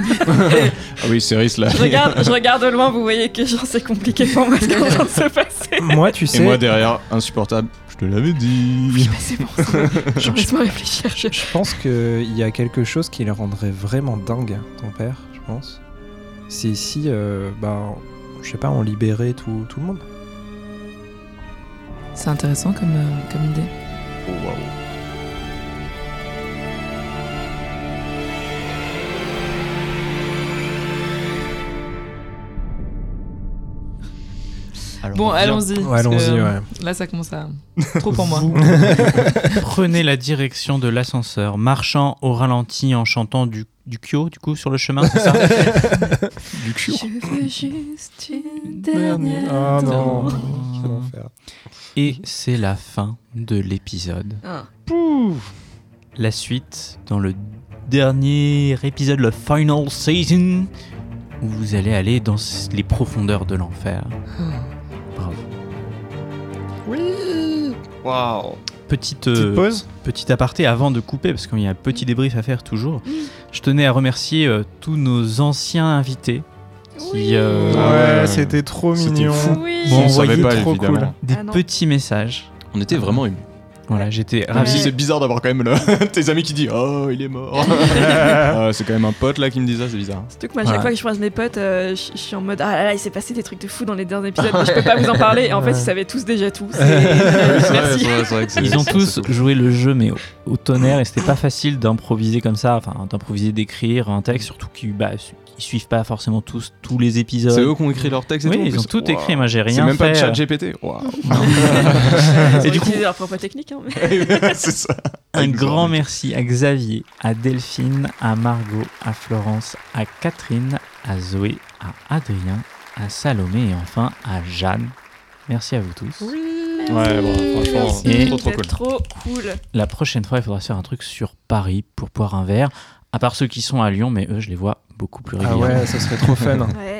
Speaker 2: oui, Céris là.
Speaker 6: Je regarde, je regarde de loin, vous voyez que genre, c'est compliqué pour moi ce qui est en train de se passer.
Speaker 5: Moi, tu sais.
Speaker 2: Et moi derrière, insupportable. Je te l'avais dit.
Speaker 6: C'est bon, c'est
Speaker 5: *laughs*
Speaker 6: bon. Genre, Laisse-moi réfléchir. Je...
Speaker 5: Je pense qu'il y a quelque chose qui le rendrait vraiment dingue, ton père, je pense. C'est si, euh, ben, je sais pas, on libérait tout, tout le monde.
Speaker 7: C'est intéressant comme, euh, comme idée.
Speaker 2: Oh,
Speaker 7: bon, allons-y.
Speaker 5: Ouais,
Speaker 7: parce que,
Speaker 5: allons-y, ouais.
Speaker 7: Là, ça commence
Speaker 5: *laughs*
Speaker 7: à. Trop pour moi.
Speaker 3: Vous *laughs* Prenez la direction de l'ascenseur, marchant au ralenti en chantant du, du kyo, du coup, sur le chemin,
Speaker 5: *laughs*
Speaker 3: c'est ça
Speaker 2: Du kyo
Speaker 12: veux juste une
Speaker 5: Ah non.
Speaker 3: Et c'est la fin de l'épisode.
Speaker 2: Ah.
Speaker 6: Ah.
Speaker 3: La suite dans le dernier épisode, le final season, où vous allez aller dans les profondeurs de l'enfer. Bravo.
Speaker 12: Oui
Speaker 2: Waouh
Speaker 3: Petite,
Speaker 2: Petite pause
Speaker 3: petit aparté avant de couper, parce qu'il y a un
Speaker 5: Mm.
Speaker 3: petit débrief à faire toujours. Je tenais à remercier euh, tous nos anciens invités. Qui, euh,
Speaker 5: Ouais, c'était trop mignon. Oui. Ah
Speaker 3: m'ont
Speaker 5: On savait
Speaker 3: envoyé
Speaker 5: pas,
Speaker 3: trop cool.
Speaker 5: évidemment.
Speaker 3: Des petits messages.
Speaker 2: On était vraiment émus.
Speaker 3: Voilà, j'étais
Speaker 2: Même Ah, si
Speaker 3: ravi.
Speaker 2: c'est bizarre d'avoir quand même le- *laughs* tes amis qui disent Oh, il est
Speaker 3: *laughs*
Speaker 2: mort. Euh, c'est quand même un pote là qui me dit ça, c'est bizarre.
Speaker 6: Surtout que moi, à chaque
Speaker 2: Voilà.
Speaker 6: fois que je croise mes potes, euh, je je suis en mode Ah là là, il s'est passé des trucs de fou dans les derniers épisodes, mais je peux pas vous en parler. Et en fait, ils savaient tous déjà tout.
Speaker 2: *laughs*
Speaker 6: C'est- Merci.
Speaker 3: Ils ont tous joué le jeu, mais au, au tonnerre, et c'était pas facile d'improviser comme ça, enfin d'improviser, d'écrire un texte, surtout qu'ils bah, su- ils suivent pas forcément tous tous les épisodes.
Speaker 2: C'est eux qui ont écrit leur texte et
Speaker 3: Oui,
Speaker 2: tout. en
Speaker 3: ils
Speaker 2: plus.
Speaker 3: ont tout
Speaker 2: Waouh.
Speaker 3: écrit, moi j'ai rien
Speaker 2: C'est même pas
Speaker 3: fait.
Speaker 2: de chat GPT.
Speaker 3: *laughs*
Speaker 2: Waouh.
Speaker 6: Ils
Speaker 3: et
Speaker 6: ont
Speaker 3: du coup,
Speaker 6: utilisé leur propre technique. hein,
Speaker 2: *laughs*
Speaker 6: mais-
Speaker 2: c'est ça.
Speaker 3: un grand merci à Xavier, à Delphine, à Margot, à Florence, à Catherine, à Zoé, à Adrien, à Salomé et enfin à Jeanne. Merci à vous tous.
Speaker 2: Ouais, bon, franchement,
Speaker 3: Et-
Speaker 2: trop trop cool.
Speaker 6: Trop cool.
Speaker 3: La prochaine fois, il faudra se faire un truc sur Paris pour boire un verre. À part ceux qui sont à Lyon, mais eux, je les vois beaucoup plus
Speaker 5: Ah
Speaker 3: régulièrement.
Speaker 5: ouais, ça serait trop fun.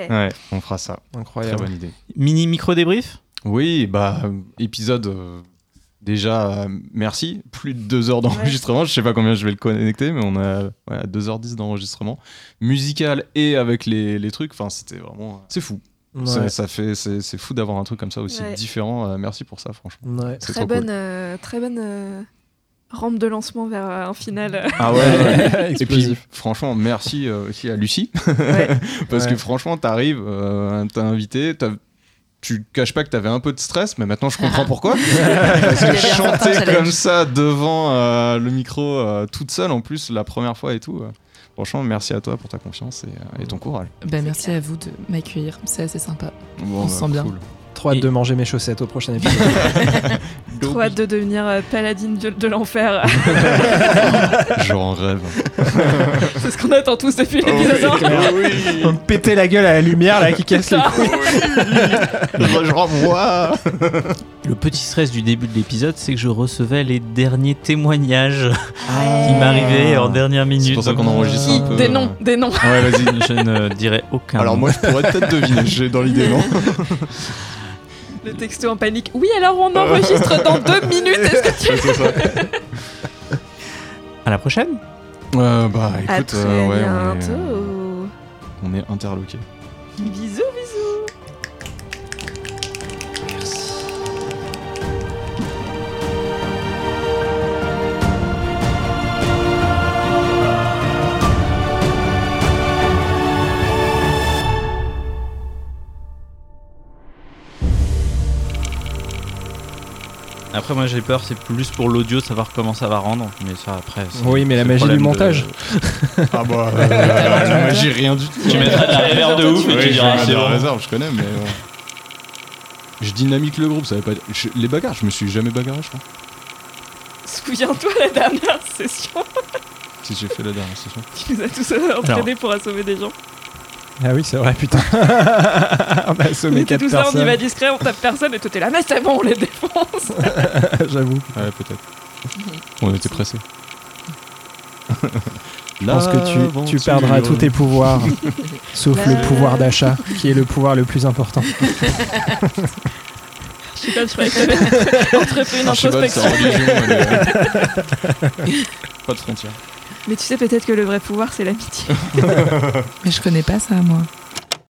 Speaker 2: Ouais. on fera ça.
Speaker 5: Incroyable.
Speaker 2: Très bonne idée.
Speaker 3: Mini micro débrief
Speaker 2: Oui, bah, euh, épisode. euh, Déjà, euh, merci. Plus de deux heures d'enregistrement. Je sais pas combien je vais le connecter, mais on a ouais, 2h10 d'enregistrement. Musical et avec les, les trucs. Enfin, c'était vraiment. euh, C'est fou.
Speaker 5: Ouais.
Speaker 2: Ça, ça fait, c'est c'est fou d'avoir un truc comme ça aussi
Speaker 6: Ouais.
Speaker 2: différent. Euh, merci pour ça, franchement.
Speaker 5: Ouais.
Speaker 2: C'est
Speaker 6: Très
Speaker 2: trop cool.
Speaker 6: bonne, euh, très bonne euh, rampe de lancement vers euh, un final. *laughs*
Speaker 2: Ah
Speaker 5: *laughs*
Speaker 2: ouais, ouais. Et puis,
Speaker 5: Explosif.
Speaker 2: franchement, merci euh, aussi à Lucie. *laughs* Parce
Speaker 5: Ouais.
Speaker 2: que franchement, t'arrives, euh, t'as invité, t'as- tu caches pas que t'avais un peu de stress, mais maintenant
Speaker 5: *laughs*
Speaker 2: je comprends pourquoi. Parce
Speaker 5: Il y avait
Speaker 2: que
Speaker 5: un certain
Speaker 2: chanter
Speaker 5: challenge.
Speaker 2: comme ça devant euh, le micro euh, toute seule en plus la première fois et tout. euh, franchement, merci à toi pour ta confiance et, euh, et ton courage.
Speaker 7: Ben, merci à vous de m'accueillir. C'est assez sympa.
Speaker 2: Bon,
Speaker 7: On
Speaker 2: bah,
Speaker 7: se sent bien.
Speaker 2: cool.
Speaker 5: Trop hâte de manger mes chaussettes au prochain épisode.
Speaker 6: Trop hâte de devenir euh, paladine de, de *laughs* l'enfer.
Speaker 2: Genre en rêve.
Speaker 6: C'est ce qu'on attend tous depuis
Speaker 5: Oh oui,
Speaker 6: l'épisode.
Speaker 5: c'est clair. On me pétait la gueule à la lumière là qui casse les couilles.
Speaker 2: Ah je renvoie.
Speaker 3: Le petit stress du début de l'épisode, c'est que je recevais les derniers témoignages qui m'arrivaient en dernière minute.
Speaker 2: C'est pour ça qu'on enregistre un peu. euh.
Speaker 6: Des noms, des noms.
Speaker 3: Ouais, vas-y, je ne dirai aucun.
Speaker 2: Alors
Speaker 3: nom.
Speaker 2: moi, je pourrais peut-être deviner, j'ai dans l'idée, non
Speaker 6: Le texto en panique. Oui, alors on enregistre dans deux minutes. Est-ce que *laughs* tu
Speaker 3: À la prochaine
Speaker 2: Euh, Bah
Speaker 6: À
Speaker 2: écoute,
Speaker 6: très
Speaker 2: euh, ouais, on est,
Speaker 6: bientôt.
Speaker 2: euh, on est interloqués.
Speaker 6: Bisous, bisous.
Speaker 3: *laughs* Après, moi j'ai peur, c'est plus pour l'audio, de savoir comment ça va rendre. Mais ça, après. c'est-
Speaker 5: Oui, mais la
Speaker 3: c'est le
Speaker 5: magie
Speaker 3: problème
Speaker 5: du
Speaker 3: de-
Speaker 5: montage.
Speaker 2: *laughs* Ah
Speaker 3: *laughs*
Speaker 2: bah, euh, la magie, rien du tout.
Speaker 3: Tu mettras de la réverb de ouf et
Speaker 2: Oui,
Speaker 3: tu
Speaker 2: je
Speaker 3: diras,
Speaker 2: mettrai
Speaker 3: c'est
Speaker 2: de la
Speaker 3: bon.
Speaker 2: réserve, je connais, mais. euh, Je dynamique le groupe, ça veut pas dire. je- Les bagarres, je me suis jamais bagarré, je crois.
Speaker 6: *laughs* Souviens-toi la dernière session. *laughs*
Speaker 2: Si j'ai fait la dernière session.
Speaker 6: Tu nous as tous euh, entraînés pour assommer des gens.
Speaker 5: Ah oui, c'est vrai,
Speaker 2: *laughs*
Speaker 5: putain. on a
Speaker 6: On
Speaker 5: assommé
Speaker 6: était
Speaker 5: 4
Speaker 6: tous là, on
Speaker 5: *laughs*
Speaker 6: y
Speaker 5: personnes.
Speaker 6: va discret, on tape personne et tout est là. Mais c'est bon, on
Speaker 7: *laughs*
Speaker 6: les défonce.
Speaker 5: J'avoue.
Speaker 2: Ouais, peut-être. On était pressés.
Speaker 5: Je pense que tu, tu perdras tous tes pouvoirs, sauf le pouvoir d'achat, qui est le pouvoir le plus important.
Speaker 6: Je sais pas, je croyais
Speaker 2: *laughs*
Speaker 6: que *laughs* t'avais entrepris une
Speaker 2: Archibald, c'est
Speaker 6: introspection.
Speaker 2: en religion, elle *laughs* est, euh, Pas de frontières. *laughs*
Speaker 6: Mais tu sais peut-être que le vrai pouvoir, c'est l'amitié.
Speaker 7: Mais je connais pas ça, moi.